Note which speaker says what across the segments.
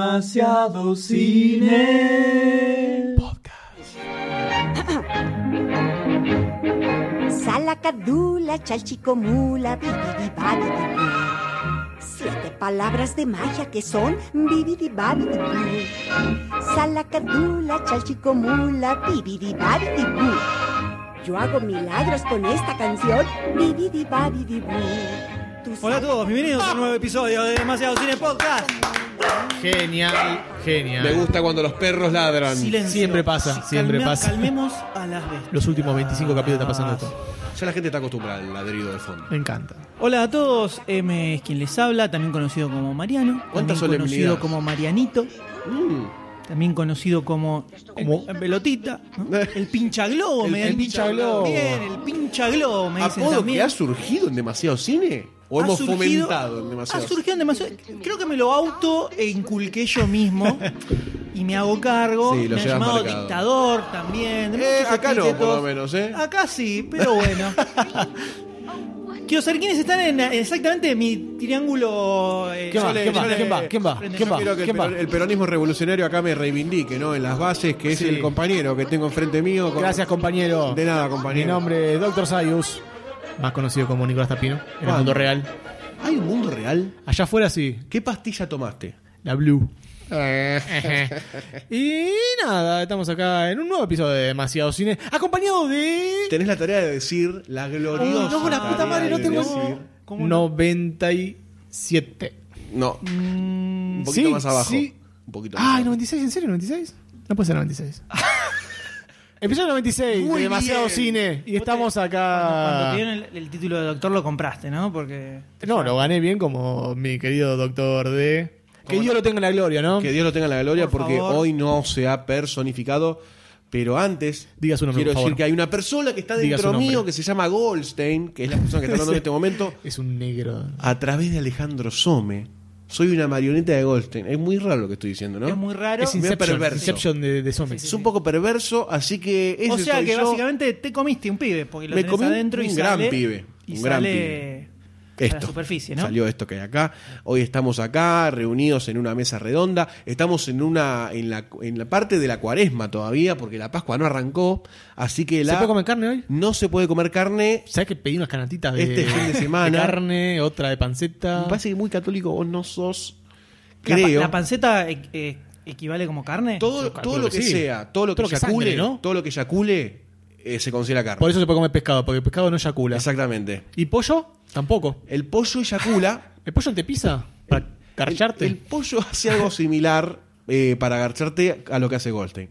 Speaker 1: Demasiado cine.
Speaker 2: Salacadula, chalchicomula, bibidibabidibú. Siete palabras de magia que son bibidibabidibú. Salacadula, chalchicomula, bibidibabidibú. Yo hago milagros con esta canción, bibidibabidibú. Tú
Speaker 3: Hola a todos, bienvenidos a un nuevo episodio de Demasiado Cine Podcast.
Speaker 4: Genial, genial.
Speaker 5: Me gusta cuando los perros ladran.
Speaker 3: Silencio.
Speaker 4: Siempre pasa,
Speaker 3: Sí,
Speaker 4: siempre pasa.
Speaker 3: Calmemos a las bestias.
Speaker 4: Los últimos 25 capítulos está pasando esto.
Speaker 5: Ya la gente está acostumbrada al ladrido del fondo.
Speaker 4: Me encanta.
Speaker 3: Hola a todos, M es quien les habla, también conocido como Mariano.
Speaker 5: ¿Cuánta
Speaker 3: también
Speaker 5: solemnidad?
Speaker 3: conocido como Marianito.
Speaker 5: Mm.
Speaker 3: También conocido como,
Speaker 4: Como-
Speaker 3: el pelotita, ¿no? el pincha globo,
Speaker 5: El-
Speaker 3: me
Speaker 5: el
Speaker 3: dicen.
Speaker 5: pincha globo.
Speaker 3: Bien, el pincha globo, me dicen
Speaker 5: ¿Apodo
Speaker 3: también.
Speaker 5: que ha surgido en demasiado cine? ¿O
Speaker 3: Ha
Speaker 5: hemos
Speaker 3: surgido-
Speaker 5: fomentado en demasiado
Speaker 3: Ha surgido en demasiado. Creo que me lo auto e inculqué yo mismo. Y me hago cargo.
Speaker 5: Sí, lo
Speaker 3: me ha
Speaker 5: llevas
Speaker 3: llamado
Speaker 5: marcado.
Speaker 3: dictador también. de
Speaker 5: Eh,
Speaker 3: muchos
Speaker 5: acá no,
Speaker 3: epítetos.
Speaker 5: por lo menos, ¿eh?
Speaker 3: Acá sí, pero bueno. Quiero saber quiénes están en exactamente mi triángulo. eh,
Speaker 4: ¿Quién va?
Speaker 3: yo le-
Speaker 4: ¿Quién va?
Speaker 3: yo le-
Speaker 4: ¿Quién va? ¿Quién va?
Speaker 3: frente-
Speaker 4: ¿Quién
Speaker 3: yo
Speaker 4: va?
Speaker 3: quiero-
Speaker 5: Quiero que el,
Speaker 4: ¿Quién va?
Speaker 5: peron- el peronismo revolucionario acá me reivindique, ¿no? En las bases, que es
Speaker 4: Sí.
Speaker 5: el compañero que tengo enfrente mío. con-
Speaker 4: Gracias, compañero.
Speaker 5: De nada,
Speaker 4: Mi
Speaker 5: compañero.
Speaker 4: nombre es Dr. Sayus, más conocido como Nicolás Tapino, en el
Speaker 5: Ah.
Speaker 4: mundo real.
Speaker 5: ¿Hay un mundo real?
Speaker 4: Allá afuera sí,
Speaker 5: ¿Qué pastilla tomaste?
Speaker 4: la Blue.
Speaker 5: Eh.
Speaker 4: y nada, estamos acá en un nuevo episodio de Demasiado Cine, acompañado de
Speaker 5: Tenés la tarea de decir la gloriosa.
Speaker 3: Uy, no, la puta
Speaker 5: tarea
Speaker 3: madre, no
Speaker 5: de
Speaker 3: tengo-
Speaker 5: decir-
Speaker 3: ¿Cómo no?
Speaker 4: 97.
Speaker 5: No, un poquito
Speaker 4: sí,
Speaker 5: más abajo.
Speaker 4: sí.
Speaker 5: Un poquito más
Speaker 4: Ay,
Speaker 5: abajo.
Speaker 4: 96, ¿en serio 96? No puede ser 96. Episodio 96
Speaker 5: Muy
Speaker 4: de Demasiado
Speaker 5: bien.
Speaker 4: Cine y
Speaker 3: Vos
Speaker 4: estamos
Speaker 3: te-
Speaker 4: acá...
Speaker 3: Cuando, cuando te dieron el, el título de doctor lo compraste, ¿no? Porque.
Speaker 4: No, lo gané bien como mi querido doctor D. Que Dios lo tenga en la gloria, ¿no?
Speaker 5: Que Dios lo tenga en la gloria
Speaker 3: Por
Speaker 5: porque
Speaker 3: favor.
Speaker 5: hoy no se ha personificado. Pero antes,
Speaker 4: Diga su nombre,
Speaker 5: quiero
Speaker 4: por
Speaker 5: decir
Speaker 4: favor.
Speaker 5: que hay una persona que está
Speaker 4: Diga su
Speaker 5: dentro
Speaker 4: nombre.
Speaker 5: mío que se llama Goldstein, que es la persona que está hablando en este momento,
Speaker 4: Es un negro.
Speaker 5: a través de Alejandro Some. Soy una marioneta de Goldstein. Es muy raro lo que estoy diciendo, ¿no?
Speaker 3: Es muy raro.
Speaker 4: Es
Speaker 5: medio
Speaker 4: Inception,
Speaker 5: perverso.
Speaker 4: Inception de, de zombies.
Speaker 5: Es un poco perverso, así que ese
Speaker 3: o sea
Speaker 5: soy
Speaker 3: que
Speaker 5: yo.
Speaker 3: básicamente te comiste un pibe, porque lo
Speaker 5: Me
Speaker 3: tenés
Speaker 5: comí un
Speaker 3: adentro y
Speaker 5: gran
Speaker 3: sale-
Speaker 5: pibe,
Speaker 3: Y
Speaker 5: un gran
Speaker 3: sale
Speaker 5: pibe.
Speaker 3: a la superficie, ¿no?
Speaker 5: Salió esto que hay acá. Hoy estamos acá, reunidos en una mesa redonda. Estamos en una en la, en la parte de la cuaresma todavía, porque la Pascua no arrancó. Así que la,
Speaker 4: ¿Se puede comer carne hoy?
Speaker 5: no se puede comer carne.
Speaker 4: ¿Sabes que pedí unas canatitas de,
Speaker 5: Este fin de semana.
Speaker 4: carne, otra de panceta?
Speaker 5: Me parece que muy católico vos no sos.
Speaker 3: La, pa-
Speaker 5: Creo.
Speaker 3: la panceta eh, eh, equivale como carne.
Speaker 5: todo,
Speaker 4: Yo
Speaker 5: todo
Speaker 4: calculo
Speaker 5: lo
Speaker 4: que
Speaker 5: que,
Speaker 4: sí.
Speaker 5: sea, todo lo que
Speaker 4: Todo lo que
Speaker 5: eyacule,
Speaker 4: sangre, ¿no?
Speaker 5: todo lo que eyacule, eh, se considera carne.
Speaker 4: Por eso se puede comer pescado, porque el pescado no eyacula.
Speaker 5: Exactamente.
Speaker 4: ¿Y pollo? Tampoco.
Speaker 5: El pollo eyacula.
Speaker 4: ¿El pollo te pisa? ¿Para carcharte?
Speaker 5: El, el pollo hace algo similar eh, para agarcharte a lo que hace Goldstein.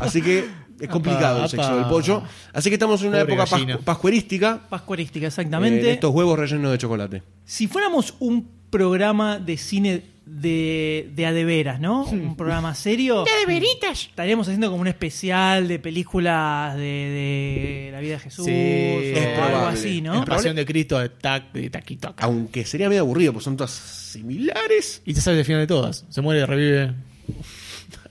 Speaker 5: Así que es complicado
Speaker 4: Apa,
Speaker 5: el sexo
Speaker 4: apa.
Speaker 5: del pollo. Así que estamos en una
Speaker 4: Pobre
Speaker 5: época pas-
Speaker 4: gallina.
Speaker 5: pascuerística.
Speaker 3: Pascuarística,
Speaker 5: eh,
Speaker 3: exactamente.
Speaker 5: de estos huevos rellenos de chocolate.
Speaker 3: Si fuéramos un programa de cine de, de adeveras, ¿no? Un programa serio. ¡De adeveritas! Estaríamos haciendo como un especial de películas de, de La vida de Jesús
Speaker 4: Sí,
Speaker 3: o
Speaker 4: es
Speaker 3: algo
Speaker 5: probable.
Speaker 3: así,
Speaker 4: La
Speaker 3: ¿no?
Speaker 4: pasión de Cristo de, tac, de taquito acá.
Speaker 5: Aunque sería medio aburrido, porque son todas similares.
Speaker 4: Y te sabes el final de todas. Se muere, revive.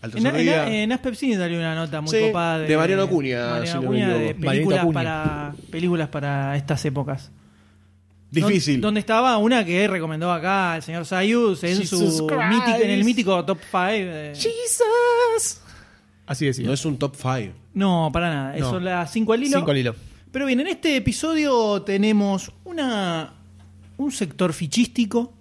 Speaker 5: Al
Speaker 3: En,
Speaker 5: tercer
Speaker 3: en,
Speaker 5: día-
Speaker 3: en Asper Cine salió una nota muy
Speaker 5: Sí,
Speaker 3: copada
Speaker 5: de Mariano Acuña,
Speaker 3: Mariano
Speaker 5: si no me
Speaker 3: Acuña, de
Speaker 5: equivoco.
Speaker 3: películas
Speaker 4: Marianito Acuña.
Speaker 3: para películas para estas épocas.
Speaker 5: difícil.
Speaker 3: Donde estaba una que recomendó acá el señor Sayus en su
Speaker 4: Jesus Christ.
Speaker 3: mítico- en el mítico top 5.
Speaker 4: ¡Jesus! Así decía.
Speaker 5: No es un top 5.
Speaker 3: No, para nada.
Speaker 4: No.
Speaker 3: Son las 5 al hilo.
Speaker 4: Cinco al hilo.
Speaker 3: Pero bien, en este episodio tenemos una un sector fichístico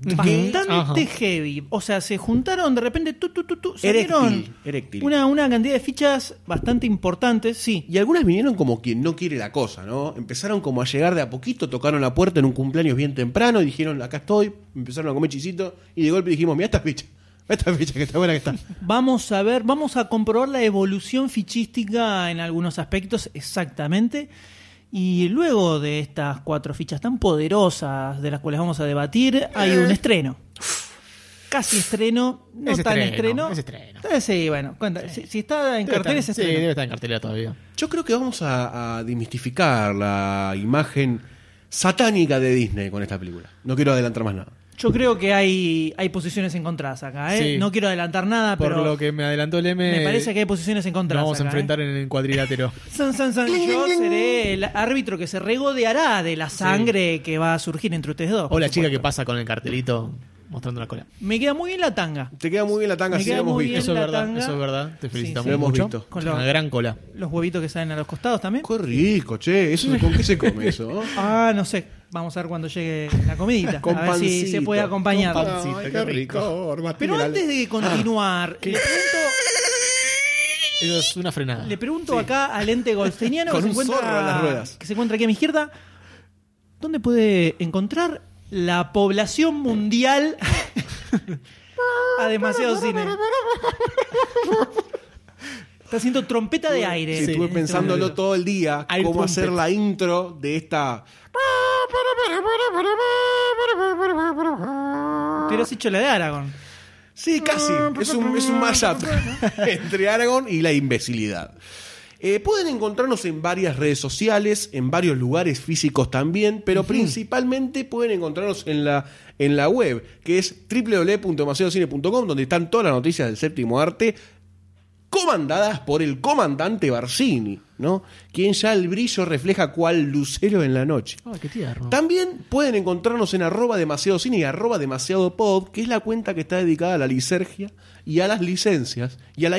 Speaker 3: bastante
Speaker 4: Ajá.
Speaker 3: heavy. O sea, se juntaron de repente tu tu tu tu
Speaker 5: Eréctil,
Speaker 3: salieron
Speaker 5: eréctil.
Speaker 3: Una, una cantidad de fichas bastante importantes, sí.
Speaker 5: Y algunas vinieron como quien no quiere la cosa, ¿no? Empezaron como a llegar de a poquito, tocaron la puerta en un cumpleaños bien temprano y dijeron, acá estoy, empezaron a comer chisito y de golpe dijimos, mira esta ficha, mirá esta ficha que está buena que está.
Speaker 3: Vamos a ver, vamos a comprobar la evolución fichística en algunos aspectos exactamente. Y luego de estas cuatro fichas tan poderosas de las cuales vamos a debatir, hay un estreno. Casi estreno, no
Speaker 4: Eh. Es
Speaker 3: tan estreno.
Speaker 4: estreno, es estreno.
Speaker 3: Entonces, sí, bueno, cuenta, Si, si está en
Speaker 4: Debe
Speaker 3: cartel es
Speaker 4: estar- Sí,
Speaker 3: estreno.
Speaker 4: debe estar en cartelera todavía.
Speaker 5: Yo creo que vamos a, a demistificar la imagen satánica de Disney con esta película. No quiero adelantar más nada.
Speaker 3: Yo creo que hay, hay posiciones encontradas acá, ¿eh?
Speaker 4: Sí.
Speaker 3: No quiero adelantar nada,
Speaker 5: Ah,
Speaker 4: Por
Speaker 3: pero
Speaker 4: lo que me adelantó el M.
Speaker 3: me parece que hay posiciones
Speaker 4: nos
Speaker 3: encontradas.
Speaker 4: vamos a
Speaker 3: acá, ¿eh?
Speaker 4: enfrentar en el cuadrilátero.
Speaker 3: San, san, san. Yo seré el árbitro que se regodeará de la sangre que va a surgir entre ustedes dos.
Speaker 4: O la chica que pasa con el cartelito mostrando la cola.
Speaker 3: Me queda muy bien la tanga.
Speaker 5: Te queda muy bien la tanga
Speaker 3: Me
Speaker 5: si
Speaker 3: queda
Speaker 5: la hemos
Speaker 3: muy
Speaker 5: visto.
Speaker 3: bien.
Speaker 4: Eso es
Speaker 3: la
Speaker 4: verdad,
Speaker 3: tanga.
Speaker 4: eso es verdad. Te
Speaker 3: Sí,
Speaker 4: felicitamos
Speaker 3: sí.
Speaker 5: Lo hemos
Speaker 4: mucho.
Speaker 5: visto.
Speaker 3: Con
Speaker 4: Es Una
Speaker 3: lo-
Speaker 4: gran cola.
Speaker 3: Los huevitos que salen a los costados también.
Speaker 5: Qué rico, che. ¿Eso se- con qué se come eso?
Speaker 3: Ah, no sé. Vamos a ver cuando llegue la comidita.
Speaker 5: Con
Speaker 3: a ver si
Speaker 5: pancito,
Speaker 3: se puede acompañar.
Speaker 5: con pancito.
Speaker 4: Ay,
Speaker 5: qué rico.
Speaker 3: Pero antes de continuar,
Speaker 5: Ah.
Speaker 3: le pregunto,
Speaker 4: Eso es una frenada.
Speaker 3: le pregunto acá al ente golsteniano que
Speaker 5: Con
Speaker 3: se
Speaker 5: un zorro
Speaker 3: encuentra
Speaker 5: en las ruedas.
Speaker 3: que se encuentra aquí a mi izquierda, ¿dónde puede encontrar la población mundial a demasiado cine? Está haciendo trompeta de aire. eh,
Speaker 5: Sí, estuve pensándolo todo el día
Speaker 4: Air
Speaker 5: cómo
Speaker 4: trumpet.
Speaker 5: hacer la intro de esta.
Speaker 3: Te lo has hecho la de Aragón.
Speaker 5: Sí, casi. Es un, es un mashup entre Aragón y la imbecilidad. Eh, pueden encontrarnos en varias redes sociales, en varios lugares físicos también, pero principalmente pueden encontrarnos en la, en la web, que es www.demasiadocine.com, donde están todas las noticias del séptimo arte, comandadas por el comandante Barcini, ¿no? Quien ya el brillo refleja cual lucero en la noche.
Speaker 4: Ay, qué tierno.
Speaker 5: También pueden encontrarnos en arroba demasiado cine y arroba demasiado pod, que es la cuenta que está dedicada a la lisergia y a las licencias y a la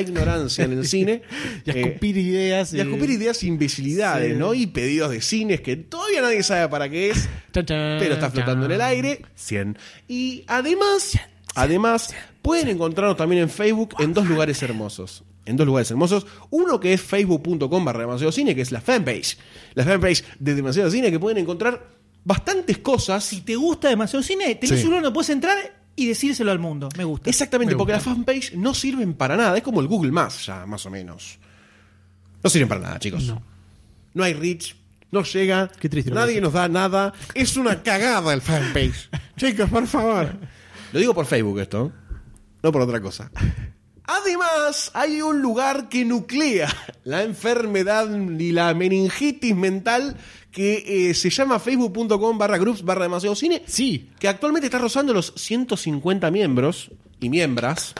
Speaker 5: ignorancia en el cine.
Speaker 4: Y a
Speaker 5: Eh,
Speaker 4: escupir ideas.
Speaker 5: y a escupir ideas e imbecilidades,
Speaker 4: Sí.
Speaker 5: ¿no? Y pedidos de cines que todavía nadie sabe para qué es, pero
Speaker 4: Mm,
Speaker 5: está flotando en el aire. 100. Y además, además, pueden encontrarnos también en Facebook en dos lugares hermosos. En dos lugares hermosos. Uno que es facebook.com barra demasiado cine, que es la fanpage. La fanpage de demasiado cine que pueden encontrar bastantes cosas.
Speaker 3: Si te gusta demasiado cine, tenés
Speaker 5: Sí.
Speaker 3: uno donde puedes entrar y decírselo al mundo. Me gusta.
Speaker 5: Exactamente,
Speaker 4: Me
Speaker 5: porque las
Speaker 4: gusta.
Speaker 5: fanpage no sirven para nada. Es como el Google Maps ya, más o menos. No sirven para nada, chicos. No,
Speaker 4: No.
Speaker 5: hay reach, no llega,
Speaker 4: Qué triste lo que
Speaker 5: nadie
Speaker 4: decís.
Speaker 5: nos da nada. Es una cagada el fanpage. chicos, por favor. Lo digo por Facebook esto, ¿eh? no por otra cosa. Además, hay un lugar que nuclea la enfermedad y la meningitis mental que eh, se llama facebook.com barra groups barra demasiado cine
Speaker 4: Sí.
Speaker 5: que actualmente está rozando los 150 miembros y miembras,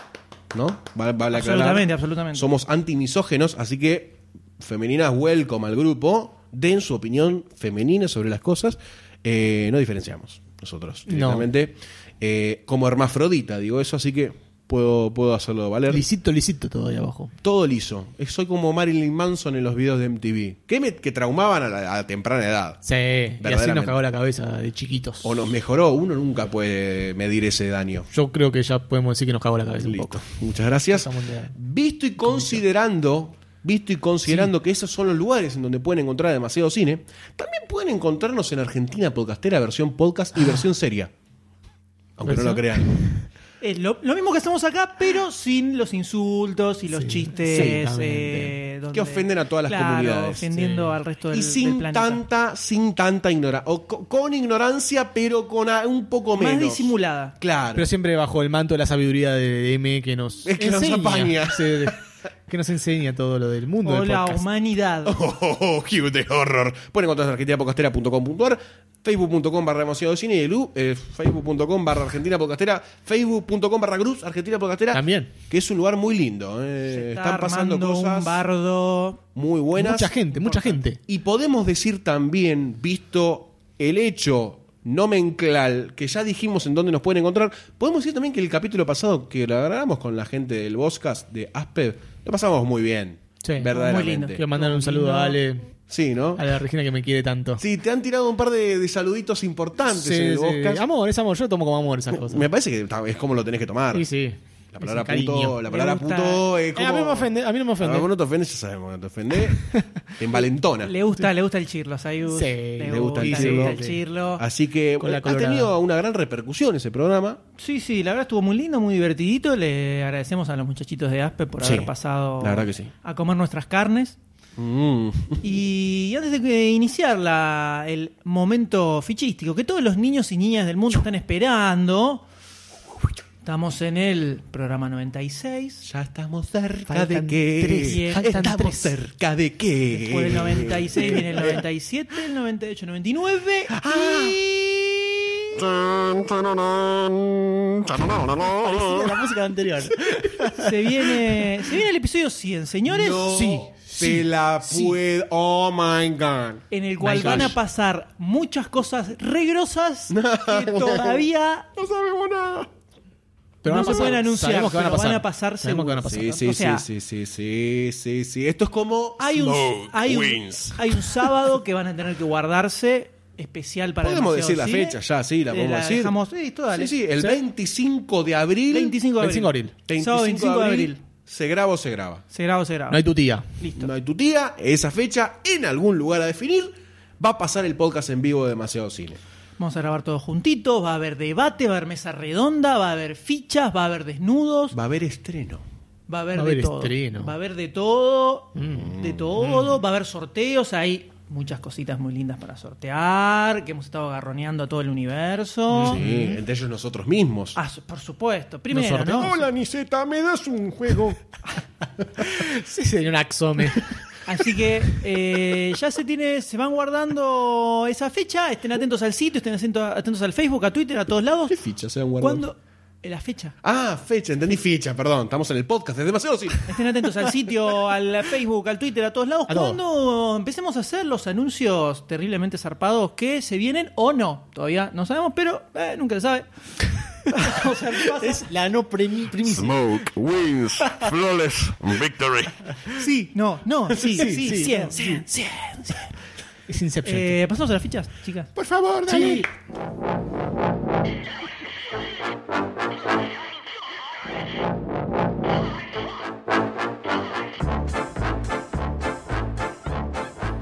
Speaker 5: ¿no? Vale, vale aclarar.
Speaker 3: Absolutamente, absolutamente.
Speaker 5: Somos antimisógenos, así que femeninas welcome al grupo, den su opinión femenina sobre las cosas, Eh, no diferenciamos nosotros
Speaker 4: No.
Speaker 5: directamente. Eh, como hermafrodita, digo eso, así que puedo, puedo hacerlo valer.
Speaker 4: Lisito, lisito todo ahí abajo.
Speaker 5: Todo liso. Eh, Soy como Marilyn Manson en los videos de MTV. Que, me, que traumaban a, la, a temprana edad.
Speaker 4: Sí. Y así
Speaker 5: Verdaderamente.
Speaker 4: nos cagó la cabeza de chiquitos.
Speaker 5: O nos mejoró. Uno nunca puede medir ese daño.
Speaker 4: Yo creo que ya podemos decir que nos cagó la cabeza
Speaker 5: Listo.
Speaker 4: un poco.
Speaker 5: Muchas gracias.
Speaker 4: Cosa mundial.
Speaker 5: Visto y considerando, visto y considerando que esos son los lugares en donde pueden encontrar demasiado cine, también pueden encontrarnos en Argentina Podcastera versión podcast
Speaker 3: Ah.
Speaker 5: y versión seria. Aunque no lo
Speaker 4: ¿Versión?
Speaker 5: crean.
Speaker 3: Es lo, lo mismo que hacemos acá, pero sin los insultos y los
Speaker 4: Sí,
Speaker 3: chistes
Speaker 4: exactamente.
Speaker 3: eh, donde-
Speaker 5: Que ofenden a todas las
Speaker 3: Claro,
Speaker 5: comunidades.
Speaker 3: ofendiendo
Speaker 4: Sí.
Speaker 3: al resto del,
Speaker 5: y
Speaker 3: del
Speaker 5: sin
Speaker 3: planeta.
Speaker 5: tanta, sin tanta ignorancia. O co- con ignorancia, pero con a- un poco
Speaker 3: Más
Speaker 5: menos.
Speaker 3: disimulada.
Speaker 5: Claro.
Speaker 4: Pero siempre bajo el manto de la sabiduría de M que nos
Speaker 5: Es que nos apaña.
Speaker 4: Sí, que nos enseña todo lo del mundo
Speaker 3: O
Speaker 4: del
Speaker 3: la
Speaker 4: podcast.
Speaker 3: humanidad.
Speaker 5: Oh, oh, oh, cue de horror. Pueden encontrar argentinapodcastera.com.ar, facebook.com barra demasiado cine y el u- eh, facebook.com barra argentina podcastera, facebook.com barra cruz argentina podcastera.
Speaker 4: También.
Speaker 5: Que es un lugar muy lindo. eh.
Speaker 3: Está
Speaker 5: Están pasando
Speaker 3: armando
Speaker 5: cosas
Speaker 3: un bardo.
Speaker 5: muy buenas.
Speaker 4: Mucha gente, mucha gente.
Speaker 5: Y podemos decir también, visto el hecho nomenclal, que ya dijimos en dónde nos pueden encontrar, podemos decir también que el capítulo pasado que lo grabamos con la gente del Boscast de Aspe, lo pasamos muy bien.
Speaker 4: Sí.
Speaker 5: verdaderamente.
Speaker 3: Muy lindo.
Speaker 4: Quiero mandar un saludo a Ale,
Speaker 5: Sí, ¿no?
Speaker 4: a la Regina que me quiere tanto.
Speaker 5: Sí, te han tirado un par de, de saluditos importantes
Speaker 4: Sí,
Speaker 5: en el
Speaker 4: sí.
Speaker 5: podcast.
Speaker 4: Amor, es amor. Yo tomo como amor esas cosas.
Speaker 5: Me parece que ta- es como lo tenés que tomar.
Speaker 4: Sí, sí.
Speaker 5: La palabra
Speaker 4: Es un cariño.
Speaker 5: puto, la
Speaker 3: Me
Speaker 5: palabra
Speaker 3: gusta.
Speaker 5: puto es
Speaker 4: Eh,
Speaker 5: como...
Speaker 4: a mí no me ofende, a mí no me ofende.
Speaker 5: A vos no te ofendes, ya sabemos, no te ofendes. en Valentona.
Speaker 3: Le gusta, le gusta el chirlo, Sayus.
Speaker 4: Sí,
Speaker 3: le,
Speaker 5: Le gusta el
Speaker 3: le
Speaker 5: chirlo.
Speaker 3: gusta el chirlo.
Speaker 5: Así que
Speaker 4: Con la
Speaker 5: ha
Speaker 4: colorada.
Speaker 5: tenido una gran repercusión ese programa.
Speaker 3: Sí, sí, la verdad estuvo muy lindo, muy divertidito. Le agradecemos a los muchachitos de Aspe por
Speaker 5: Sí,
Speaker 3: haber pasado
Speaker 5: la verdad que sí.
Speaker 3: a comer nuestras carnes.
Speaker 5: Mm.
Speaker 3: Y antes de que iniciar la- el momento fichístico que todos los niños y niñas del mundo están esperando, estamos en el programa 96.
Speaker 5: Ya estamos cerca
Speaker 4: Faltan
Speaker 5: de qué.
Speaker 4: tres, faltan
Speaker 5: Estamos
Speaker 4: tres.
Speaker 5: cerca de qué.
Speaker 3: Después del 96 viene el 97, el 98, 99
Speaker 4: Ah.
Speaker 3: y...
Speaker 4: la música anterior.
Speaker 3: Se viene, se viene el episodio 100, señores.
Speaker 5: No
Speaker 4: Sí,
Speaker 5: te
Speaker 4: sí,
Speaker 5: la
Speaker 4: sí.
Speaker 5: puedo. Oh my god.
Speaker 3: En el cual
Speaker 4: My
Speaker 3: van a
Speaker 4: gosh.
Speaker 3: pasar muchas cosas regrosas que todavía
Speaker 5: No sabemos nada.
Speaker 4: Pero
Speaker 3: no
Speaker 4: van a
Speaker 3: se
Speaker 4: pasar.
Speaker 3: pueden anunciar,
Speaker 4: Sabemos que van a
Speaker 3: pero van
Speaker 4: pasar.
Speaker 3: a pasar
Speaker 4: Sabemos que van a
Speaker 3: seguro.
Speaker 4: pasar.
Speaker 5: Sí, sí,
Speaker 3: O sea,
Speaker 5: sí, sí, sí, sí, sí, sí. Esto es como
Speaker 3: Hay un,
Speaker 5: Smoke
Speaker 3: hay, un,
Speaker 5: Wins.
Speaker 3: hay un sábado que van a tener que guardarse especial para
Speaker 5: Podemos
Speaker 3: Demasiado
Speaker 5: decir la
Speaker 3: Cine.
Speaker 5: fecha ya, sí, la
Speaker 3: Eh,
Speaker 5: podemos decir.
Speaker 3: dejamos- sí, esto dale.
Speaker 5: Sí, sí, el
Speaker 4: Sí.
Speaker 5: 25 de abril.
Speaker 3: 25 de abril.
Speaker 4: 25 de abril.
Speaker 3: Sábado 25 de abril.
Speaker 5: Se graba o se graba.
Speaker 3: Se graba o se graba.
Speaker 4: No hay tu tía.
Speaker 3: Listo.
Speaker 5: No hay tu tía, esa fecha, en algún lugar a definir, va a pasar el podcast en vivo de Demasiado Cine.
Speaker 3: Vamos a grabar todos juntitos. Va a haber debate, va a haber mesa redonda, va a haber fichas, va a haber desnudos,
Speaker 5: Va a haber estreno.
Speaker 3: va a haber
Speaker 4: va a
Speaker 3: de
Speaker 4: haber
Speaker 3: todo.
Speaker 4: estreno.
Speaker 3: Va a haber de todo,
Speaker 5: Mm,
Speaker 3: de todo. Va a haber sorteos. Hay muchas cositas muy lindas para sortear que hemos estado agarroneando a todo el universo.
Speaker 5: Sí, entre ellos nosotros mismos.
Speaker 3: Mm. Ah, su- por supuesto. Primero,
Speaker 4: sorteos.
Speaker 3: ¿no?
Speaker 5: Hola, Niseta, ¿me das un juego?
Speaker 4: Sí, señor Axome.
Speaker 3: Así que eh, ya se tiene, se van guardando esa fecha. Estén atentos al sitio, estén atento- atentos al Facebook, a Twitter, a todos lados.
Speaker 5: ¿Qué ficha se han guardado?
Speaker 3: ¿Cuándo? eh, La fecha.
Speaker 5: Ah, fecha, entendí ficha, perdón. Estamos en el podcast, es demasiado cine.
Speaker 3: Estén atentos al sitio, al Facebook, al Twitter, a todos lados.
Speaker 4: A todo.
Speaker 3: cuando empecemos a hacer los anuncios terriblemente zarpados que se vienen o no? Todavía no sabemos, pero eh, nunca se sabe. Vamos a ver qué pasa.
Speaker 4: la no premi- primicia.
Speaker 1: Smoke wins flawless victory.
Speaker 3: Sí, no, no, sí, sí,
Speaker 4: Sí, sí,
Speaker 3: cien,
Speaker 4: no.
Speaker 3: cien, cien, cien.
Speaker 4: Es Inception.
Speaker 3: Eh, Pasamos a las fichas, chicas.
Speaker 5: Por favor,
Speaker 4: Sí.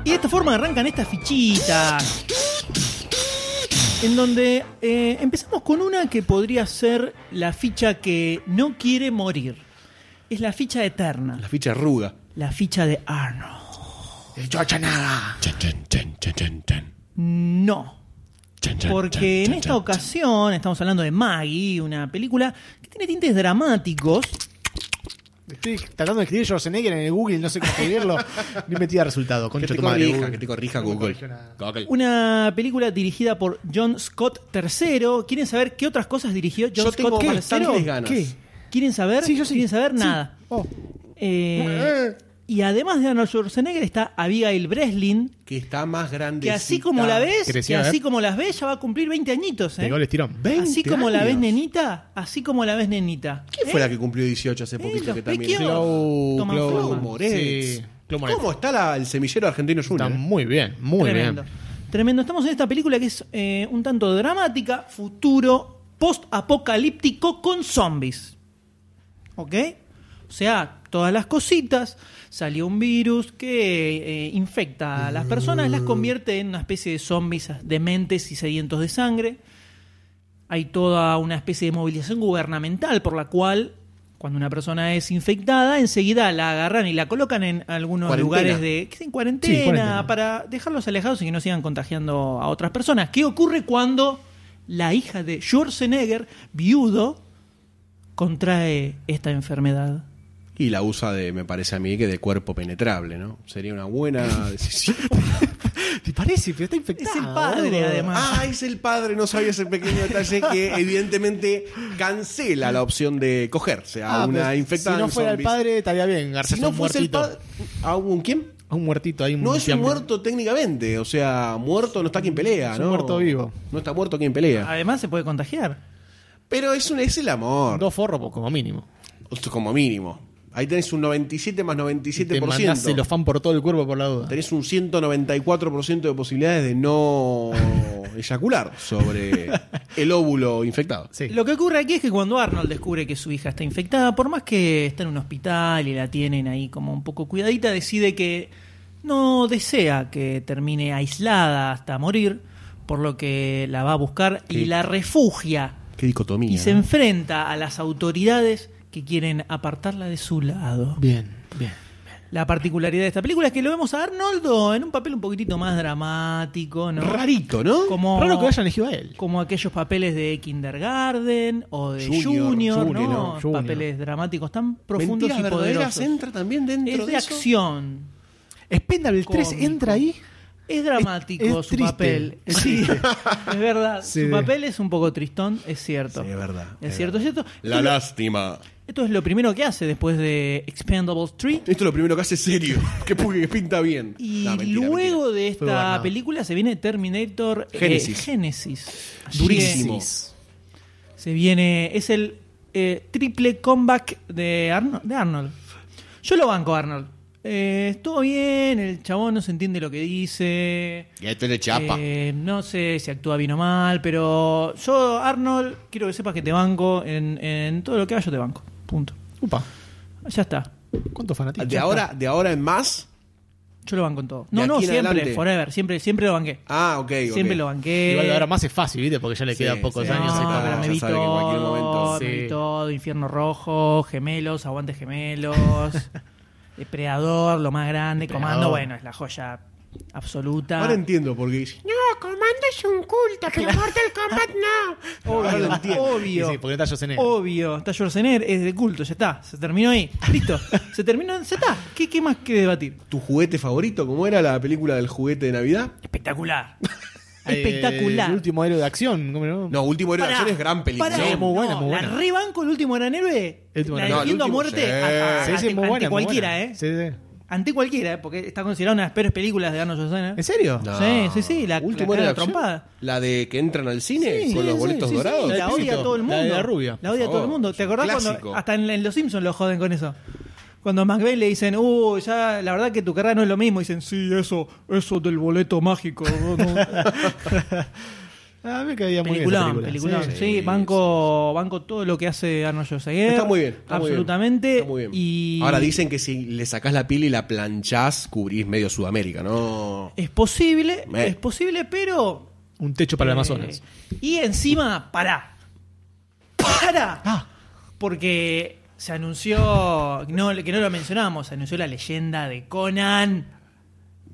Speaker 3: Y de esta forma arrancan estas fichitas. En donde eh, empezamos con una que podría ser la ficha que no quiere morir. Es la ficha eterna.
Speaker 5: La ficha ruda.
Speaker 3: La ficha de Arnold. No. Porque en esta ocasión estamos hablando de Maggie, una película que tiene tintes dramáticos.
Speaker 4: Estoy tratando de escribir Schwarzenegger en el Google, no sé cómo escribirlo. Ni metía resultado.
Speaker 5: Que
Speaker 4: Concha
Speaker 5: te
Speaker 4: tu madre.
Speaker 5: corrija,
Speaker 4: Google.
Speaker 5: que te corrija Google. Google.
Speaker 3: Una película dirigida por John Scott III. ¿Quieren saber qué otras cosas dirigió John
Speaker 5: Yo
Speaker 3: Scott
Speaker 5: tengo
Speaker 3: III?
Speaker 5: bastantes ganas.
Speaker 3: ¿Qué? ¿Quieren saber?
Speaker 4: Sí, yo sí.
Speaker 3: ¿Quieren saber?
Speaker 4: Sí.
Speaker 3: Nada.
Speaker 4: Oh.
Speaker 3: Eh, y además de Arnold Schwarzenegger está Abigail Breslin,
Speaker 5: Que está más grande.
Speaker 3: que así como la ves,
Speaker 4: Creció,
Speaker 3: que
Speaker 4: ¿eh? este.
Speaker 3: así como las ves, ya va a cumplir 20 añitos. ¿eh?
Speaker 4: Pegó el estirón.
Speaker 3: Así como la ves,
Speaker 5: años.
Speaker 3: nenita, así como la ves, nenita.
Speaker 5: ¿Quién fue la que cumplió 18 hace poquito
Speaker 3: ¿eh? los
Speaker 5: que también?
Speaker 3: pequeños. Toman
Speaker 4: Clau
Speaker 3: forma.
Speaker 5: Moretz.
Speaker 4: Sí, Clau Moretz.
Speaker 5: ¿Cómo está la- el semillero argentino
Speaker 4: Está
Speaker 5: junior? eh?
Speaker 4: muy bien, muy
Speaker 3: Tremendo.
Speaker 4: bien.
Speaker 3: Tremendo. Estamos en esta película que es eh, un tanto dramática, futuro, post-apocalíptico con zombies. ¿Ok? O sea, todas las cositas. Salió un virus que eh, infecta a las personas, las convierte en una especie de zombies dementes y sedientos de sangre. Hay toda una especie de movilización gubernamental por la cual, cuando una persona es infectada, enseguida la agarran y la colocan en algunos
Speaker 5: Cuarentena.
Speaker 3: lugares de que en cuarentena,
Speaker 4: Sí, cuarentena.
Speaker 3: para dejarlos alejados y que no sigan contagiando a otras personas. ¿Qué ocurre cuando la hija de Schwarzenegger, viudo, contrae esta enfermedad?
Speaker 5: Y la usa de, me parece a mí, que de cuerpo penetrable, ¿no? Sería una buena decisión.
Speaker 4: Te parece, pero está infectado.
Speaker 3: Es el padre,
Speaker 4: boludo.
Speaker 3: además.
Speaker 5: ah, es el padre, no sabía ese pequeño detalle que evidentemente cancela la opción de cogerse a
Speaker 4: Ah,
Speaker 5: una
Speaker 4: pero
Speaker 5: infectada.
Speaker 4: Si no
Speaker 5: en
Speaker 4: fuera el
Speaker 5: zombies.
Speaker 4: padre, estaría bien. García
Speaker 5: si no
Speaker 4: un
Speaker 5: fuese el
Speaker 4: muertito.
Speaker 5: padre. ¿A un quién?
Speaker 4: A Un muertito, hay un
Speaker 5: No es un
Speaker 4: fiambre.
Speaker 5: muerto técnicamente, o sea, muerto no está quien pelea,
Speaker 4: Es un
Speaker 5: ¿no?
Speaker 4: muerto vivo. Ah,
Speaker 5: No está muerto quien pelea.
Speaker 3: Además, se puede contagiar.
Speaker 5: Pero es, un, es el amor,
Speaker 4: Dos forros, po, como mínimo.
Speaker 5: como mínimo. Ahí tenés un 97 más 97%.
Speaker 4: Te mandás el fan por todo el cuerpo por la duda.
Speaker 5: Tenés un 194% de posibilidades de no eyacular sobre el óvulo infectado.
Speaker 4: Sí.
Speaker 3: Lo que ocurre aquí es que cuando Arnold descubre que su hija está infectada, por más que está en un hospital y la tienen ahí como un poco cuidadita, decide que no desea que termine aislada hasta morir, por lo que la va a buscar y
Speaker 5: Sí.
Speaker 3: la refugia
Speaker 5: Qué dicotomía.
Speaker 3: y se
Speaker 5: ¿no?
Speaker 3: enfrenta a las autoridades que quieren apartarla de su lado.
Speaker 4: Bien, bien.
Speaker 3: La particularidad de esta película es que lo vemos a Arnoldo en un papel un poquitito más dramático, ¿no?
Speaker 5: Rarito, ¿no?
Speaker 3: Como,
Speaker 4: Raro que lo hayan elegido a él.
Speaker 3: como aquellos papeles de Kindergarten o de Junior,
Speaker 5: Junior,
Speaker 3: ¿no?
Speaker 5: Junior, no,
Speaker 4: Junior.
Speaker 3: Papeles dramáticos tan profundos
Speaker 5: Mentiras
Speaker 3: y
Speaker 5: verdaderas
Speaker 3: poderosos.
Speaker 5: entra también dentro
Speaker 3: Es de
Speaker 5: eso.
Speaker 3: acción,
Speaker 4: Spendable 3
Speaker 3: Cómico.
Speaker 4: entra ahí.
Speaker 3: es dramático
Speaker 4: Es- es
Speaker 3: su
Speaker 4: triste.
Speaker 3: papel.
Speaker 4: Es
Speaker 3: Sí,
Speaker 4: triste.
Speaker 3: es verdad.
Speaker 4: Sí.
Speaker 3: Su papel es un poco tristón, es cierto.
Speaker 5: Sí, es verdad,
Speaker 3: Es,
Speaker 5: es
Speaker 3: cierto, es cierto.
Speaker 1: La
Speaker 3: Esto es lo-
Speaker 1: lástima.
Speaker 3: Esto es lo primero que hace después de Expendables 3.
Speaker 5: Esto es lo primero que hace serio, que, pu- que pinta bien.
Speaker 3: Y
Speaker 5: No, mentira,
Speaker 3: luego
Speaker 5: mentira.
Speaker 3: de
Speaker 4: Fue
Speaker 3: esta
Speaker 4: gobernado.
Speaker 3: película se viene Terminator eh,
Speaker 5: Génesis.
Speaker 3: Génesis. Así que
Speaker 5: Durísimo.
Speaker 3: Se viene. Es el eh, triple comeback de, Arno- de Arnold. Yo lo banco, Arnold. Eh, estuvo bien, el chabón no se entiende lo que dice.
Speaker 5: Y esto es de chapa.
Speaker 3: Eh, no sé si actúa bien o mal, pero yo, Arnold, quiero que sepas que te banco. En, en todo lo que haga, yo te banco. Punto.
Speaker 4: Upa,
Speaker 3: Ya está.
Speaker 4: ¿cuántos fanáticos?
Speaker 5: Ah, de, ahora, de ahora en más.
Speaker 3: Yo lo banco en todo.
Speaker 5: De
Speaker 3: No, no,
Speaker 5: aquí en
Speaker 3: siempre,
Speaker 5: adelante.
Speaker 3: forever. Siempre, siempre lo banqué.
Speaker 5: Ah, ok. ok.
Speaker 3: Siempre lo banqué.
Speaker 4: Igual ahora más es fácil, ¿viste? Porque ya le
Speaker 5: Sí,
Speaker 4: quedan pocos
Speaker 5: sí,
Speaker 4: años.
Speaker 5: sí,
Speaker 4: ahí
Speaker 3: No,
Speaker 5: claro.
Speaker 4: para-
Speaker 3: Ah, pero me
Speaker 5: Ya
Speaker 3: vi
Speaker 5: sabe que en cualquier
Speaker 3: todo,
Speaker 5: momento-
Speaker 3: me vi
Speaker 4: Sí.
Speaker 3: todo, Infierno Rojo, Gemelos, Aguantes Gemelos, Depredador, lo más grande,
Speaker 4: Depredador.
Speaker 3: Comando, bueno, es la joya absoluta.
Speaker 5: Ahora entiendo por qué.
Speaker 6: No, Comando es un culto, pero Mortal Kombat no.
Speaker 5: Ahora lo
Speaker 3: obvio,
Speaker 5: entiendo.
Speaker 4: Sí,
Speaker 3: obvio,
Speaker 4: sí, porque está Schwarzenegger.
Speaker 3: obvio, está Schwarzenegger, es de culto, ya está, se terminó ahí, listo, se terminó, ya está, ¿qué, qué más que debatir?
Speaker 5: ¿Tu juguete favorito? ¿Cómo era la película del juguete de Navidad?
Speaker 3: Espectacular,
Speaker 4: Eh,
Speaker 3: espectacular.
Speaker 4: el último héroe de acción, ¿cómo no?
Speaker 5: No, Último Héroe de
Speaker 3: Pará,
Speaker 5: Acción es gran película.
Speaker 3: pará.
Speaker 4: Sí, muy buena,
Speaker 3: No,
Speaker 4: muy buena.
Speaker 3: La rebanco el último gran héroe.
Speaker 4: El último
Speaker 3: la
Speaker 4: gran héroe.
Speaker 3: defiendo a
Speaker 5: No, el
Speaker 3: muerte
Speaker 5: último, sí.
Speaker 3: a- a-
Speaker 4: Sí, sí,
Speaker 3: Ah, ante-
Speaker 4: muy buena,
Speaker 3: ante
Speaker 4: muy
Speaker 3: cualquiera,
Speaker 4: buena.
Speaker 3: ¿eh?
Speaker 4: Sí, sí.
Speaker 3: Ante cualquiera, ¿eh? porque está considerada una de las peores películas de Arnold Schwarzenegger.
Speaker 4: ¿En serio?
Speaker 5: No.
Speaker 3: Sí, sí, sí, la,
Speaker 5: Último
Speaker 3: la,
Speaker 5: Héroe
Speaker 3: la
Speaker 5: de Acción.
Speaker 3: trompada.
Speaker 5: La de que entran al cine
Speaker 3: Sí,
Speaker 5: con los
Speaker 3: sí,
Speaker 5: boletos
Speaker 3: sí, sí,
Speaker 5: dorados.
Speaker 3: la
Speaker 4: El
Speaker 3: odia
Speaker 4: pibito,
Speaker 3: a todo el
Speaker 4: la
Speaker 3: mundo.
Speaker 4: de la rubia.
Speaker 3: La odia a
Speaker 5: Por
Speaker 3: todo el
Speaker 5: favor,
Speaker 3: mundo. ¿Te
Speaker 5: es un
Speaker 3: acordás cuando
Speaker 5: clásico.
Speaker 3: hasta en, en Los Simpsons lo joden con eso? Cuando a McVeigh le dicen, uh, ya la verdad que tu carrera no es lo mismo. Dicen, sí, eso, eso del boleto mágico. no, no".
Speaker 4: Ah, me caía muy bien. esa
Speaker 3: Peliculón, peliculón.
Speaker 4: Sí.
Speaker 3: Sí, banco, banco todo lo que hace Arnold Schwarzenegger.
Speaker 5: Está muy bien. está muy bien.
Speaker 3: absolutamente.
Speaker 5: Está muy bien.
Speaker 3: Y
Speaker 5: Ahora dicen que si le sacás la pila y la planchás, cubrís medio Sudamérica, ¿no?
Speaker 3: Es posible,
Speaker 5: Me-
Speaker 3: es posible, pero.
Speaker 4: Un techo para el
Speaker 3: eh,
Speaker 4: Amazonas.
Speaker 3: y encima, pará. ¡Para!
Speaker 4: Ah.
Speaker 3: Porque se anunció. No, que no lo mencionamos, se anunció la leyenda de Conan.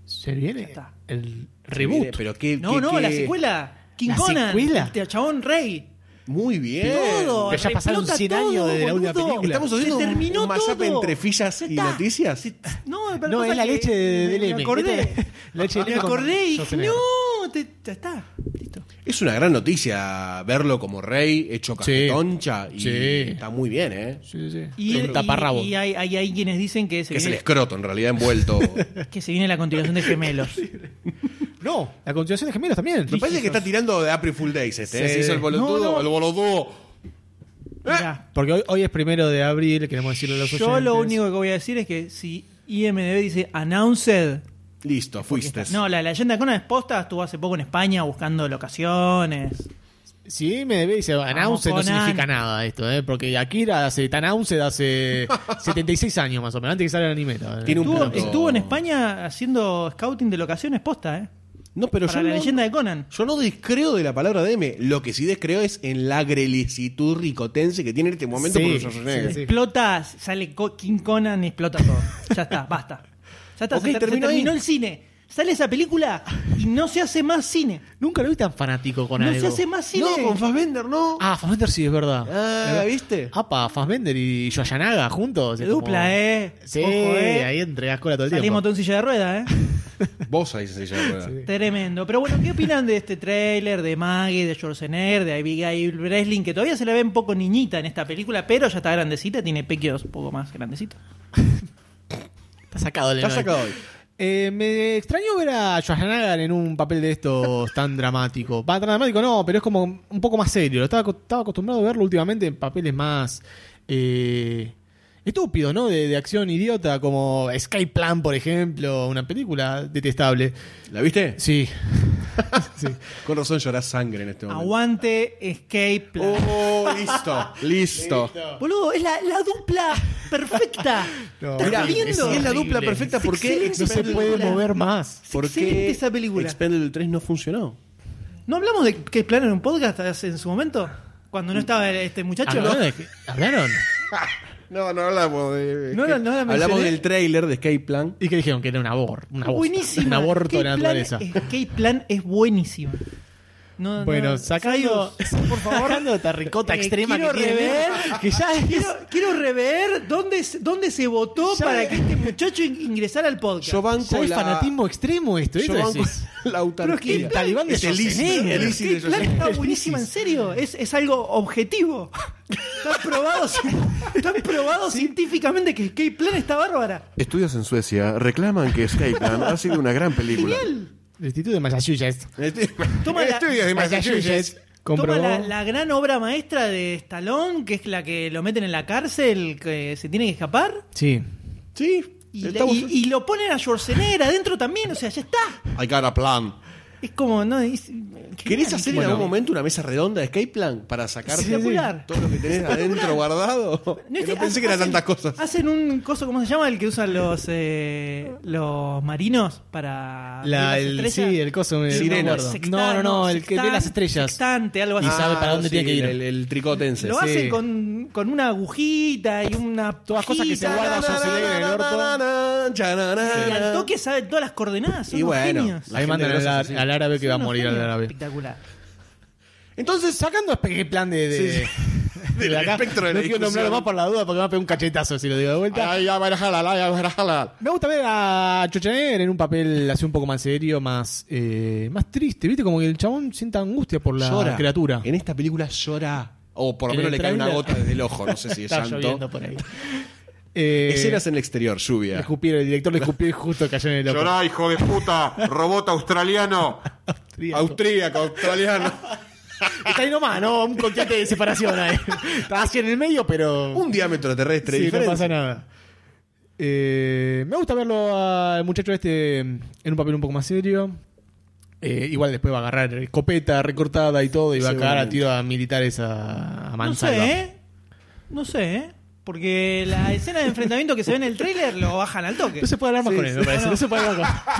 Speaker 4: Se viene
Speaker 3: está.
Speaker 4: el
Speaker 5: Viene,
Speaker 4: reboot.
Speaker 5: Pero qué,
Speaker 3: No,
Speaker 5: qué-
Speaker 3: no,
Speaker 5: qué-
Speaker 3: la secuela. King
Speaker 4: ¿La
Speaker 3: Conan. este,
Speaker 4: secuela?
Speaker 3: El chabón rey.
Speaker 5: Muy bien.
Speaker 3: Todo.
Speaker 4: Que ya pasaron
Speaker 3: replota
Speaker 4: 100 años
Speaker 3: todo,
Speaker 4: desde la última
Speaker 3: boludo.
Speaker 4: película.
Speaker 5: Eh, Estamos haciendo
Speaker 3: Se
Speaker 5: un-
Speaker 3: terminó
Speaker 5: un mashup
Speaker 3: todo.
Speaker 5: entre fillas
Speaker 3: Se
Speaker 5: y
Speaker 3: está.
Speaker 5: noticias.
Speaker 3: Se- no, pero
Speaker 4: No,
Speaker 3: pasa
Speaker 4: es la
Speaker 3: que
Speaker 4: leche de- del
Speaker 3: me
Speaker 4: M.
Speaker 3: acordé.
Speaker 4: La leche del
Speaker 3: me
Speaker 4: M con
Speaker 3: acordé y dije,
Speaker 4: Schwarzenegger.
Speaker 3: no, te- ya está. Listo.
Speaker 5: Es una gran noticia verlo como rey, hecho cajetoncha. Y
Speaker 4: Sí.
Speaker 5: está muy bien, ¿eh?
Speaker 4: Sí, sí.
Speaker 3: Y,
Speaker 4: Con
Speaker 3: y-
Speaker 4: taparrabo.
Speaker 3: y hay, hay- hay quienes dicen que se,
Speaker 5: Que es el
Speaker 3: viene,
Speaker 5: escroto, en realidad, envuelto.
Speaker 3: que se viene la continuación de Gemelos.
Speaker 4: No, la continuación de Gemelos también.
Speaker 5: Me parece que está tirando de April Full Days este. ¿eh?
Speaker 4: Sí.
Speaker 5: Se hizo el boludo.
Speaker 3: No, no.
Speaker 5: El boludo.
Speaker 3: Mirá,
Speaker 4: Porque hoy, hoy es primero de abril, queremos decirlo a los
Speaker 3: Eh, yo lo
Speaker 4: oyentes.
Speaker 3: único que voy a decir es que si IMDB dice announced,
Speaker 5: Listo, fuiste.
Speaker 3: no, la leyenda de Conan es posta, estuvo hace poco en España buscando locaciones.
Speaker 4: Sí, me debe dice announce no
Speaker 3: Conan.
Speaker 4: significa nada esto, ¿eh? Porque Akira hace tan announce hace 76 años más o menos, antes que salga el anime. todavía.
Speaker 5: Tiene un
Speaker 3: Estuvo,
Speaker 5: punto.
Speaker 3: estuvo en España haciendo scouting de locaciones posta, ¿eh?
Speaker 5: No, pero
Speaker 3: Para
Speaker 5: yo
Speaker 3: la
Speaker 5: no-
Speaker 3: leyenda de Conan.
Speaker 5: Yo no descreo de la palabra DM. Lo que sí descreo es en la grelicitud ricotense que tiene en este momento
Speaker 4: Sí,
Speaker 5: por Schwarzenegger.
Speaker 4: sí, sí.
Speaker 3: Explota, sale Co- King Conan y explota todo. Ya está, basta. Ya está,
Speaker 5: Ok,
Speaker 3: se, ter- se
Speaker 5: terminó
Speaker 3: terminó,
Speaker 5: ahí.
Speaker 3: el cine. Sale esa película y no se hace más cine.
Speaker 4: Nunca lo vi tan fanático con
Speaker 3: no
Speaker 4: algo.
Speaker 3: se hace más cine.
Speaker 5: No, con Fassbender no.
Speaker 4: Ah, Fassbender sí, es verdad.
Speaker 5: Ah, ¿viste?
Speaker 4: Apa, Fassbender y Yoyanaga juntos.
Speaker 3: Se
Speaker 4: es como-
Speaker 3: dupla, ¿eh?
Speaker 4: Sí,
Speaker 3: Ojo, ¿eh?
Speaker 4: ahí entregas cola todo el
Speaker 3: Salimos
Speaker 4: tiempo.
Speaker 3: todo en silla de rueda, ¿eh?
Speaker 5: Vos ahí se llama.
Speaker 4: Sí.
Speaker 3: Tremendo. Pero bueno, ¿qué opinan de este tráiler de Maggie, de Schwarzenegger, de Abigail Breslin, que todavía se la ve un poco niñita en esta película, pero ya está grandecita, tiene pequeos un poco más grandecita.
Speaker 4: Está sacado el
Speaker 5: Está
Speaker 4: Eloy.
Speaker 5: sacado hoy.
Speaker 4: Eh, me extrañó ver a Schwarzenegger en un papel de estos tan dramático. Va, tan dramático no, pero es como un poco más serio. Estaba, aco- estaba acostumbrado a verlo últimamente en papeles más eh, estúpidos, ¿no? De, de acción idiota, como Sky Plan, por ejemplo, una película detestable.
Speaker 5: ¿La viste?
Speaker 4: Sí. Sí.
Speaker 5: Con razón llorás sangre en este momento.
Speaker 3: Aguante, escape, plan.
Speaker 5: Oh, listo, listo.
Speaker 3: Boludo, es la, la dupla perfecta.
Speaker 4: No,
Speaker 3: ¿Estás
Speaker 4: mirá,
Speaker 3: viendo?
Speaker 5: es, es la dupla perfecta porque
Speaker 4: No se puede mover más.
Speaker 5: ¿Por qué
Speaker 3: excelente esa película.
Speaker 5: Expendable 3 no funcionó?
Speaker 3: ¿No hablamos de que planearon un podcast hace- en su momento? Cuando no estaba este muchacho.
Speaker 4: ¿Hablaron? de que- ¿Hablaron?
Speaker 5: No, no hablamos de.
Speaker 3: No la- no la
Speaker 5: hablamos
Speaker 3: mencioné.
Speaker 5: del tráiler de Escape Plan.
Speaker 4: ¿Y que dijeron? Que era un abor. Una bosta,
Speaker 3: Buenísima.
Speaker 4: Un aborto
Speaker 3: Escape
Speaker 4: de
Speaker 3: Plan-
Speaker 4: la naturaleza.
Speaker 3: Escape Plan es buenísima. No, no,
Speaker 4: Bueno, sacando,
Speaker 3: Sayus, por favor.
Speaker 4: sacando esta ricota
Speaker 3: Eh,
Speaker 4: extrema que
Speaker 3: quiero
Speaker 4: tiene,
Speaker 3: rever,
Speaker 4: que ya es-
Speaker 3: quiero, quiero rever dónde, se- dónde se votó
Speaker 4: Ya-
Speaker 3: para que este muchacho in- ingresara al podcast.
Speaker 5: Yo banco
Speaker 4: ya es
Speaker 5: la-
Speaker 4: fanatismo extremo esto. ¿eh?
Speaker 5: Yo
Speaker 4: esto
Speaker 5: banco
Speaker 4: es-
Speaker 5: la autarquía.
Speaker 4: que el talibán de
Speaker 5: Es el ISIS,
Speaker 4: Schwarzenegger.
Speaker 5: el ISIS
Speaker 3: Escape
Speaker 5: de
Speaker 3: Plan
Speaker 5: Schwarzenegger.
Speaker 3: está buenísima, en serio. Es, es algo objetivo. Está probado, ci- está probado científicamente que Escape Plan está bárbara.
Speaker 1: Estudios en Suecia reclaman que Escape Plan ha sido una gran película.
Speaker 3: Genial.
Speaker 4: El Instituto de Massachusetts.
Speaker 5: Estoy-
Speaker 3: Toma la-
Speaker 5: Estudios de Massachusetts.
Speaker 4: Comprobó.
Speaker 3: Toma la, la gran obra maestra de Stallone, que es la que lo meten en la cárcel, que se tiene que escapar.
Speaker 4: Sí.
Speaker 5: Sí.
Speaker 3: Y,
Speaker 5: estamos-
Speaker 3: y- y lo ponen a Schwarzenegger adentro también, o sea, ya está.
Speaker 5: I got a plan.
Speaker 3: Es como, no, es-
Speaker 5: ¿Querés hacer en
Speaker 4: Bueno.
Speaker 5: algún momento una mesa redonda de escape plan para sacar
Speaker 3: Sí, sí.
Speaker 5: todo lo que tenés adentro guardado?
Speaker 3: No,
Speaker 5: Que
Speaker 3: este-
Speaker 5: no pensé que eran
Speaker 3: hacen-
Speaker 5: tantas cosas.
Speaker 3: Hacen un coso, ¿cómo se llama? El que usan los eh, los marinos para.
Speaker 4: La,
Speaker 3: ver Ah, las
Speaker 4: el, sí,
Speaker 3: estrellas.
Speaker 4: el coso. me-
Speaker 5: Sirena.
Speaker 4: no me acuerdo.
Speaker 3: Sextan-
Speaker 4: No, no, no, el que ve
Speaker 3: sextan-
Speaker 4: las estrellas.
Speaker 3: Sextante, algo así.
Speaker 4: Y sabe para dónde tiene que ir.
Speaker 5: El, el tricotense.
Speaker 3: Lo
Speaker 4: hace
Speaker 3: hacen
Speaker 4: sí.
Speaker 3: con, con una agujita y una.
Speaker 4: Todas cosas que se
Speaker 3: hojita,
Speaker 4: guardan
Speaker 3: nada,
Speaker 4: son- Schwarzenegger en el orto.
Speaker 5: Chanana.
Speaker 3: Y al toque sabe todas las coordenadas. Son
Speaker 5: Y
Speaker 3: unos
Speaker 5: bueno,
Speaker 3: genios.
Speaker 5: la
Speaker 4: Ahí
Speaker 5: gente
Speaker 4: mandan al,
Speaker 5: grosa es así.
Speaker 4: al árabe que
Speaker 3: Son
Speaker 4: va a
Speaker 3: unos
Speaker 4: morir al
Speaker 3: genios.
Speaker 4: árabe.
Speaker 3: Espectacular.
Speaker 4: Entonces, sacando el plan de. de,
Speaker 5: Sí,
Speaker 4: de
Speaker 5: Del
Speaker 4: acá,
Speaker 5: espectro de la
Speaker 4: no quiero nombrarlo
Speaker 5: discusión.
Speaker 4: más por la duda porque me va a pegar un cachetazo si lo digo de vuelta.
Speaker 1: Ay, ya, barajala, ay, ya, barajala.
Speaker 4: Me gusta ver a Schwarzenegger en un papel así un poco más serio, más eh, más triste, ¿viste? Como que el chabón sienta angustia por la
Speaker 5: Llora.
Speaker 4: criatura.
Speaker 5: En esta película llora. O por lo
Speaker 4: En
Speaker 5: menos
Speaker 4: el
Speaker 5: le cae una
Speaker 4: trailer-
Speaker 5: gota desde el ojo. No sé si es
Speaker 4: Está lloviendo
Speaker 5: santo.
Speaker 4: por ahí. Eh,
Speaker 5: Escenas en el exterior,
Speaker 4: le
Speaker 5: lluvia.
Speaker 4: escupieron, el director le escupió y justo cayó en el ojo.
Speaker 1: Llorá, hijo de puta, robot australiano.
Speaker 4: Austríaco.
Speaker 1: Austríaco, australiano.
Speaker 4: Está ahí nomás, ¿no? Un constante de separación ahí. Está así en el medio, pero...
Speaker 5: Un diámetro terrestre
Speaker 4: Sí, no
Speaker 5: diferente.
Speaker 4: pasa nada. Eh, me gusta verlo al muchacho este en un papel un poco más serio. Eh, igual después va a agarrar escopeta recortada y todo y va a cagar a tiro a militares a, a
Speaker 3: No
Speaker 4: mansalva.
Speaker 3: sé, ¿eh? No sé, ¿eh? Porque la escena de enfrentamiento que se ve en el tráiler lo bajan al toque.
Speaker 4: No se puede hablar más
Speaker 5: Sí,
Speaker 4: con él,
Speaker 5: sí.
Speaker 4: me parece.
Speaker 3: No, no.
Speaker 4: No se puede hablar más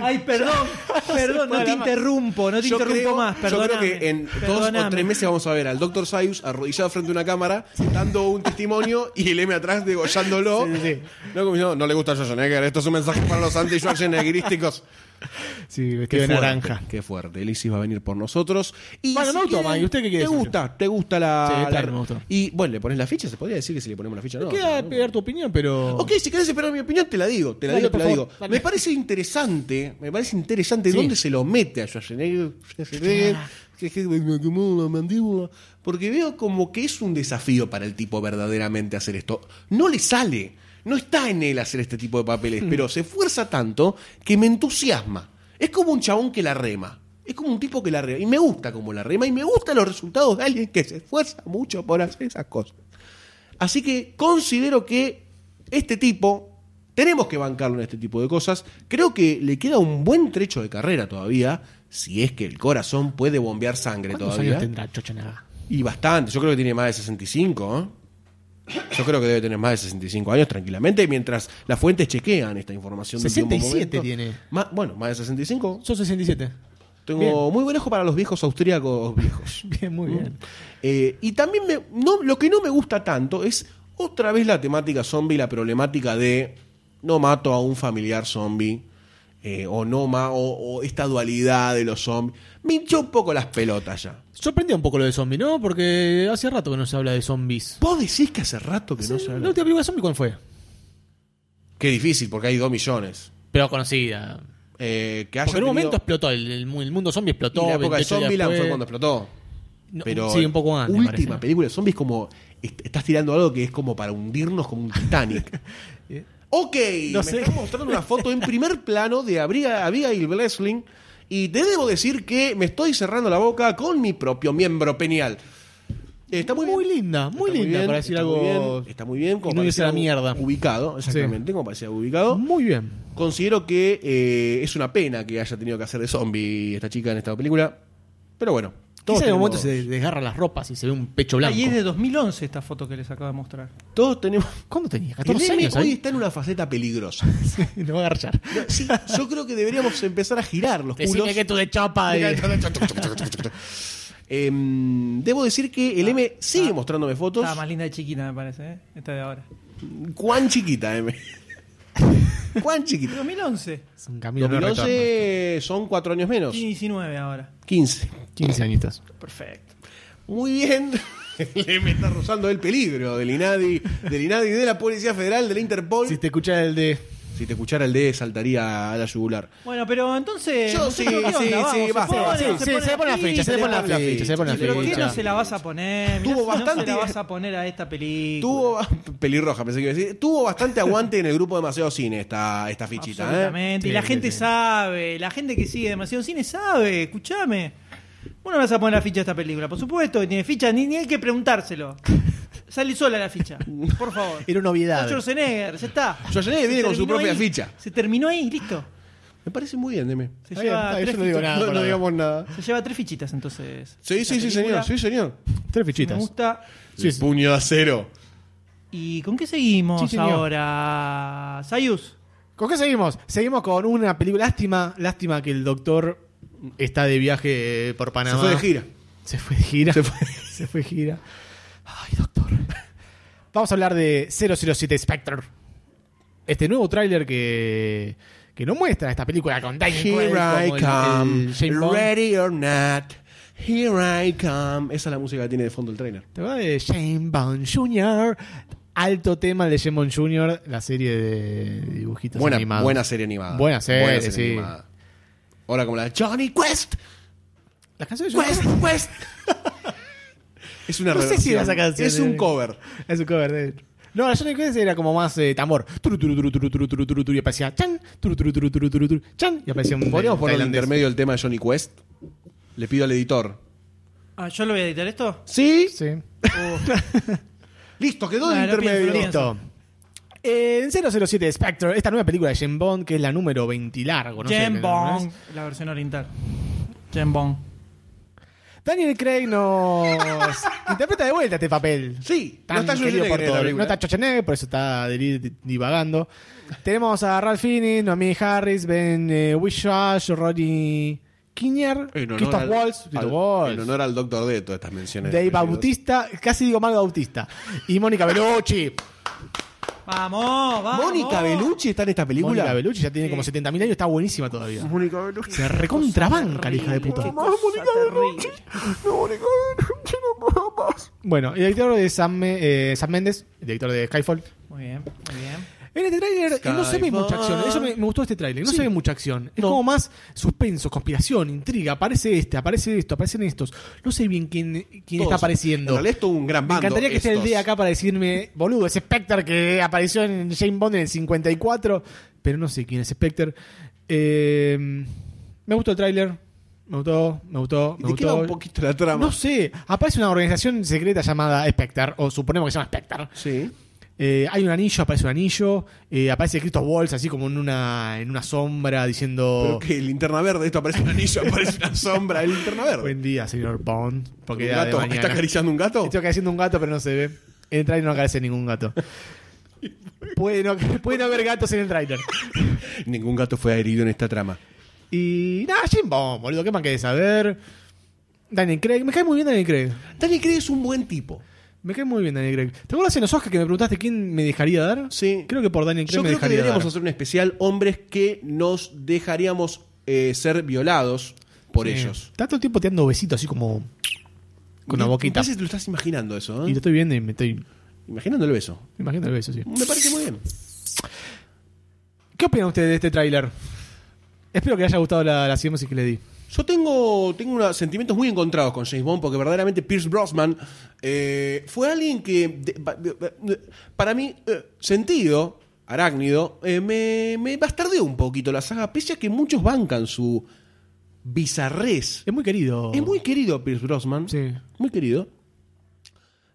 Speaker 3: Ay, perdón, perdón, no te interrumpo, no te
Speaker 5: Yo
Speaker 3: interrumpo
Speaker 5: creo,
Speaker 3: más,
Speaker 5: yo
Speaker 3: perdóname.
Speaker 5: creo que en dos o
Speaker 3: perdóname.
Speaker 5: tres meses vamos a ver al Dr. Sayus arrodillado frente a una cámara, dando un testimonio y el M atrás degollándolo.
Speaker 4: Sí, sí, sí.
Speaker 5: No, como diciendo, no le gusta Schwarzenegger, esto es un mensaje para los anti-Schwarzeneggerísticos.
Speaker 4: con Sí, vestido de
Speaker 5: fuerte,
Speaker 4: naranja.
Speaker 5: Qué fuerte. Elisi va a venir por nosotros. Y
Speaker 4: Bueno, no,
Speaker 5: quieren,
Speaker 4: toma, ¿y usted qué quiere
Speaker 5: ¿Te
Speaker 4: decir?
Speaker 5: gusta? ¿Te gusta la.?
Speaker 4: Sí, está
Speaker 5: la-
Speaker 4: bien, me gustó.
Speaker 5: Y bueno, le pones la ficha. Se podría decir que si le ponemos la ficha, no.
Speaker 4: Queda
Speaker 5: ¿no?
Speaker 4: pegar tu opinión, pero...
Speaker 5: Ok, si querés esperar mi opinión, te la digo. Te la
Speaker 4: Dale,
Speaker 5: digo, te
Speaker 4: por
Speaker 5: la
Speaker 4: favor,
Speaker 5: digo.
Speaker 4: dale.
Speaker 5: Me parece interesante. Me parece interesante
Speaker 4: Sí.
Speaker 5: dónde se lo mete a Schwarzenegger. Schwarzenegger, que- que- como la mandíbula. Porque veo como que es un desafío para el tipo verdaderamente hacer esto. No le sale. No está en él hacer este tipo de papeles.
Speaker 4: Hmm.
Speaker 5: Pero se esfuerza tanto que me entusiasma. Es como un chabón que la rema. Es como un tipo que la rema. Y me gusta como la rema. Y me gustan los resultados de alguien que se esfuerza mucho por hacer esas cosas. Así que considero que este tipo, tenemos que bancarlo en este tipo de cosas. Creo que le queda un buen trecho de carrera todavía, si es que el corazón puede bombear sangre
Speaker 4: ¿Cuántos
Speaker 5: todavía.
Speaker 4: años tendrá Chochanaga?
Speaker 5: Y bastante, yo creo que tiene más de 65, ¿eh? Yo creo que debe tener más de 65 años tranquilamente, mientras las fuentes chequean esta información. de último
Speaker 4: 67
Speaker 5: momento.
Speaker 4: tiene.
Speaker 5: Ma- bueno, más de 65.
Speaker 4: Son 67.
Speaker 5: Tengo
Speaker 4: Bien.
Speaker 5: muy buen ojo para los viejos austríacos viejos.
Speaker 4: Bien, muy
Speaker 5: Uh.
Speaker 4: bien.
Speaker 5: Eh, y también me- no, lo que no me gusta tanto es otra vez la temática zombie, y la problemática de no mato a un familiar zombie. eh, o no ma- o, o esta dualidad de los zombies. Me hinchó un poco las pelotas ya.
Speaker 4: Sorprendió un poco lo de zombies, ¿no? Porque hace rato que no se habla de zombies.
Speaker 5: Vos decís que hace rato que no se
Speaker 4: ¿La
Speaker 5: habla.
Speaker 4: última película de zombies cuál fue?
Speaker 5: Qué difícil, porque hay dos millones.
Speaker 4: Pero conocida.
Speaker 5: Eh, que haya
Speaker 4: Porque en un
Speaker 5: tenido-
Speaker 4: momento explotó, el, el mu- el mundo zombie
Speaker 5: y
Speaker 4: explotó.
Speaker 5: la época de
Speaker 4: 28 días
Speaker 5: Zombieland fue
Speaker 4: después.
Speaker 5: cuando explotó.
Speaker 4: No,
Speaker 5: Pero
Speaker 4: sí, un poco antes.
Speaker 5: Última
Speaker 4: parece, ¿no?
Speaker 5: película de zombies como est- estás tirando algo que es como para hundirnos como un Titanic. ok,
Speaker 4: Eh, No
Speaker 5: me
Speaker 4: sé.
Speaker 5: están mostrando una foto en primer plano de Abriga- Abigail Breslin y te debo decir que me estoy cerrando la boca con mi propio miembro penial. Eh, Está muy,
Speaker 4: Muy
Speaker 5: bien.
Speaker 4: linda, muy
Speaker 5: Está
Speaker 4: linda,
Speaker 5: bien,
Speaker 4: para decir
Speaker 5: está
Speaker 4: algo.
Speaker 5: muy bien, está muy bien.
Speaker 4: que no hubiese
Speaker 5: parecía
Speaker 4: la mierda. Mm.
Speaker 5: Ubicado, exactamente, como parecía ubicado.
Speaker 4: Muy bien.
Speaker 5: Considero que eh, es una pena que haya tenido que hacer de zombie esta chica en esta película. Pero bueno. todos
Speaker 4: Quizá en algún momento
Speaker 5: tenemos-
Speaker 4: se desgarra las ropas y se ve un pecho
Speaker 3: Ah,
Speaker 4: blanco.
Speaker 3: y es de 2011 esta foto que les acabo de mostrar.
Speaker 5: Todos tenemos.
Speaker 4: ¿Cuándo tenías?
Speaker 5: El
Speaker 4: 14
Speaker 5: M
Speaker 4: años ¿eh?
Speaker 5: hoy
Speaker 4: ahí.
Speaker 5: está en una faceta peligrosa.
Speaker 4: no va a agarrar.
Speaker 5: No, sí, yo creo que deberíamos empezar a girar los culos.
Speaker 4: Decime que tú de chapa. y-
Speaker 5: Em, debo decir que el M sigue mostrándome fotos.
Speaker 3: Estaba más linda de chiquita, me parece, ¿eh? Esta de ahora.
Speaker 5: Cuán chiquita, M. Cuán chiquita.
Speaker 3: 2011.
Speaker 4: Es un camino no retorno.
Speaker 5: 2011 son cuatro años menos.
Speaker 3: 19 ahora.
Speaker 5: 15.
Speaker 4: 15 añitos.
Speaker 3: Perfecto.
Speaker 5: Muy bien. El M está rozando el peligro del INADI, del INADI, de la Policía Federal, de la Interpol.
Speaker 4: Si te escuchas el de.
Speaker 5: Si te escuchara el D, saltaría a la yugular.
Speaker 3: Bueno, pero entonces.
Speaker 5: Yo
Speaker 3: no
Speaker 5: sí,
Speaker 3: sé qué onda,
Speaker 5: sí,
Speaker 3: vamos,
Speaker 5: sí,
Speaker 3: se
Speaker 5: basta,
Speaker 3: pone-
Speaker 5: basta.
Speaker 4: Sí, sí, se le pone la fecha, se le pone la
Speaker 5: fecha,
Speaker 4: fecha, se le pone la
Speaker 5: se le
Speaker 3: ¿Pero
Speaker 5: pone
Speaker 3: qué
Speaker 5: fecha.
Speaker 3: no se la vas a poner? Mirá
Speaker 5: Tuvo
Speaker 3: si No se
Speaker 5: bastante-
Speaker 3: la vas a poner a esta película.
Speaker 5: Tuvo pelirroja, pensé que iba a decir. Tuvo bastante aguante en el grupo demasiado cine esta, esta fichita, ¿eh?
Speaker 3: Absolutamente. y
Speaker 4: Sí,
Speaker 3: la
Speaker 4: sí,
Speaker 3: gente
Speaker 4: sí.
Speaker 3: sabe, la gente que sigue demasiado cine sabe, escúchame. Bueno, vas a poner la ficha de esta película. Por supuesto que tiene ficha, ni, ni hay que preguntárselo. Sale sola la ficha, por favor.
Speaker 4: Era una
Speaker 3: Está
Speaker 4: obviedad.
Speaker 3: Schwarzenegger, ya está.
Speaker 5: Schwarzenegger viene
Speaker 3: Se
Speaker 5: con su
Speaker 3: terminó
Speaker 5: propia
Speaker 3: ahí.
Speaker 5: ficha.
Speaker 3: Se terminó ahí, listo.
Speaker 5: Me parece muy bien, Deme.
Speaker 3: Se
Speaker 4: Está bien,
Speaker 3: lleva
Speaker 4: está
Speaker 3: tres
Speaker 4: bien, yo no digo
Speaker 3: fichas.
Speaker 4: nada.
Speaker 5: No, no digamos nada.
Speaker 3: Se lleva tres fichitas entonces.
Speaker 5: Sí, sí,
Speaker 3: La
Speaker 5: sí,
Speaker 3: película
Speaker 5: señor. Sí, señor.
Speaker 4: Tres
Speaker 3: Me
Speaker 4: fichitas.
Speaker 3: gusta.
Speaker 4: Sí,
Speaker 5: El
Speaker 4: sí.
Speaker 5: Puño de acero.
Speaker 3: ¿Y con qué seguimos
Speaker 4: Sí, señor.
Speaker 3: ahora? Sayus.
Speaker 4: ¿Con qué seguimos? Seguimos con una película. Lástima, lástima que el doctor está de viaje eh, por Panamá.
Speaker 5: Se fue de gira.
Speaker 4: Se fue de gira. Se fue, de gira. Ay, doctor. Vamos a hablar de 007 Spectre. Este nuevo tráiler que, que no muestra esta película con Danny Quaid como
Speaker 5: Here I
Speaker 4: el-
Speaker 5: come,
Speaker 4: el James Bond.
Speaker 5: ready or not. Here I come. Esa es la música que tiene de fondo el trailer.
Speaker 4: ¿Te acuerdas de Shane Bond Jr.? Alto tema de Shane Bond Jr., la serie de dibujitos
Speaker 5: Buena,
Speaker 4: animados.
Speaker 5: buena serie animada.
Speaker 4: Buena serie, sí.
Speaker 5: Ahora como la de Johnny Quest.
Speaker 4: Las canciones de Johnny
Speaker 5: Quest, Quest. es una
Speaker 4: No sé si
Speaker 5: reversión.
Speaker 4: era esa canción. eh.
Speaker 5: Es un cover.
Speaker 4: Es un cover de. No, la Johnny Quest era como más eh, tambor. Turu, turu, turu, turu, turu, turu, turu, y aparecía chan, turu, turu, turu, turu, turu, turu, chan, y aparecía un.
Speaker 5: Podríamos poner en
Speaker 4: tailandés.
Speaker 5: intermedio el tema de Johnny Quest. Le pido al editor.
Speaker 3: Ah, ¿Yo lo voy a editar esto?
Speaker 5: Sí.
Speaker 4: Sí.
Speaker 5: Listo, quedó
Speaker 3: Ah,
Speaker 5: en
Speaker 3: no
Speaker 5: intermedio.
Speaker 3: pienso, no
Speaker 5: Listo.
Speaker 4: Listo. Eh, En 007 Spectre, esta nueva película de Jane Bond, que es la número 20 largo, no sé,
Speaker 3: Jam
Speaker 4: ¿no
Speaker 3: Bong,
Speaker 4: es?
Speaker 3: la versión oriental. Jam Bong.
Speaker 4: Daniel Craig nos interpreta de vuelta este papel.
Speaker 5: Sí,
Speaker 4: Tan
Speaker 5: no está
Speaker 4: querido
Speaker 5: Schwarzenegger
Speaker 4: por
Speaker 5: en la
Speaker 4: todos. No
Speaker 5: película.
Speaker 4: está Schwarzenegger, por eso está deli- divagando. Tenemos a Ralph Fiennes, Nomi Harris, Ben eh, Whishaw, Roddy Kinnear,
Speaker 5: En honor
Speaker 4: Christoph
Speaker 5: al-
Speaker 4: Waltz,
Speaker 5: al- eh,
Speaker 4: Christoph
Speaker 5: En
Speaker 4: Waltz,
Speaker 5: honor al Doctor D, todas estas menciones.
Speaker 4: Dave
Speaker 5: Apellidos.
Speaker 4: Bautista, casi digo mal Bautista, y Mónica Bellucci.
Speaker 3: Vamos, vamos.
Speaker 5: Mónica "Ah, Bellucci está en esta película.
Speaker 4: Mónica Bellucci ya tiene como 70.000 años, está buenísima todavía.
Speaker 5: Mónica Bellucci.
Speaker 4: Se recontrabanca, la hija de puta.
Speaker 3: Qué cosa terrible.
Speaker 4: Bueno, el director de Sam, eh, Sam Mendes, el director de Skyfall.
Speaker 3: Muy bien, muy bien.
Speaker 4: En este tráiler no se ve
Speaker 5: Skyfall.
Speaker 4: mucha acción. Eso me, me gustó este tráiler. No
Speaker 5: Sí.
Speaker 4: se ve mucha acción. Es
Speaker 5: No.
Speaker 4: como más suspenso, conspiración, intriga. Aparece este, aparece esto, aparecen estos. No sé bien quién, quién
Speaker 5: Todos.
Speaker 4: está apareciendo.
Speaker 5: En realidad es todo un gran
Speaker 4: me
Speaker 5: bando.
Speaker 4: encantaría que esté el
Speaker 5: estos.
Speaker 4: día acá para decirme, boludo, es Spectre que apareció en Jane Bond en el 54, pero no sé quién es Spectre. Eh, me gustó el tráiler, me gustó, me gustó,
Speaker 5: Y
Speaker 4: me
Speaker 5: Te queda
Speaker 4: gustó.
Speaker 5: un poquito la trama.
Speaker 4: No sé, aparece una organización secreta llamada Spectre, o suponemos que se llama Spectre.
Speaker 5: Sí.
Speaker 4: Eh, hay un anillo, aparece un anillo, eh, aparece Christoph Waltz así como en una, en una sombra diciendo
Speaker 5: Pero que linterna verde, esto aparece un anillo, aparece una sombra. El linterna verde.
Speaker 4: Buen día, señor Bond. Porque
Speaker 5: Un
Speaker 4: era de
Speaker 5: gato,
Speaker 4: mañana.
Speaker 5: ¿Está acariciando un gato?
Speaker 4: Estoy acariciando un gato, pero no se ve. En el trailer no aparece ningún gato. puede, no, puede no haber gatos en el trailer.
Speaker 5: Ningún gato fue herido en esta trama.
Speaker 4: Y nada, Jim Bond, boludo, ¿qué más que saber? Daniel Craig, me cae muy bien Daniel Craig.
Speaker 5: Danny Craig es un buen tipo.
Speaker 4: Me cae muy bien Daniel Craig. ¿Te acuerdas en los Oscars que me preguntaste quién me dejaría dar?
Speaker 5: Sí.
Speaker 4: Creo que por Daniel Craig
Speaker 5: Yo
Speaker 4: me
Speaker 5: creo que
Speaker 4: dejaría
Speaker 5: deberíamos
Speaker 4: dar.
Speaker 5: hacer un especial hombres que nos dejaríamos eh, ser violados por
Speaker 4: Sí.
Speaker 5: ellos.
Speaker 4: Está todo el tiempo tirando besitos así como con la
Speaker 5: Me-
Speaker 4: boquita.
Speaker 5: Me parece que te lo estás imaginando eso,
Speaker 4: Y
Speaker 5: ¿eh?
Speaker 4: lo estoy viendo y me estoy
Speaker 5: Imaginando el beso.
Speaker 4: imaginando el beso, sí.
Speaker 5: Me parece muy bien.
Speaker 4: ¿Qué opinan ustedes de este tráiler? Espero que les haya gustado la, la sinopsis que le di.
Speaker 5: Yo tengo, tengo unos sentimientos muy encontrados con James Bond porque verdaderamente Pierce Brosnan eh, fue alguien que, de- pa- de- pa- de- para mi eh, sentido, arácnido, eh, me, me bastardeó un poquito la saga, pese a que muchos bancan su bizarrés.
Speaker 4: Es muy querido.
Speaker 5: Es muy querido Pierce Brosnan,
Speaker 4: Sí.
Speaker 5: muy querido.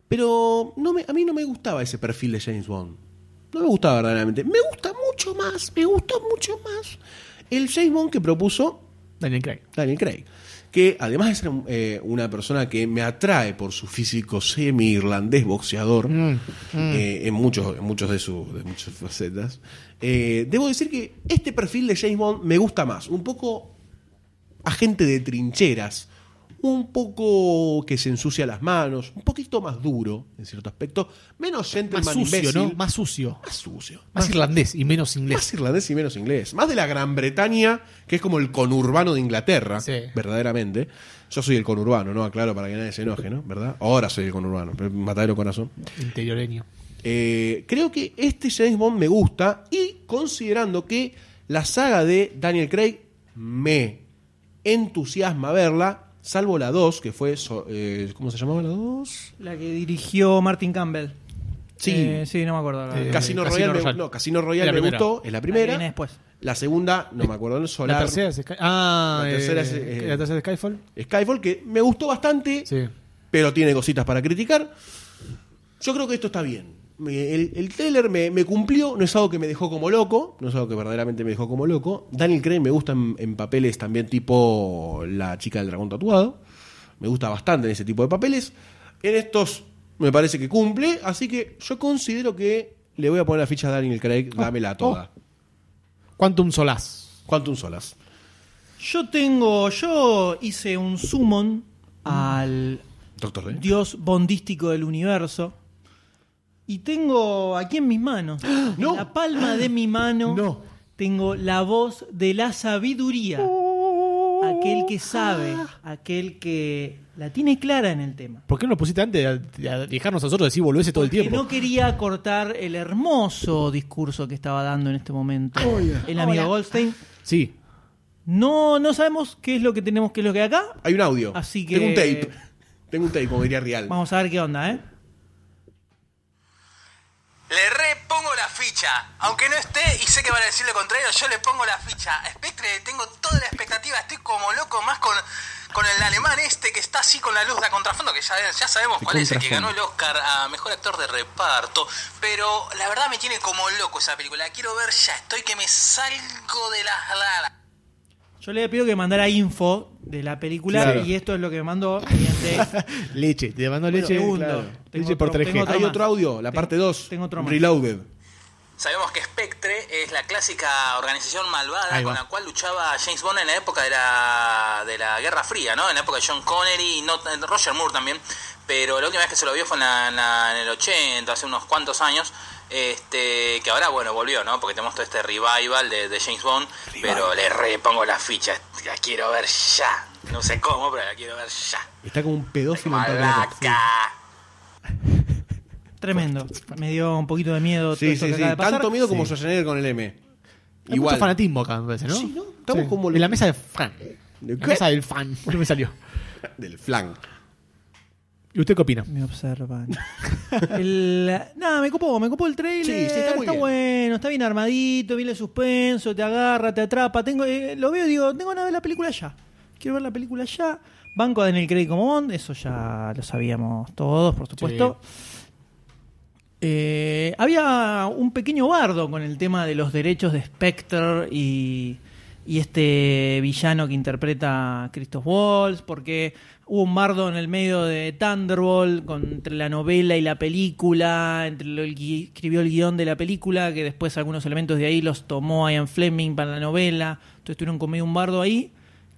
Speaker 5: Pero no me, a mí no me gustaba ese perfil de James Bond. No me gustaba verdaderamente. Me gusta mucho más, me gustó mucho más el James Bond que propuso
Speaker 4: Daniel Craig.
Speaker 5: Daniel Craig, que además de ser un- eh, una persona que me atrae por su físico semi-irlandés boxeador,
Speaker 4: Mm,
Speaker 5: eh, en, muchos, en muchos de sus de muchas facetas, eh, debo decir que este perfil de James Bond me gusta más, un poco agente de trincheras, un poco que se ensucia las manos, un poquito más duro en cierto aspecto, menos
Speaker 4: Más
Speaker 5: gentleman
Speaker 4: sucio,
Speaker 5: imbécil,
Speaker 4: ¿no? Más sucio.
Speaker 5: más sucio.
Speaker 4: Más irlandés y menos inglés.
Speaker 5: Más irlandés y menos inglés. Más de la Gran Bretaña, que es como el conurbano de Inglaterra,
Speaker 4: Sí.
Speaker 5: verdaderamente. Yo soy el conurbano, ¿no? Aclaro para que nadie se enoje, ¿no? ¿Verdad? Ahora soy el conurbano, pero matadero corazón.
Speaker 4: Interioreño.
Speaker 5: Eh, creo que este James Bond me gusta y considerando que la saga de Daniel Craig me entusiasma verla, salvo la 2, que fue... so- eh, ¿Cómo se llamaba la 2?
Speaker 3: La que dirigió Martin Campbell.
Speaker 5: Sí.
Speaker 3: Eh, sí, no me acuerdo. la
Speaker 4: Eh,
Speaker 3: verdad.
Speaker 5: Casino,
Speaker 4: Casino
Speaker 5: Royale, me-
Speaker 4: Royale.
Speaker 5: no, Casino Royale
Speaker 4: La
Speaker 5: me
Speaker 4: primera.
Speaker 5: gustó, es la
Speaker 3: La que
Speaker 5: primera.
Speaker 3: viene después.
Speaker 5: La segunda, no me acuerdo, el solar.
Speaker 4: La tercera es Sky- Ah,
Speaker 5: La
Speaker 4: eh,
Speaker 5: tercera es, eh,
Speaker 4: la tercera es Skyfall.
Speaker 5: Skyfall, que me gustó bastante,
Speaker 4: Sí.
Speaker 5: pero tiene cositas para criticar. Yo creo que esto está bien. Me- El, el trailer me, me cumplió, no es algo que me dejó como loco, no es algo que verdaderamente me dejó como loco. Daniel Craig me gusta en, en papeles también tipo la chica del dragón tatuado. Me gusta bastante en ese tipo de papeles. En estos me parece que cumple, así que yo considero que le voy a poner la ficha a Daniel Craig,
Speaker 3: Ah, oh.
Speaker 5: dámela toda.
Speaker 4: Quantum Solaz.
Speaker 5: Quantum Solas.
Speaker 3: Yo tengo. Yo hice un summon al
Speaker 5: Doctor D.
Speaker 3: dios bondístico del universo. Y tengo aquí en mis manos,
Speaker 4: ¡Ah!
Speaker 5: No.
Speaker 3: en la palma de mi mano, tengo la voz de la sabiduría.
Speaker 4: Oh.
Speaker 3: Aquel que sabe,
Speaker 4: Ah.
Speaker 3: aquel que la tiene clara en el tema.
Speaker 4: ¿Por qué no lo pusiste antes de, de dejarnos a nosotros decir boludeces todo el
Speaker 3: Porque
Speaker 4: tiempo?
Speaker 3: no quería cortar el hermoso discurso que estaba dando en este momento
Speaker 4: Oh,
Speaker 3: el amigo Goldstein.
Speaker 4: Sí.
Speaker 3: No, no sabemos qué es lo que tenemos, qué es lo que hay acá.
Speaker 5: Hay un audio.
Speaker 3: Así que-
Speaker 5: Tengo un tape. Tengo un tape, como diría Real.
Speaker 3: Vamos a ver qué onda, ¿eh?
Speaker 7: Le repongo la ficha. Aunque no esté y sé que van a decir lo contrario, yo le pongo la ficha. A Spectre tengo toda la expectativa. Estoy como loco más con, con el alemán este que está así con la luz de a contrafondo, que ya, ya sabemos
Speaker 5: De
Speaker 7: cuál es el que
Speaker 5: contrafondo.
Speaker 7: ganó el Oscar a Mejor Actor de Reparto. Pero la verdad me tiene como loco esa película. La quiero ver ya. Estoy que me salgo de las ganas.
Speaker 3: Yo le pido que mandara info de la película
Speaker 5: Claro.
Speaker 3: y esto es lo que me mandó mediante
Speaker 4: Leche. Te mando leche.
Speaker 3: segundo.
Speaker 4: claro.
Speaker 3: Tengo
Speaker 4: Leche por
Speaker 3: otro-
Speaker 4: 3G.
Speaker 3: tengo
Speaker 5: Hay
Speaker 3: más.
Speaker 5: otro audio, la
Speaker 3: Ten-
Speaker 5: parte 2.
Speaker 3: tengo otro más.
Speaker 5: Reloaded.
Speaker 7: Sabemos que Spectre es la clásica organización malvada
Speaker 4: Ahí
Speaker 7: con
Speaker 4: va.
Speaker 7: la cual luchaba James Bond en la época de la, de la Guerra Fría, ¿no? En la época de John Connery y no- eh, Roger Moore también. Pero la última vez que se lo vio fue en, la- en la- en el 80, hace unos cuantos años. Este, que ahora, bueno, volvió, ¿no? Porque tenemos todo este revival de, de James Bond. Pero le repongo la ficha. La quiero ver ya. No sé cómo, pero la quiero ver ya.
Speaker 5: Está como un pedófilo en toda la
Speaker 7: Malaca.
Speaker 3: Tremendo. Me dio un poquito de miedo todo
Speaker 5: Sí,
Speaker 3: esto
Speaker 5: sí,
Speaker 3: que
Speaker 5: sí.
Speaker 3: acaba de pasar.
Speaker 5: Tanto miedo como
Speaker 4: Sí.
Speaker 5: Schwarzenegger con el M.
Speaker 4: Hay
Speaker 5: Igual.
Speaker 4: mucho fanatismo acá, me parece, ¿no?
Speaker 5: Sí, ¿no? Estamos como
Speaker 4: En la mesa de fan.
Speaker 5: ¿De
Speaker 4: La
Speaker 5: qué?
Speaker 4: mesa del fan. No me salió.
Speaker 5: Del flan.
Speaker 4: ¿Y usted qué opina?
Speaker 3: Me observan. El- nada, me copó, me copó el trailer.
Speaker 5: Sí, sí, está
Speaker 3: está
Speaker 5: muy bien.
Speaker 3: bueno, está bien armadito, bien el suspenso, te agarra, te atrapa. Tengo, eh, lo veo y digo, tengo ganas de ver la película ya. Quiero ver la película ya. Banco a Daniel Craig como Bond, eso ya lo sabíamos todos, por supuesto. Eh, había un pequeño bardo con el tema de los derechos de Spectre y, y este villano que interpreta Christoph Waltz, porque hubo un bardo en el medio de Thunderbolt con- entre la novela y la película, entre lo el gui- escribió el guión de la película, que después algunos elementos de ahí los tomó Ian Fleming para la novela, entonces tuvieron conmigo un bardo ahí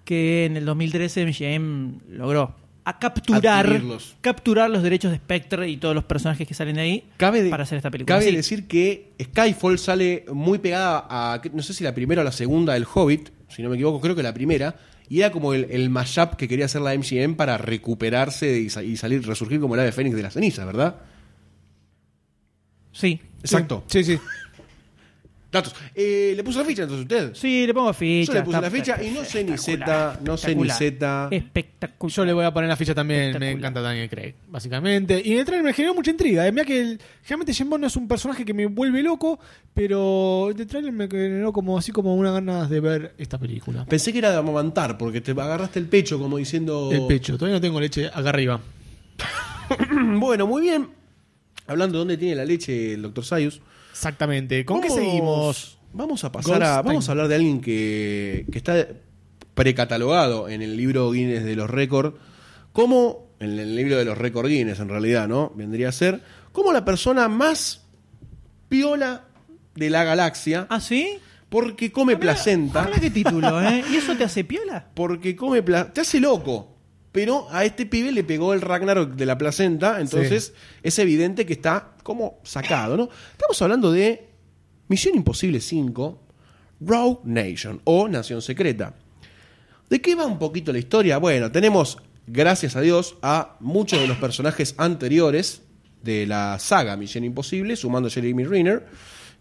Speaker 3: que en el 2013 MGM logró a capturar
Speaker 5: Adquirirlos.
Speaker 3: capturar los derechos de Spectre y todos los personajes que salen de ahí
Speaker 5: Cabe de-
Speaker 3: para hacer esta película.
Speaker 5: Cabe
Speaker 3: Sí.
Speaker 5: decir que Skyfall sale muy pegada a. No sé si la primera o la segunda del Hobbit, si no me equivoco, creo que la primera. Y era como el, el mashup que quería hacer la MGM para recuperarse y, sa- y salir, resurgir como el ave fénix de las cenizas, ¿verdad?
Speaker 3: Sí.
Speaker 5: Exacto.
Speaker 4: Sí, sí.
Speaker 5: Datos. Eh, ¿Le puso la ficha entonces usted?
Speaker 3: Sí, le pongo ficha.
Speaker 5: Yo le puse
Speaker 3: está
Speaker 5: la ficha y no sé ni
Speaker 3: espectacular,
Speaker 5: Z, no sé ni Z.
Speaker 3: Espectacular.
Speaker 4: Yo le voy a poner la ficha también. Me
Speaker 3: Espectacular.
Speaker 4: encanta Daniel Craig, básicamente. Y en el trailer me generó mucha intriga. Mira que el- generalmente James Bond no es un personaje que me vuelve loco, pero el trailer me generó como así como unas ganas de ver esta película.
Speaker 5: Pensé que era de amamantar, porque te agarraste el pecho como diciendo...
Speaker 4: El pecho. Todavía no tengo leche acá arriba.
Speaker 5: Bueno, muy bien. Hablando de dónde tiene la leche el doctor Sayus.
Speaker 4: Exactamente. ¿Con qué
Speaker 5: vamos-
Speaker 4: seguimos?
Speaker 5: Vamos a pasar a...
Speaker 4: Goldstein.
Speaker 5: Vamos a hablar de alguien que, que está precatalogado en el libro Guinness de los récords. Como... En el libro de los récords Guinness, en realidad, ¿no? Vendría a ser como la persona más piola de la galaxia.
Speaker 3: ¿Ah, sí?
Speaker 5: Porque come placenta.
Speaker 3: Mira qué título, ¿eh? ¿Y eso te hace piola?
Speaker 5: Porque come placenta. Te hace loco. Pero a este pibe le pegó el Ragnarok de la placenta. Entonces es evidente que está como sacado, ¿no? Estamos hablando de Misión Imposible 5, Rogue Nation o Nación Secreta. ¿De qué va un poquito la historia? Bueno, tenemos, gracias a Dios, a muchos de los personajes anteriores de la saga Misión Imposible, sumando a Jeremy Renner,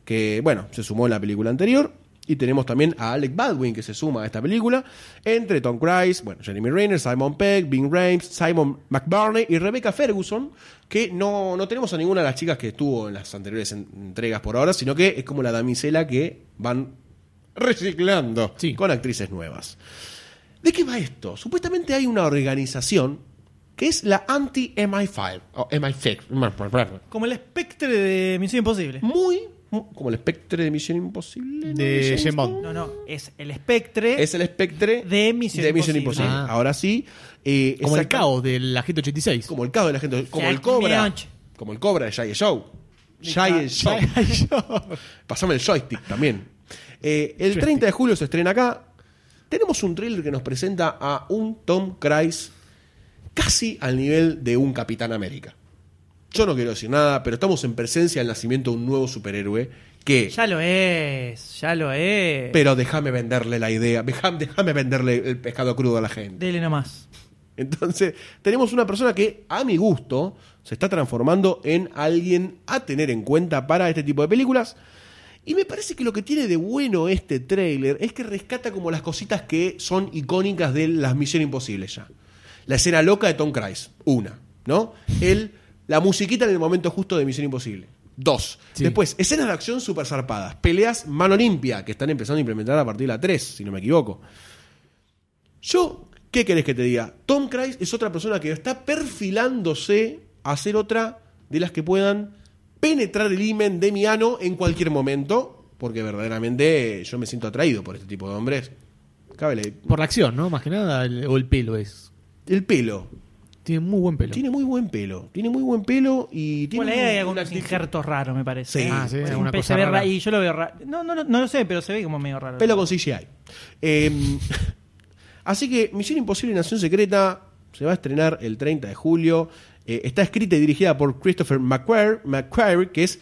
Speaker 5: que, bueno, se sumó en la película anterior. Y tenemos también a Alec Baldwin que se suma a esta película, entre Tom Cruise, bueno, Jeremy Renner, Simon Pegg, Bing Rames, Simon McBurney y Rebecca Ferguson, que no, no tenemos a ninguna de las chicas que estuvo en las anteriores en- entregas por ahora, sino que es como la damisela que van reciclando
Speaker 4: Sí.
Speaker 5: con actrices nuevas. ¿De qué va esto? Supuestamente hay una organización que es la anti-MI5, o MI6,
Speaker 3: Como el espectre de Misión Imposible.
Speaker 5: muy, muy- como el espectre de Misión Imposible. ¿no?
Speaker 4: de James Bond.
Speaker 3: No, no, es el espectre.
Speaker 5: Es el espectre
Speaker 3: De Misión Imposible.
Speaker 4: Ah.
Speaker 5: Ahora sí. eh,
Speaker 4: Como el
Speaker 5: exacta-
Speaker 4: caos del Agente 86.
Speaker 5: Como el caos de la gente. Como
Speaker 3: Jack
Speaker 5: el cobra.
Speaker 3: Meach.
Speaker 5: Como el cobra de Jay Show.
Speaker 3: Jack-
Speaker 5: Jay Show. Pasame el joystick también. Eh, el 30 de julio se estrena acá. Tenemos un thriller que nos presenta a un Tom Cruise casi al nivel de un Capitán América. Yo no quiero decir nada, pero estamos en presencia del nacimiento de un nuevo superhéroe que
Speaker 3: Ya lo es, ya lo es.
Speaker 5: pero déjame venderle la idea, déjame, déjame venderle el pescado crudo a la gente.
Speaker 3: Dele nomás.
Speaker 5: Entonces, tenemos una persona que, a mi gusto, se está transformando en alguien a tener en cuenta para este tipo de películas. Y me parece que lo que tiene de bueno este tráiler es que rescata como las cositas que son icónicas de las Misión Imposibles ya. La escena loca de Tom Cruise, una, ¿no? El, la musiquita en el momento justo de Misión Imposible, dos.
Speaker 4: Sí.
Speaker 5: Después, escenas de acción super zarpadas, peleas mano limpia, que están empezando a implementar a partir de la 3, si no me equivoco. Yo, ¿qué querés que te diga? Tom Cruise es otra persona que está perfilándose a ser otra de las que puedan penetrar el imen de mi ano en cualquier momento, porque verdaderamente yo me siento atraído por este tipo de hombres. Cábele.
Speaker 4: Por la acción, ¿no? Más que nada, el- o el pelo es.
Speaker 5: El pelo.
Speaker 4: Tiene muy buen pelo.
Speaker 5: Tiene muy buen pelo. Tiene muy buen pelo y tiene.
Speaker 3: Bueno, ahí hay
Speaker 5: una
Speaker 3: algunos
Speaker 5: actitud-
Speaker 3: injertos raros, me parece.
Speaker 5: Sí. Ah,
Speaker 4: sí,
Speaker 3: Bueno,
Speaker 4: alguna
Speaker 3: pe-
Speaker 4: cosa
Speaker 3: se ve
Speaker 4: rara.
Speaker 3: ra- Y yo lo veo raro. No, no, no, no lo sé, pero se ve como medio raro.
Speaker 5: Pelo con CGI. Eh, así que Misión Imposible y Nación Secreta se va a estrenar el 30 de julio. Eh, está escrita y dirigida por Christopher McQuarrie, McQuarrie, que es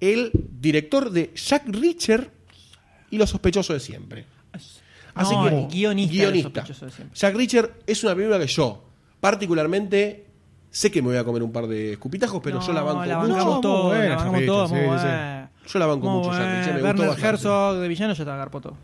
Speaker 5: el director de Jack Reacher y Los Sospechosos de Siempre. Así
Speaker 3: No,
Speaker 5: que,
Speaker 3: el guionista de Los Sospechosos de Siempre.
Speaker 5: Jack Reacher es una película que yo, particularmente, sé que me voy a comer un par de escupitajos, pero
Speaker 3: No,
Speaker 5: yo la banco
Speaker 3: la
Speaker 5: mucho.
Speaker 3: bancamos
Speaker 4: No,
Speaker 3: todo,
Speaker 4: muy
Speaker 3: la
Speaker 4: buena,
Speaker 3: bancamos
Speaker 4: Jack
Speaker 3: todo,
Speaker 4: Reacher,
Speaker 3: muy
Speaker 4: sí, sí.
Speaker 3: buena.
Speaker 5: Yo la banco
Speaker 3: Muy
Speaker 5: mucho, Jack
Speaker 3: buena.
Speaker 5: Reacher, me gustó
Speaker 3: Werner
Speaker 5: bastante.
Speaker 3: Herzog de villano ya te agarpó todo.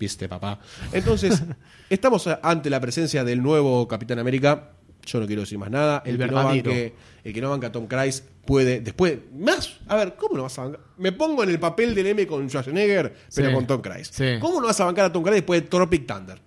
Speaker 5: Viste, papá. Entonces, estamos a- ante la presencia del nuevo Capitán América. Yo no quiero decir más nada. El,
Speaker 4: El
Speaker 5: que no
Speaker 4: verdadero.
Speaker 5: banque- el que no banca a Tom Cruise puede después. Más. A ver, ¿cómo no vas a bancar? Me pongo en el papel del M con Schwarzenegger, pero
Speaker 4: Sí.
Speaker 5: con Tom Cruise.
Speaker 4: Sí.
Speaker 5: ¿Cómo no vas a bancar a Tom Cruise después de Tropic Thunder?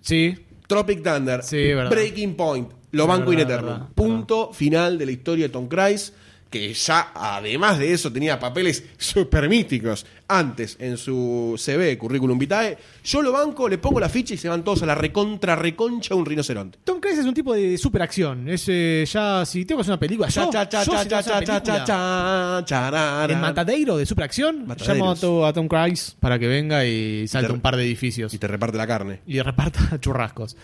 Speaker 4: Sí.
Speaker 5: Tropic Thunder,
Speaker 4: Sí, verdad.
Speaker 5: Breaking Point, Lo Banco
Speaker 4: Verdad,
Speaker 5: Ineterno.
Speaker 4: verdad,
Speaker 5: punto final de la historia de Tom Cruise, que ya además de eso tenía papeles super míticos antes en su CV, currículum vitae. Yo lo banco, le pongo la ficha y se van todos a la recontra, reconcha un rinoceronte.
Speaker 4: Tom Cruise es un tipo de superacción. Es eh, ya, si tengo que hacer una película, yo,
Speaker 5: Cha, cha,
Speaker 4: yo,
Speaker 5: cha,
Speaker 4: si tengo que hacer
Speaker 5: cha,
Speaker 4: una
Speaker 5: cha,
Speaker 4: película,
Speaker 5: cha, cha, charara.
Speaker 4: En Matadero de superacción,
Speaker 5: Mataderos.
Speaker 4: llamo a, to- a Tom Cruise para que venga y salte
Speaker 5: Te-
Speaker 4: un par de edificios
Speaker 5: Y te reparte la carne.
Speaker 4: y reparta churrascos.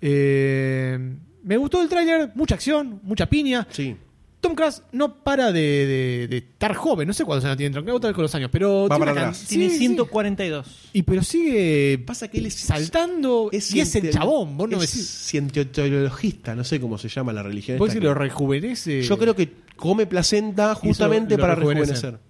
Speaker 4: Eh, me gustó el tráiler, mucha acción, mucha piña.
Speaker 5: Sí.
Speaker 4: Tom Cruise no para de, de- de estar joven, no sé cuántos años tiene Tom Cruise, tal vez con los años, pero
Speaker 5: Va
Speaker 4: tiene,
Speaker 5: para
Speaker 4: una can-
Speaker 5: atrás.
Speaker 3: Tiene
Speaker 4: Sí, sí.
Speaker 3: 142.
Speaker 4: Y pero sigue
Speaker 5: Pasa que él es
Speaker 4: saltando y es el
Speaker 5: ciente-
Speaker 4: chabón, vos no
Speaker 5: es
Speaker 4: decís.
Speaker 5: cientiologista, no sé cómo se llama la religión.
Speaker 4: Vos
Speaker 5: esta
Speaker 4: si
Speaker 5: que-
Speaker 4: lo rejuvenece.
Speaker 5: Yo creo que come placenta justamente
Speaker 4: lo
Speaker 5: para
Speaker 4: rejuvenece.
Speaker 5: rejuvenecer.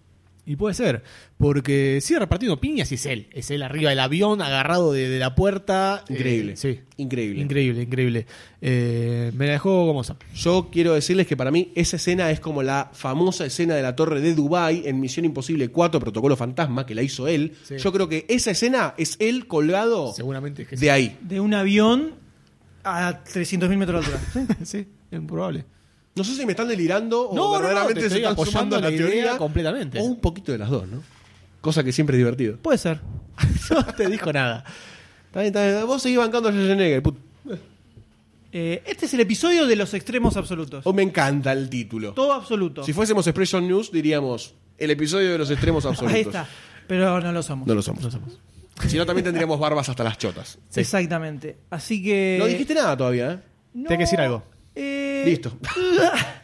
Speaker 4: Y puede ser, porque sigue repartiendo piñas y es él. Es él arriba del avión, agarrado de, de la puerta. Eh,
Speaker 5: Increíble.
Speaker 4: sí.
Speaker 5: Increíble.
Speaker 4: Increíble, increíble. Eh, me la dejó gomosa.
Speaker 5: Yo quiero decirles que para mí esa escena es como la famosa escena de la torre de Dubai en Misión Imposible 4, Protocolo Fantasma, que la hizo él.
Speaker 4: Sí.
Speaker 5: Yo creo que esa escena es él colgado
Speaker 4: Seguramente es que
Speaker 5: de ahí.
Speaker 3: Oh. De un avión a 300.000 metros de altura.
Speaker 4: sí. sí, es probable.
Speaker 5: No sé si me están delirando o
Speaker 4: No, no, no,
Speaker 5: verdaderamente
Speaker 4: te
Speaker 5: se
Speaker 4: estoy
Speaker 5: están
Speaker 4: apoyando
Speaker 5: sumando a la
Speaker 4: la idea
Speaker 5: teoría
Speaker 4: completamente.
Speaker 5: O un poquito de las dos, ¿no? Cosa que siempre es divertido.
Speaker 3: Puede ser.
Speaker 4: no te dijo nada.
Speaker 5: Está bien, está bien. Vos seguís bancando a Schwarzenegger. put-
Speaker 3: Eh, este es el episodio de los extremos absolutos.
Speaker 5: Oh, me encanta el título.
Speaker 3: Todo absoluto.
Speaker 5: Si fuésemos Expression News, diríamos el episodio de los extremos absolutos.
Speaker 3: Ahí está. Pero no lo somos.
Speaker 5: No lo somos. Si no, también tendríamos barbas hasta las chotas.
Speaker 4: Sí.
Speaker 3: Exactamente. Así que.
Speaker 5: No dijiste nada todavía, ¿eh?
Speaker 3: No,
Speaker 4: Tengo que decir algo.
Speaker 3: eh,
Speaker 5: Listo.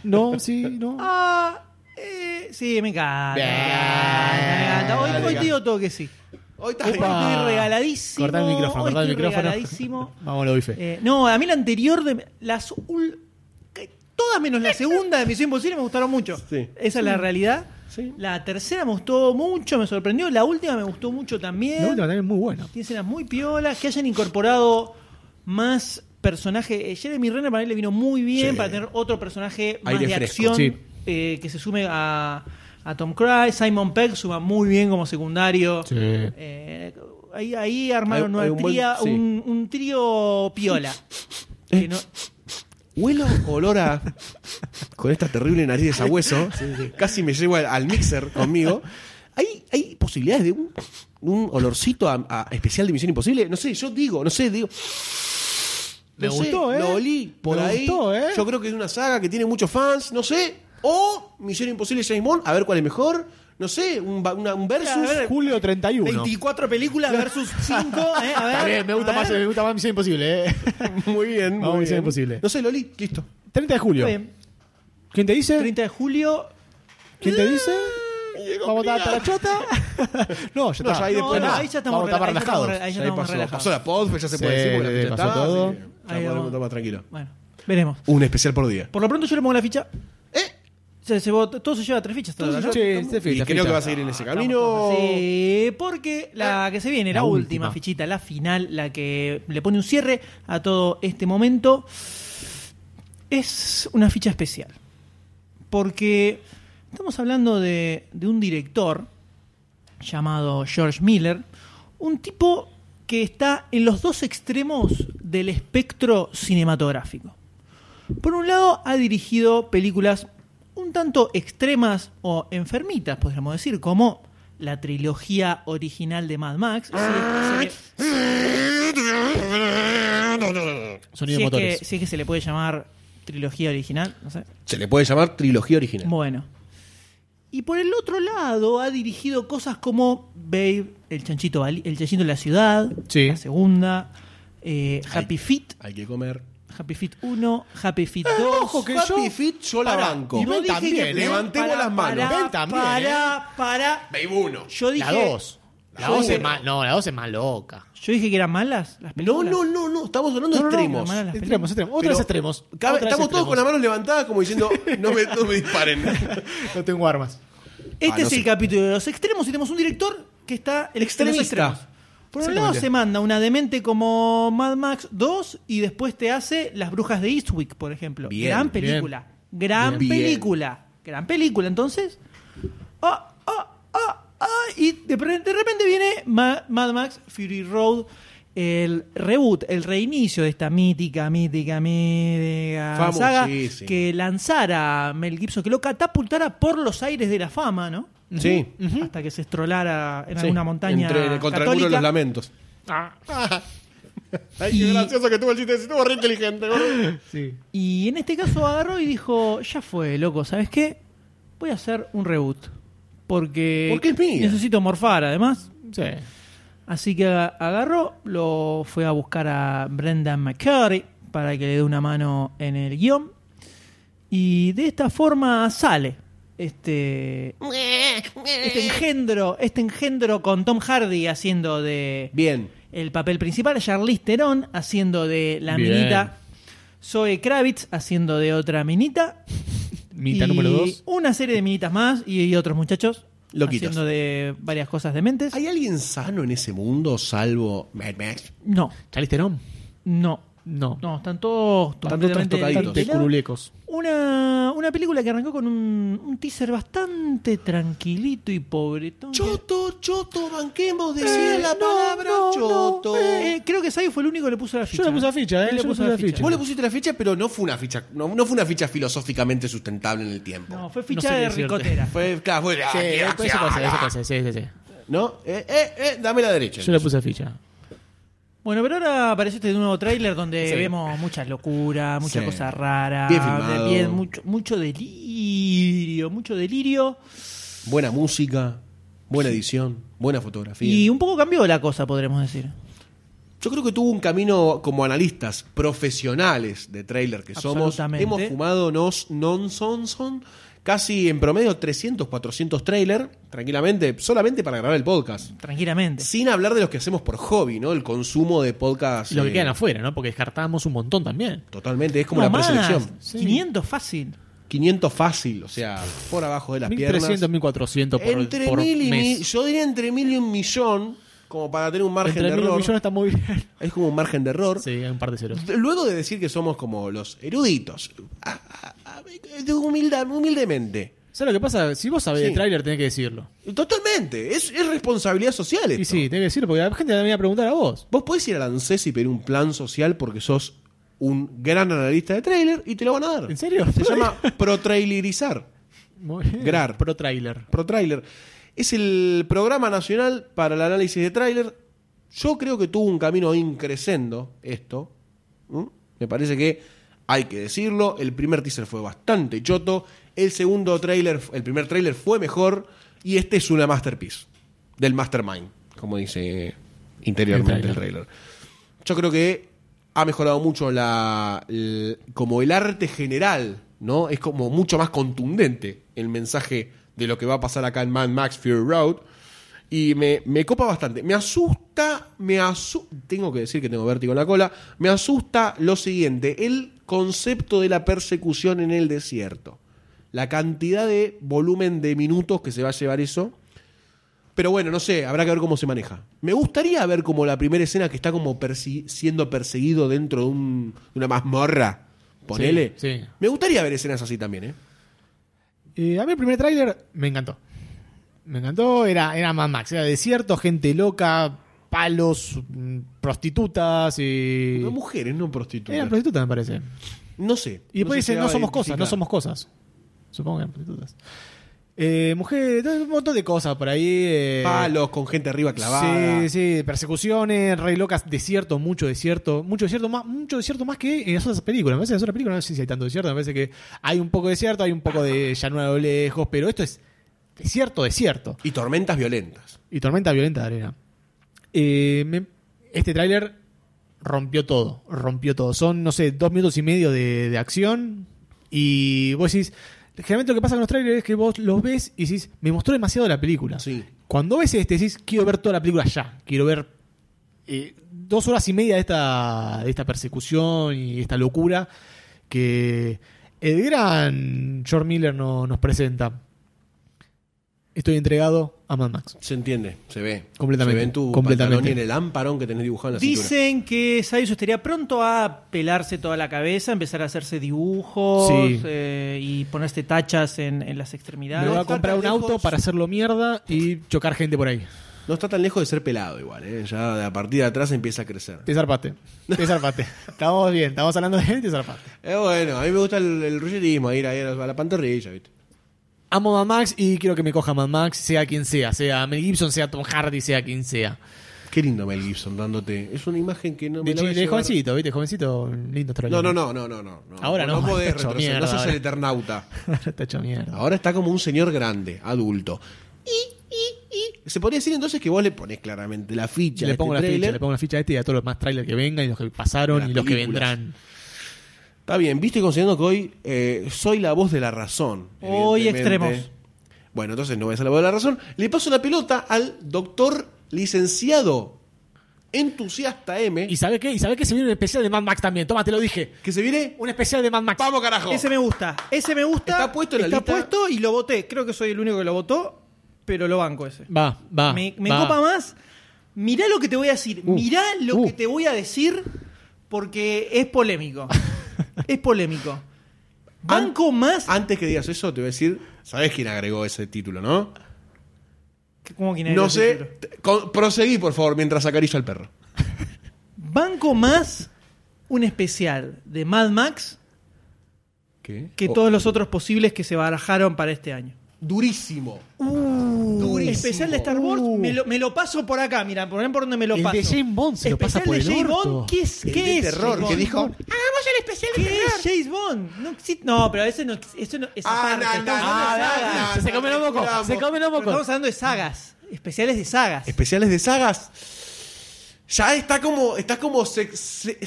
Speaker 4: No, sí, no.
Speaker 3: Ah, eh, sí, me encanta.
Speaker 4: Bien.
Speaker 3: me encanta, me encanta. Hoy, hoy te digo todo que sí.
Speaker 5: Hoy está
Speaker 3: Hoy estoy regaladísimo.
Speaker 4: Cortá el
Speaker 3: hoy
Speaker 4: micrófono, cortá el
Speaker 3: estoy
Speaker 4: micrófono.
Speaker 3: Regaladísimo.
Speaker 4: Vamos, lo bife.
Speaker 3: Eh, no, a mí la anterior de las ul- que- todas menos la segunda de Misión Imposible me gustaron mucho.
Speaker 5: Sí.
Speaker 3: Esa es la realidad.
Speaker 5: Sí.
Speaker 3: La tercera me gustó mucho, me sorprendió. La última me gustó mucho también.
Speaker 4: La última también es muy buena.
Speaker 3: Tiene escenas muy piolas, que hayan incorporado más personajes. Eh, Jeremy Renner para mí le vino muy bien
Speaker 5: Sí.
Speaker 3: para tener otro personaje más
Speaker 5: Aire
Speaker 3: de
Speaker 5: fresco,
Speaker 3: acción
Speaker 4: sí.
Speaker 3: eh, que se sume a, a Tom Cruise. Simon Pegg suma muy bien como secundario.
Speaker 4: Sí.
Speaker 3: Eh, ahí, ahí armaron
Speaker 5: Hay- hay
Speaker 3: una
Speaker 5: un buen-
Speaker 3: tría-
Speaker 5: sí.
Speaker 3: un, un trío piola. Que no-
Speaker 5: Huelo olor a. con esta terrible nariz de sabueso. Casi me llevo al, al mixer conmigo. ¿Hay, hay posibilidades de un, un olorcito a, a especial de Misión Imposible? No sé, yo digo, no sé, digo.
Speaker 4: Me
Speaker 5: sé,
Speaker 4: gustó, ¿eh?
Speaker 5: Lo olí por
Speaker 4: Me
Speaker 5: ahí.
Speaker 4: gustó, ¿eh?
Speaker 5: Yo creo que es una saga que tiene muchos fans, no sé. O Misión Imposible James Bond, a ver cuál es mejor. No sé, un, va- una- un versus.
Speaker 3: A ver,
Speaker 4: Julio 31.
Speaker 3: 24 películas versus 5. A ver,
Speaker 4: Está bien, me gusta
Speaker 3: a
Speaker 4: más,
Speaker 3: ver.
Speaker 4: me gusta más Misión Imposible, eh.
Speaker 5: Muy bien,
Speaker 4: Vamos, Misión Imposible.
Speaker 5: No sé, lo olí, listo.
Speaker 4: 30 de julio.
Speaker 3: Está bien.
Speaker 4: ¿Quién te dice?
Speaker 3: 30 de julio.
Speaker 4: ¿Quién te dice? Vamos a votar a la chota. no, ya está.
Speaker 5: No, ya ahí después
Speaker 3: no,
Speaker 5: nada.
Speaker 3: ahí ya estamos,
Speaker 4: Vamos a estar
Speaker 3: rela- ahí ya estamos
Speaker 4: relajados.
Speaker 3: re- ahí ya
Speaker 5: Ya ahí
Speaker 3: estamos
Speaker 5: pasó,
Speaker 3: relajados.
Speaker 5: pasó la podfe, ya se
Speaker 4: Sí,
Speaker 5: puede decir porque la
Speaker 4: le
Speaker 5: fecha
Speaker 4: pasó
Speaker 5: está,
Speaker 4: todo.
Speaker 5: así que ya
Speaker 3: Ahí
Speaker 5: podemos
Speaker 3: vamos.
Speaker 5: estar más tranquilo.
Speaker 3: Bueno, veremos.
Speaker 5: Un especial por día.
Speaker 3: Por lo pronto yo le pongo la ficha.
Speaker 5: ¿Eh?
Speaker 3: Se, se vota- todo se lleva tres fichas. hasta ahora, ¿no?
Speaker 4: Sí, este ficha,
Speaker 5: Y creo
Speaker 4: ficha.
Speaker 5: que va a seguir en ese camino.
Speaker 3: Estamos todos así, porque la que se viene, la,
Speaker 4: La
Speaker 3: última.
Speaker 4: última.
Speaker 3: fichita, la final, la que le pone un cierre a todo este momento, es una ficha especial. Porque estamos hablando de, de un director llamado George Miller, un tipo que está en los dos extremos del espectro cinematográfico. Por un lado, ha dirigido películas un tanto extremas o enfermitas, podríamos decir, como la trilogía original de Mad Max. Si es que se le-
Speaker 4: Sonido
Speaker 3: si
Speaker 4: de
Speaker 3: es
Speaker 4: motores.
Speaker 3: que- si es que se le puede llamar trilogía original, no sé.
Speaker 5: Se le puede llamar trilogía original.
Speaker 3: Bueno. Y por el otro lado ha dirigido cosas como Babe, El Chanchito, Vali- el chanchito de la Ciudad,
Speaker 4: Sí.
Speaker 3: la segunda, eh,
Speaker 5: Ay.
Speaker 3: Happy Feet,
Speaker 5: Hay que comer.
Speaker 3: Happy Feet 1, Happy Feet 2.
Speaker 4: Eh, ojo que
Speaker 5: Happy
Speaker 4: yo-
Speaker 5: Fit yo la
Speaker 3: Pará,
Speaker 5: banco.
Speaker 3: y no
Speaker 4: Ven
Speaker 3: dije
Speaker 4: también,
Speaker 3: que-
Speaker 4: ¿eh?
Speaker 5: Levantemos
Speaker 3: pará,
Speaker 5: las manos.
Speaker 3: Pará,
Speaker 4: Ven también,
Speaker 3: pará, pará.
Speaker 5: Babe 1.
Speaker 3: Yo dije,
Speaker 4: La 2. La
Speaker 5: Yo
Speaker 4: 2
Speaker 5: dije-
Speaker 4: es más, no, la 2 es más loca.
Speaker 3: Yo dije que eran malas las
Speaker 5: No,
Speaker 3: películas.
Speaker 5: no, no, no. Estamos hablando de
Speaker 3: No, no, no,
Speaker 5: extremos.
Speaker 3: hermana, las películas.
Speaker 4: Extremos, extremos.
Speaker 5: Pero
Speaker 4: Otros extremos.
Speaker 5: cabe-
Speaker 4: Otras
Speaker 5: estamos todos
Speaker 4: extremos.
Speaker 5: con las manos levantadas como diciendo, no me, no me disparen.
Speaker 4: No tengo armas.
Speaker 3: Este
Speaker 5: Ah, no
Speaker 3: es el
Speaker 5: sé.
Speaker 3: capítulo de los extremos y tenemos un director que está en los
Speaker 5: Extremista.
Speaker 3: extremos. Por un lado
Speaker 4: Exactamente.
Speaker 3: se manda una demente como Mad Max 2 y después te hace Las Brujas de Eastwick, por ejemplo.
Speaker 5: Bien,
Speaker 3: gran película. Gran
Speaker 5: Bien.
Speaker 3: película. Gran película. Entonces, ah, ah, ah, ah, y de, pre- de repente viene Ma- Mad Max Fury Road, el reboot, el reinicio de esta mítica, mítica, mítica saga
Speaker 5: Famosísima.
Speaker 3: que lanzara Mel Gibson, que lo catapultara por los aires de la fama, ¿no?
Speaker 5: sí.
Speaker 3: Hasta que se estrolara en
Speaker 5: sí.
Speaker 3: alguna montaña
Speaker 5: Entre- contra el muro
Speaker 3: católica.
Speaker 5: de los lamentos.
Speaker 4: Ah.
Speaker 1: Ay, qué gracioso que tuvo el chiste. ese, Estuvo re inteligente, gordo.
Speaker 4: Sí.
Speaker 3: Y en este caso agarró y dijo, ya fue, loco, ¿sabes qué? Voy a hacer un reboot. Porque,
Speaker 5: Porque es mía.
Speaker 3: necesito morfar, además.
Speaker 4: Sí.
Speaker 3: Así que aga- agarró, lo fue a buscar a Brendan McCurry para que le dé una mano en el guión. Y de esta forma sale este, este engendro, este engendro con Tom Hardy haciendo de
Speaker 5: Bien.
Speaker 3: el papel principal, Charlize Theron haciendo de la
Speaker 4: Bien.
Speaker 3: minita, Zoe Kravitz haciendo de otra minita,
Speaker 4: Minita
Speaker 3: y
Speaker 4: número 2.
Speaker 3: una serie de minitas más y, y otros muchachos
Speaker 5: Loquitos.
Speaker 3: haciendo de varias cosas dementes.
Speaker 5: ¿Hay alguien sano en ese mundo salvo Mad Max?
Speaker 3: No,
Speaker 4: ¿Charlize Theron?
Speaker 3: no,
Speaker 4: No.
Speaker 3: no, están todos
Speaker 5: Están todos
Speaker 3: completamente
Speaker 5: trastocaditos.
Speaker 4: De
Speaker 5: Pelado.
Speaker 3: desvelados.
Speaker 4: curulecos.
Speaker 3: Una, una película que arrancó con un, un teaser bastante tranquilito y pobretón.
Speaker 5: Choto, choto, banquemos,
Speaker 3: Eh,
Speaker 5: decir la
Speaker 3: no,
Speaker 5: palabra
Speaker 3: no, no,
Speaker 5: choto.
Speaker 3: eh, creo que Sai fue el único que le puso la ficha.
Speaker 4: le puse la ficha, eh,
Speaker 3: Él
Speaker 4: yo
Speaker 3: le
Speaker 4: le
Speaker 3: puso
Speaker 4: puse
Speaker 3: la
Speaker 4: la
Speaker 3: ficha.
Speaker 4: ficha.
Speaker 5: Vos le pusiste la ficha, pero no fue una ficha, no, no fue una ficha filosóficamente sustentable en el tiempo.
Speaker 3: No, fue ficha
Speaker 4: No sé
Speaker 3: de
Speaker 4: decirte.
Speaker 3: ricotera.
Speaker 5: Fue, claro, fue.
Speaker 4: Sí,
Speaker 5: ah, qué
Speaker 4: eso
Speaker 5: gracia,
Speaker 4: pasa, eso
Speaker 5: ah.
Speaker 4: pasa. Sí, sí, sí.
Speaker 5: ¿No? Eh, eh, eh, dame la derecha.
Speaker 4: Yo le puse la ficha.
Speaker 3: Bueno, pero ahora aparece este nuevo tráiler donde
Speaker 5: Sí.
Speaker 3: vemos mucha locura, mucha
Speaker 5: Sí.
Speaker 3: cosa rara,
Speaker 5: Bien filmado.
Speaker 3: bien, mucho, mucho delirio, mucho delirio.
Speaker 5: Buena música, buena edición, buena fotografía.
Speaker 3: Y un poco cambió la cosa, podremos decir.
Speaker 5: Yo creo que tuvo un camino como analistas profesionales de trailer que somos.
Speaker 3: Absolutamente.
Speaker 5: Hemos fumado nos non son son casi en promedio 300, 400 trailer tranquilamente, solamente para grabar el podcast.
Speaker 3: Tranquilamente.
Speaker 5: Sin hablar de los que hacemos por hobby, ¿no? El consumo de podcast.
Speaker 4: Lo que
Speaker 5: eh,
Speaker 4: quedan afuera, ¿no? Porque descartamos un montón también.
Speaker 5: Totalmente, es como
Speaker 3: No,
Speaker 5: la
Speaker 3: más,
Speaker 5: preselección.
Speaker 3: 500 fácil.
Speaker 5: 500 fácil, o sea, por abajo de las piernas.
Speaker 4: 1300, 1400 por,
Speaker 5: Entre
Speaker 4: por
Speaker 5: mil y
Speaker 4: mes.
Speaker 5: mil, yo diría entre mil y un millón, como para tener un margen
Speaker 4: Entre
Speaker 5: de
Speaker 4: mil y un
Speaker 5: error.
Speaker 4: millón está muy bien.
Speaker 5: Es como un margen de error.
Speaker 4: Sí, hay un par de ceros.
Speaker 5: Luego de decir que somos como los eruditos, a- a- a- de humildad, humildemente.
Speaker 4: ¿Sabes lo que pasa? Si vos sabés
Speaker 5: Sí.
Speaker 4: de tráiler, tenés que decirlo.
Speaker 5: Totalmente, es, es responsabilidad social esto.
Speaker 4: Y sí, tenés que decirlo, porque la gente te viene a preguntar a vos.
Speaker 5: Vos podés ir al ANSES y pedir un plan social porque sos un gran analista de trailer y te lo van a dar.
Speaker 4: ¿En serio?
Speaker 5: Se llama protrailerizar.
Speaker 4: Muy bien.
Speaker 5: Grar.
Speaker 4: Pro trailer.
Speaker 5: ProTrailer. Es el programa nacional para el análisis de tráiler. Yo creo que tuvo un camino increciendo esto. ¿Mm? Me parece que hay que decirlo. El primer teaser fue bastante choto. El segundo tráiler, el primer tráiler fue mejor. Y este es una masterpiece. Del mastermind, como dice interiormente el
Speaker 4: El
Speaker 5: tráiler. Yo creo que ha mejorado mucho la, el- como el arte general, ¿no? Es como mucho más contundente el mensaje de lo que va a pasar acá en Mad Max Fury Road. Y me, me copa bastante. Me asusta, me asusta. Tengo que decir que tengo vértigo en la cola. Me asusta lo siguiente: el concepto de la persecución en el desierto. La cantidad de volumen de minutos que se va a llevar eso. Pero bueno, no sé, habrá que ver cómo se maneja. Me gustaría ver como la primera escena que está como persi- siendo perseguido dentro de, un- de una mazmorra. Ponele.
Speaker 4: Sí, sí.
Speaker 5: Me gustaría ver escenas así también, ¿eh?
Speaker 4: Eh, a mí el primer tráiler me encantó. Me encantó, era, era Mad Max. Era desierto, gente loca, palos, mm, prostitutas y...
Speaker 5: No, mujeres, no prostitutas.
Speaker 4: Eran prostitutas, me parece.
Speaker 5: no sé.
Speaker 4: Eh, pues, Y después
Speaker 5: sé si
Speaker 4: dicen, no
Speaker 5: llegaba a
Speaker 4: somos cosas, no
Speaker 5: identificar".
Speaker 4: somos cosas. Supongo que eran prostitutas. Eh, mujeres, un montón de cosas por ahí. eh,
Speaker 5: Palos con gente arriba clavada.
Speaker 4: Sí, sí, persecuciones, rey locas, desierto, mucho desierto, mucho desierto más, mucho desierto más que en las otras películas. Me parece que en las otras películas no sé si hay tanto desierto, me parece que hay un poco de desierto, hay un poco de llanura a lo lejos, pero esto es desierto, desierto.
Speaker 5: Y tormentas violentas.
Speaker 4: Y tormenta violenta de arena. Eh, me- este tráiler rompió todo, rompió todo. Son, no sé, dos minutos y medio de, de acción y vos decís... Generalmente lo que pasa con los trailers es que vos los ves y decís, me mostró demasiado la película.
Speaker 5: Sí.
Speaker 4: Cuando ves este, decís, quiero ver toda la película ya. Quiero ver eh, dos horas y media de esta, de esta persecución y esta locura que el gran George Miller no- nos presenta. Estoy entregado a Mad Max.
Speaker 5: Se entiende, se ve.
Speaker 4: Completamente,
Speaker 5: Se ve en tu
Speaker 4: completamente.
Speaker 5: pantalón y en el amparón que tenés dibujado en la cintura.
Speaker 3: Dicen que Sayus estaría pronto a pelarse toda la cabeza, empezar a hacerse dibujos
Speaker 4: Sí.
Speaker 3: eh, y ponerse tachas en, en las
Speaker 4: Me
Speaker 3: extremidades.
Speaker 4: voy a
Speaker 5: está
Speaker 4: comprar
Speaker 5: tan
Speaker 4: un auto
Speaker 5: lejos.
Speaker 4: para hacerlo mierda y chocar gente por ahí.
Speaker 5: No está tan lejos de ser pelado igual, ¿eh? Ya a partir de atrás empieza a crecer.
Speaker 4: Te zarpaste. Te zarpaste. estamos bien, estamos hablando de gente, te zarpaste.
Speaker 5: Eh, bueno, a mí me gusta el, el rullerismo, ir ahí a la, a la pantorrilla, ¿viste?
Speaker 4: Amo a Mad Max y quiero que me coja Mad Max, sea quien sea, sea Mel Gibson, sea Tom Hardy, sea quien sea.
Speaker 5: Qué lindo Mel Gibson dándote. Es una imagen que no me
Speaker 4: De,
Speaker 5: la
Speaker 4: chi-
Speaker 5: voy a
Speaker 4: de
Speaker 5: llevar.
Speaker 4: jovencito, ¿viste? Jovencito, lindo
Speaker 5: No, no, no, no, no, no.
Speaker 4: Ahora
Speaker 5: No
Speaker 4: no,
Speaker 5: podés
Speaker 4: está hecho
Speaker 5: retroceder, no
Speaker 4: mierda
Speaker 5: sos el
Speaker 4: ahora.
Speaker 5: eternauta.
Speaker 4: Está hecho mierda.
Speaker 5: Ahora está como un señor grande, adulto. Y, y, y. Se podría decir entonces que vos le pones claramente la ficha. a
Speaker 4: le
Speaker 5: este
Speaker 4: pongo la
Speaker 5: tráiler.
Speaker 4: ficha, le pongo la ficha a este y a todos los más trailers que vengan y los que
Speaker 5: Las
Speaker 4: pasaron y los que
Speaker 5: películas.
Speaker 4: vendrán.
Speaker 5: Está bien, viste, considerando que hoy eh, soy la voz de la razón.
Speaker 3: Hoy
Speaker 5: evidentemente.
Speaker 3: extremos.
Speaker 5: Bueno, entonces no voy a ser la voz de la razón. Le paso la pelota al doctor licenciado entusiasta M.
Speaker 4: ¿Y sabe qué? ¿Y sabe qué? Se viene un especial de Mad Max también. Toma, te lo dije.
Speaker 5: que se viene.
Speaker 4: Un especial de Mad Max.
Speaker 5: ¡Vamos, carajo!
Speaker 3: Ese me gusta, ese me gusta.
Speaker 5: Está puesto en la
Speaker 3: Está
Speaker 5: lista.
Speaker 3: puesto y lo voté. Creo que soy el único que lo votó, pero lo banco ese.
Speaker 4: Va, va.
Speaker 3: me me
Speaker 4: va.
Speaker 3: copa más. Mirá lo que te voy a decir,
Speaker 4: Uh,
Speaker 3: mirá lo
Speaker 4: uh.
Speaker 3: que te voy a decir porque es polémico. es polémico. Banco más.
Speaker 5: Antes que digas eso, te voy a decir. ¿Sabés quién agregó ese título, no?
Speaker 3: ¿Cómo quién era
Speaker 5: No
Speaker 3: el
Speaker 5: sé.
Speaker 3: título?
Speaker 5: te- con- proseguí, por favor, mientras acaricio al perro.
Speaker 3: Banco más un especial de Mad Max
Speaker 5: ¿Qué?
Speaker 3: que todos los otros posibles que se barajaron para este año.
Speaker 5: Durísimo.
Speaker 3: El especial de Star Wars,
Speaker 5: Uh.
Speaker 3: me, lo, me lo paso por acá, mira, por por donde me lo
Speaker 4: El
Speaker 3: paso.
Speaker 4: de James Bond se lo
Speaker 3: Especial
Speaker 4: pasa por
Speaker 3: de
Speaker 4: el
Speaker 3: James
Speaker 4: orto.
Speaker 3: Bond, ¿qué es?
Speaker 5: El
Speaker 3: ¿Qué
Speaker 5: de
Speaker 3: es
Speaker 5: terror
Speaker 3: James
Speaker 5: que
Speaker 3: Bond?
Speaker 5: dijo.
Speaker 6: Hagamos el especial de
Speaker 3: ¿Qué es
Speaker 6: terror.
Speaker 3: James Bond? No, existe- no, pero a veces no, eso no esa
Speaker 5: Ah,
Speaker 3: parte,
Speaker 5: na, na,
Speaker 3: estamos
Speaker 5: na,
Speaker 3: hablando de
Speaker 5: na,
Speaker 3: sagas.
Speaker 5: na,
Speaker 4: Ah, Se comen los mocos, se comen los
Speaker 3: Pero Estamos
Speaker 4: mocos.
Speaker 3: hablando de sagas, especiales de sagas.
Speaker 5: especiales de sagas. Ya está como, está como sec- se-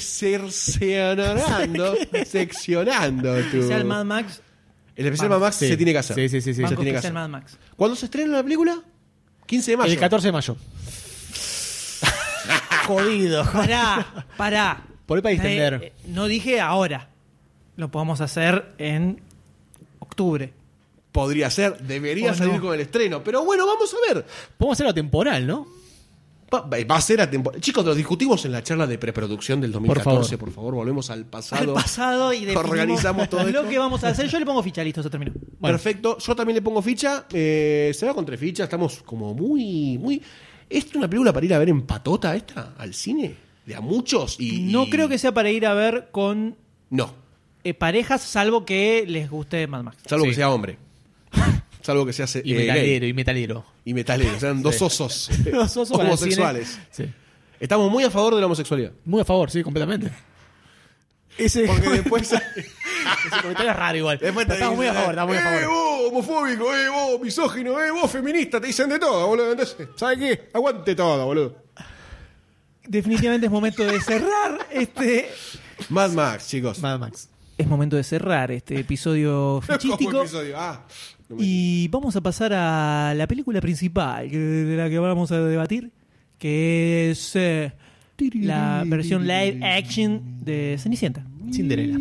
Speaker 5: cercenando, seccionando tu-
Speaker 3: especial Mad Max,
Speaker 5: El especial Mad Max
Speaker 4: Sí.
Speaker 5: se tiene que hacer.
Speaker 4: Sí, sí, sí, sí.
Speaker 5: Se
Speaker 3: banco
Speaker 5: tiene que
Speaker 3: especial
Speaker 5: hacer.
Speaker 3: Mad Max.
Speaker 5: ¿Cuándo se estrena la película? 15 de mayo.
Speaker 4: El 14 de mayo. Jodido.
Speaker 3: Pará, pará. Eh,
Speaker 4: Por ahí para distender.
Speaker 3: no dije ahora. Lo podemos hacer en octubre.
Speaker 5: Podría ser, debería
Speaker 3: O
Speaker 5: salir
Speaker 3: Oh, no.
Speaker 5: con el estreno. Pero bueno, vamos a ver.
Speaker 4: Podemos hacerlo temporal, ¿no?
Speaker 5: Va, va- va a ser atemporal. Chicos, lo discutimos en la charla de preproducción del 2014. Por favor, volvemos al
Speaker 3: Al
Speaker 5: pasado.
Speaker 3: pasado y definimos
Speaker 5: Organizamos todo
Speaker 3: lo
Speaker 5: esto.
Speaker 3: que vamos a hacer. Yo le pongo ficha, listo, se terminó.
Speaker 4: Bueno.
Speaker 5: Perfecto. Yo también le pongo ficha. Eh, se va con tres fichas. Estamos como muy, muy. ¿Es una película para ir a ver en patota esta? ¿Al cine? ¿De a muchos? Y,
Speaker 3: No creo que sea para ir a ver con
Speaker 5: No.
Speaker 3: eh, parejas, salvo que les guste Mad Max.
Speaker 5: Salvo que
Speaker 4: Sí.
Speaker 5: sea hombre. Salvo que sea eh,
Speaker 4: Y
Speaker 5: gay.
Speaker 4: metalero, y metalero.
Speaker 5: Y metalero. Sean dos osos.
Speaker 4: Los osos para el cine.
Speaker 5: Eh, homosexuales.
Speaker 4: Sí.
Speaker 5: Estamos muy a favor de la homosexualidad.
Speaker 4: Muy a favor, sí, completamente. Ese
Speaker 5: Porque después.
Speaker 4: ese comentario es raro igual.
Speaker 5: Después te
Speaker 4: estamos muy a
Speaker 5: dicen,
Speaker 4: favor, estamos muy a favor.
Speaker 5: Eh, vos homofóbico, eh, vos misógino, eh, vos feminista, te dicen de todo, boludo. Entonces, ¿sabes qué? Aguante todo, boludo.
Speaker 3: Definitivamente es momento de cerrar este.
Speaker 5: Mad Max, chicos.
Speaker 4: Mad Max.
Speaker 3: Es momento de cerrar este episodio
Speaker 5: Como
Speaker 3: fichístico.
Speaker 5: episodio, ah. No me-
Speaker 3: Y vamos a pasar a la película principal que- de la que vamos a debatir, que es eh, la versión live action de Cenicienta.
Speaker 4: Cinderella.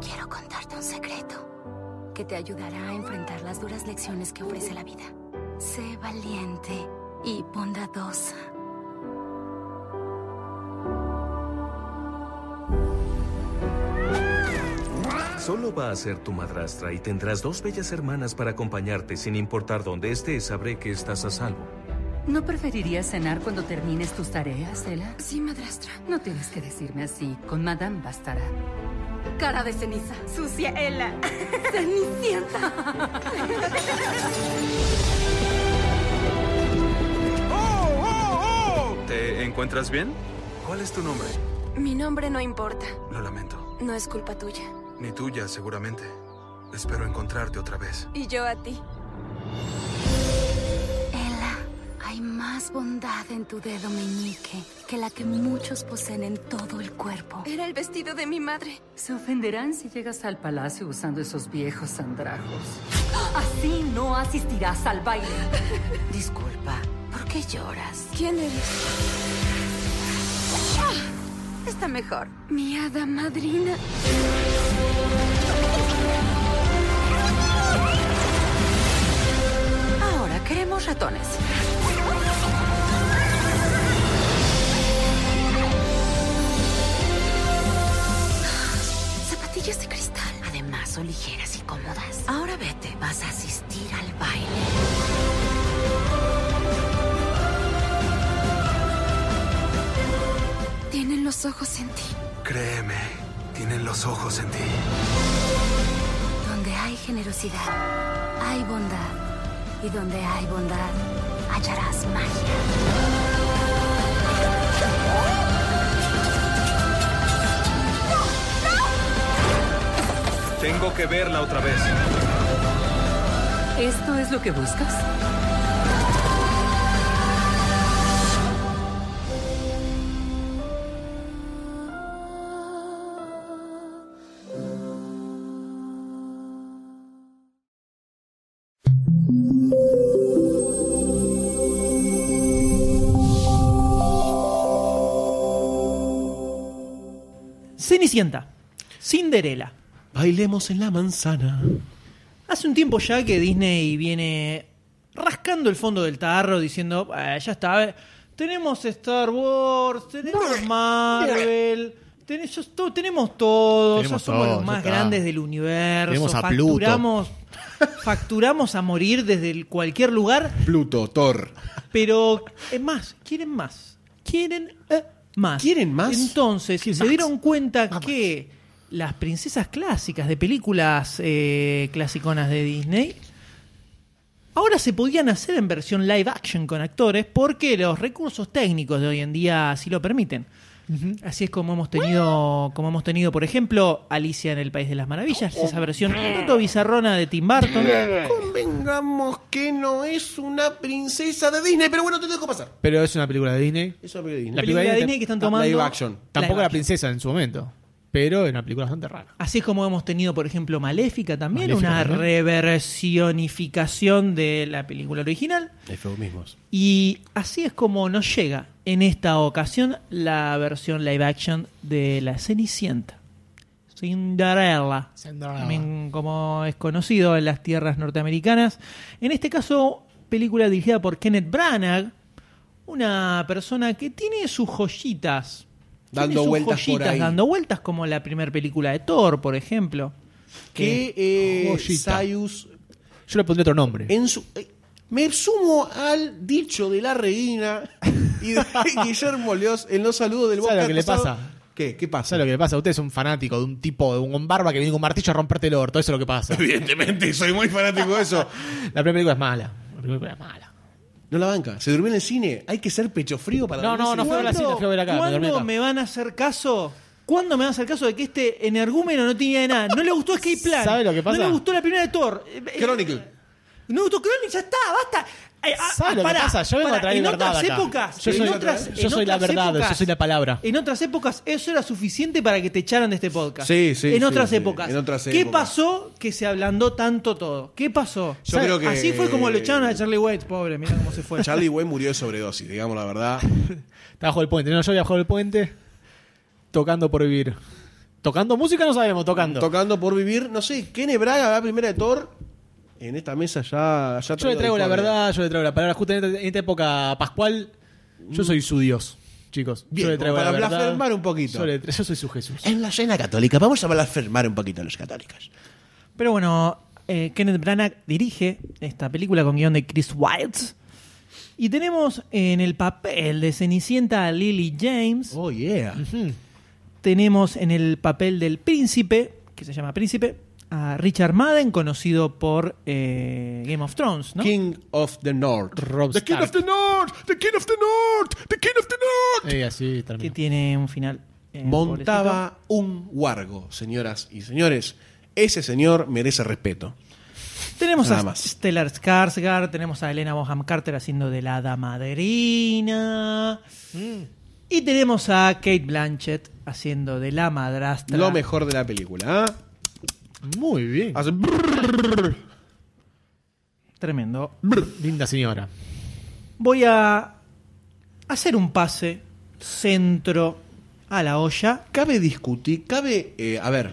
Speaker 8: Quiero contarte un secreto que te ayudará a enfrentar las duras lecciones que ofrece la vida. Sé valiente y bondadosa.
Speaker 9: Solo va a ser tu madrastra y tendrás dos bellas hermanas para acompañarte sin importar dónde estés, sabré que estás a salvo.
Speaker 10: ¿No preferirías cenar cuando termines tus tareas, Ella?
Speaker 8: Sí, madrastra.
Speaker 10: No tienes que decirme así. Con Madame bastará.
Speaker 8: Cara de ceniza. Sucia Ella. Cenicienta.
Speaker 9: Oh, ¿Te encuentras bien? ¿Cuál es tu nombre?
Speaker 8: Mi nombre no importa.
Speaker 9: Lo lamento.
Speaker 8: No es culpa tuya.
Speaker 9: Ni tuya, seguramente. Espero encontrarte otra vez.
Speaker 8: Y yo a ti. Ella, hay más bondad en tu dedo meñique que la que muchos poseen en todo el cuerpo. Era el vestido de mi madre.
Speaker 10: Se ofenderán si llegas al palacio usando esos viejos andrajos. Así no asistirás al baile. Disculpa, ¿por qué lloras?
Speaker 8: ¿Quién eres? Está mejor. Mi hada madrina. Ahora queremos ratones. Zapatillas de cristal. Además, son ligeras y cómodas. Ahora vete, vas a asistir al baile. Tienen los ojos en ti.
Speaker 11: Créeme, tienen los ojos en ti.
Speaker 8: Donde hay generosidad, hay bondad. Y donde hay bondad, hallarás magia.
Speaker 9: Tengo que verla otra vez.
Speaker 10: ¿Esto es lo que buscas?
Speaker 3: Cenicienta, Cinderela.
Speaker 5: Bailemos en la manzana.
Speaker 3: Hace un tiempo ya que Disney viene rascando el fondo del tarro diciendo, "Eh, ya está, eh, tenemos Star Wars, tenemos Marvel, ten- ya to- tenemos todo, ya
Speaker 4: Tenemos
Speaker 3: somos
Speaker 4: todo,
Speaker 3: los
Speaker 4: ya
Speaker 3: más
Speaker 4: está.
Speaker 3: grandes del universo,
Speaker 4: Tenemos a Pluto.
Speaker 3: facturamos, facturamos a morir desde el- cualquier lugar,
Speaker 5: Pluto, Thor.
Speaker 3: pero es más, quieren más, quieren eh, más.
Speaker 5: ¿Quieren más?
Speaker 3: Entonces, se
Speaker 4: más?
Speaker 3: dieron cuenta que las princesas clásicas de películas eh, clasiconas de Disney ahora se podían hacer en versión live action con actores porque los recursos técnicos de hoy en día así lo permiten. Así es como hemos tenido, como hemos tenido, por ejemplo, Alicia en el País de las Maravillas, esa versión un tanto bizarrona de Tim Burton.
Speaker 5: Convengamos que no es una princesa de Disney, pero bueno, te dejo pasar.
Speaker 4: Pero es una película de Disney.
Speaker 5: Eso es de Disney.
Speaker 4: La
Speaker 3: Película de Disney que están tomando.
Speaker 5: Live action.
Speaker 4: Tampoco
Speaker 3: Live
Speaker 4: la
Speaker 3: action.
Speaker 4: princesa en su momento. Pero es una película bastante rara.
Speaker 3: Así es como hemos tenido, por ejemplo, Maléfica también,
Speaker 4: Maléfica
Speaker 3: una
Speaker 4: también.
Speaker 3: reversionificación de la película original.
Speaker 5: Eufemismos.
Speaker 3: Y así es como nos llega en esta ocasión la versión live action de La Cenicienta. Cinderella. También como es conocido en las tierras norteamericanas. En este caso, película dirigida por Kenneth Branagh, una persona que tiene sus joyitas. Tiene
Speaker 5: Dando
Speaker 3: sus
Speaker 5: vueltas por
Speaker 3: joyitas,
Speaker 5: ahí.
Speaker 3: Dando vueltas como la primera película de Thor, por ejemplo.
Speaker 5: Que eh,
Speaker 4: Joyita.
Speaker 5: Sayus
Speaker 4: Yo le pondré otro nombre.
Speaker 5: en su- eh, me sumo al dicho de la reina y de Guillermo Leos en los saludos del
Speaker 4: ¿Sabe
Speaker 5: Boca
Speaker 4: lo que le
Speaker 5: pasado.
Speaker 4: pasa?
Speaker 5: ¿Qué? ¿Qué pasa?
Speaker 4: ¿Sabes lo que le pasa? Usted es un fanático de un tipo, de un barba que viene con un martillo a romperte el orto. Eso es lo que pasa. La
Speaker 5: Evidentemente, soy muy fanático de eso.
Speaker 4: primera película es mala. La primera película es mala.
Speaker 5: No la banca. Se durmió en el cine. Hay que ser pecho frío para
Speaker 4: No, no,
Speaker 5: dormirse.
Speaker 4: no fue a la cita, fui a ver acá. me
Speaker 3: ¿Cuándo
Speaker 4: dormí
Speaker 3: me,
Speaker 4: acá.
Speaker 3: van a hacer caso? ¿Cuándo me van a hacer caso de que este energúmeno no tenía de nada? No le gustó Escape Plan.
Speaker 4: ¿Sabe lo que pasa?
Speaker 3: No le gustó la primera de Thor. Eh, eh,
Speaker 5: Chronicle.
Speaker 3: No me gustó Chronicle, ya está, basta. Eh, ah,
Speaker 4: ¿Sabe lo que
Speaker 3: pará,
Speaker 4: pasa? Yo vengo
Speaker 3: pará.
Speaker 4: a traer
Speaker 3: en
Speaker 4: verdad
Speaker 3: otras
Speaker 4: acá.
Speaker 3: épocas,
Speaker 4: Yo
Speaker 3: en
Speaker 4: soy-
Speaker 3: otras-
Speaker 4: yo
Speaker 3: en
Speaker 4: soy la
Speaker 3: otras
Speaker 4: verdad, yo
Speaker 3: épocas-
Speaker 4: soy la palabra.
Speaker 3: En otras épocas eso era suficiente para que te echaran de este podcast.
Speaker 5: Sí, sí,
Speaker 3: En
Speaker 5: sí,
Speaker 3: otras
Speaker 5: sí,
Speaker 3: épocas.
Speaker 5: en otras
Speaker 3: ¿Qué
Speaker 5: épocas.
Speaker 3: pasó que se ablandó tanto todo? ¿Qué pasó?
Speaker 5: Yo creo que- eh,
Speaker 3: Así fue como lo echaron a Charlie Waits, pobre, mira cómo se fue.
Speaker 5: Charlie Way murió de sobredosis, digamos la verdad.
Speaker 4: Estaba bajo el puente. No, yo voy bajo el puente tocando por vivir. Tocando música no sabemos, tocando.
Speaker 5: Tocando por vivir, no sé, Kene Braga va primera de Thor. En esta mesa ya. ya
Speaker 4: yo le traigo la verdad, yo le traigo la palabra. Justo en esta, en esta época pascual, yo soy su Dios, chicos.
Speaker 5: Mm. Bien,
Speaker 4: yo le traigo
Speaker 5: como
Speaker 4: la
Speaker 5: para
Speaker 4: verdad.
Speaker 5: blasfemar un poquito.
Speaker 4: Yo, le tra- yo soy su Jesús.
Speaker 5: En la cena católica, vamos a blasfemar un poquito a los católicos.
Speaker 3: Pero bueno, eh, Kenneth Branagh dirige esta película con guión de Chris Wilde. Y tenemos en el papel de Cenicienta a Lily James.
Speaker 5: Oh, yeah.
Speaker 3: Tenemos en el papel del príncipe, que se llama Príncipe, a Richard Madden, conocido por eh, Game of Thrones, ¿no?
Speaker 5: King of the North.
Speaker 4: Rob
Speaker 5: the King
Speaker 4: Stark.
Speaker 5: of the North. The King of the North. The King of the North.
Speaker 4: Eh, así
Speaker 3: Que
Speaker 4: termino.
Speaker 3: tiene un final. eh,
Speaker 5: Montaba un huargo, señoras y señores. Ese señor merece respeto.
Speaker 3: pobrecito. Tenemos
Speaker 5: Nada
Speaker 3: a
Speaker 5: más.
Speaker 3: Stellar Skarsgård, tenemos a Elena Boham Carter haciendo de la hada madrina.
Speaker 5: Mm.
Speaker 3: Y tenemos a Kate Blanchett haciendo de la madrastra.
Speaker 5: Lo mejor de la película. ¿ah?
Speaker 4: Muy bien.
Speaker 5: Hace-
Speaker 3: Tremendo.
Speaker 4: Linda señora.
Speaker 3: Voy a hacer un pase centro a la olla.
Speaker 5: Cabe discutir, cabe, eh, a ver,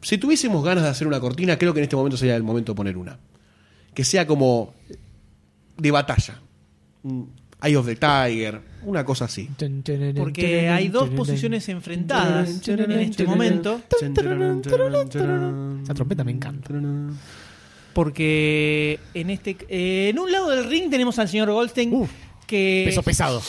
Speaker 5: si tuviésemos ganas de hacer una cortina, creo que en este momento sería el momento de poner una. Que sea como de batalla. Mm, Eye of the Tiger, una cosa así.
Speaker 3: Porque hay dos posiciones enfrentadas en este momento.
Speaker 4: Esa trompeta me encanta.
Speaker 3: Porque en este eh, en un lado del ring tenemos al señor Goldstein que
Speaker 4: Peso pesado.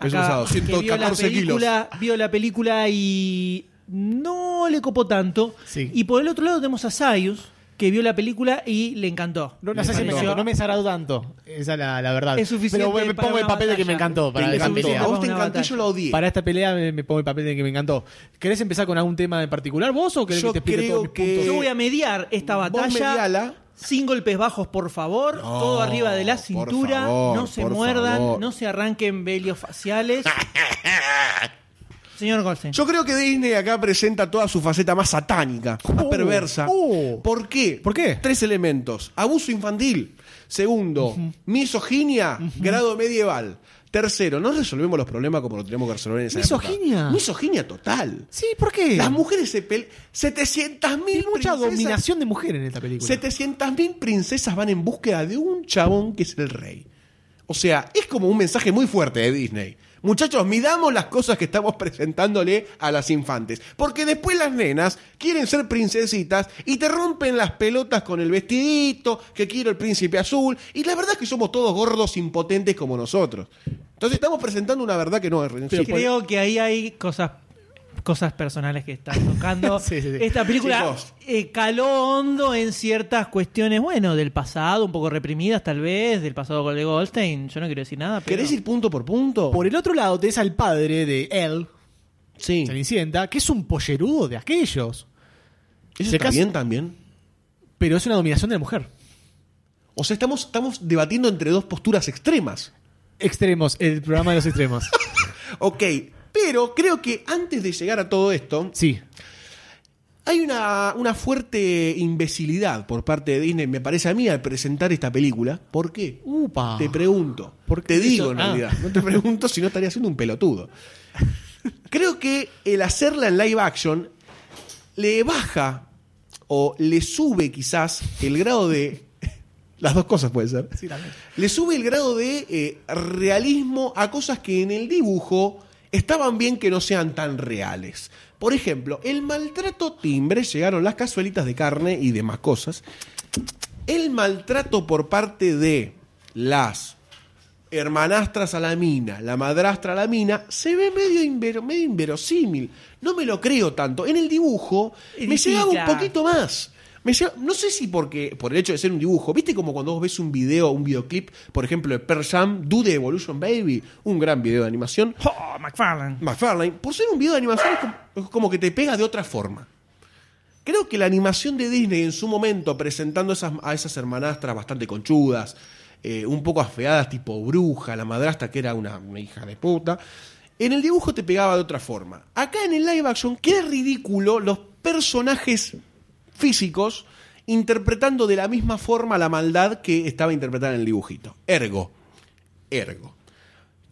Speaker 5: Peso
Speaker 3: acá,
Speaker 5: pesado,
Speaker 3: que vio la
Speaker 5: 114 kilos.
Speaker 3: película, vio la película y no le copó tanto.
Speaker 4: Sí.
Speaker 3: Y por el otro lado tenemos a Sayus que vio la película y le encantó.
Speaker 4: No, no
Speaker 3: Le
Speaker 4: sé si me
Speaker 3: pareció-
Speaker 4: encantó, no me desagradó tanto. Esa es la, la verdad.
Speaker 3: Es suficiente
Speaker 4: Pero me
Speaker 3: para
Speaker 4: pongo el
Speaker 3: una
Speaker 4: papel de que
Speaker 3: batalla.
Speaker 4: me encantó. Para
Speaker 5: Te
Speaker 4: esta
Speaker 5: encantó,
Speaker 4: pelea.
Speaker 5: a vos te
Speaker 3: Una
Speaker 5: encantó,
Speaker 3: batalla.
Speaker 5: yo la odié.
Speaker 4: Para esta pelea me, me pongo el papel de que me encantó. ¿Querés empezar con algún tema en particular vos o querés
Speaker 5: Yo
Speaker 4: que te explique
Speaker 5: creo
Speaker 4: todos mis
Speaker 5: que-
Speaker 4: puntos?
Speaker 3: Yo voy a mediar esta
Speaker 5: Vos
Speaker 3: batalla.
Speaker 5: mediala.
Speaker 3: Sin golpes bajos, por favor.
Speaker 5: No,
Speaker 3: todo arriba de la
Speaker 5: por
Speaker 3: cintura.
Speaker 5: favor,
Speaker 3: no se
Speaker 5: por
Speaker 3: muerdan.
Speaker 5: favor.
Speaker 3: No se arranquen velios faciales. Señor Goldstein.
Speaker 5: Yo creo que Disney acá presenta toda su faceta más satánica, más
Speaker 4: Oh,
Speaker 5: perversa.
Speaker 4: oh.
Speaker 5: ¿Por qué?
Speaker 4: ¿Por qué?
Speaker 5: Tres elementos. Abuso infantil. Segundo, misoginia, grado medieval. Tercero, no resolvemos los problemas como lo tenemos que resolver en esa
Speaker 4: Misoginia.
Speaker 5: época. Misoginia total.
Speaker 4: Sí, ¿por qué?
Speaker 5: Las mujeres se pelean. 700.000
Speaker 4: Hay mucha
Speaker 5: princesas.
Speaker 4: dominación de mujeres en esta película.
Speaker 5: 700.000 princesas van en búsqueda de un chabón que es el rey. O sea, es como un mensaje muy fuerte de Disney. Muchachos, midamos las cosas que estamos presentándole a las infantes. Porque después las nenas quieren ser princesitas y te rompen las pelotas con el vestidito, que quiero el príncipe azul. Y la verdad es que somos todos gordos impotentes como nosotros. Entonces estamos presentando una verdad que no es
Speaker 3: Sí, creo que ahí hay cosas cosas personales que están tocando.
Speaker 4: Sí, sí, sí.
Speaker 3: Esta película
Speaker 5: Chicos.
Speaker 3: eh, caló hondo en ciertas cuestiones, bueno, del pasado, un poco reprimidas tal vez, del pasado de Goldstein. Yo no quiero decir nada, pero...
Speaker 5: ¿Querés ir punto por punto?
Speaker 4: Por el otro lado tenés al padre de él,
Speaker 5: Sí.
Speaker 4: Cenicienta, que es un pollerudo de aquellos.
Speaker 5: ¿Eso
Speaker 4: Se
Speaker 5: está
Speaker 4: casa-
Speaker 5: bien también?
Speaker 4: Pero es una dominación de la mujer.
Speaker 5: O sea, estamos, estamos debatiendo entre dos posturas extremas.
Speaker 4: Extremos, el programa de los extremos.
Speaker 5: Ok, pero creo que antes de llegar a todo esto,
Speaker 4: Sí.
Speaker 5: hay una, una fuerte imbecilidad por parte de Disney, me parece a mí, al presentar esta película. ¿Por qué?
Speaker 4: Upa.
Speaker 5: Te pregunto.
Speaker 4: Ah. ¿Por qué
Speaker 5: te digo,
Speaker 4: eso?
Speaker 5: en
Speaker 4: Ah.
Speaker 5: realidad. No te pregunto si no estaría siendo un pelotudo. Creo que el hacerla en live action le baja o le sube quizás el grado de... Las dos cosas puede ser. Le sube el grado de eh, realismo a cosas que en el dibujo estaban bien que no sean tan reales. Por ejemplo, el maltrato timbre, llegaron las cazuelitas de carne y demás cosas. El maltrato por parte de las hermanastras a la mina, la madrastra a la mina, se ve medio, invero- medio inverosímil. No me lo creo tanto. En el dibujo me
Speaker 3: Editita.
Speaker 5: llegaba un poquito más. Me llegaba- no sé si porque por el hecho de ser un dibujo, ¿viste como cuando vos ves un video, un videoclip, por ejemplo, de Pearl Jam, Do the Evolution Baby, un gran video de animación?
Speaker 3: ¡Oh, McFarlane!
Speaker 5: McFarlane, por ser un video de animación es como, es como que te pega de otra forma. Creo que la animación de Disney en su momento, presentando esas- a esas hermanastras bastante conchudas, eh, un poco afeadas, tipo bruja, la madrastra que era una, una hija de puta, en el dibujo te pegaba de otra forma. Acá en el live action queda ridículo los personajes físicos interpretando de la misma forma la maldad que estaba interpretada en el dibujito. Ergo, ergo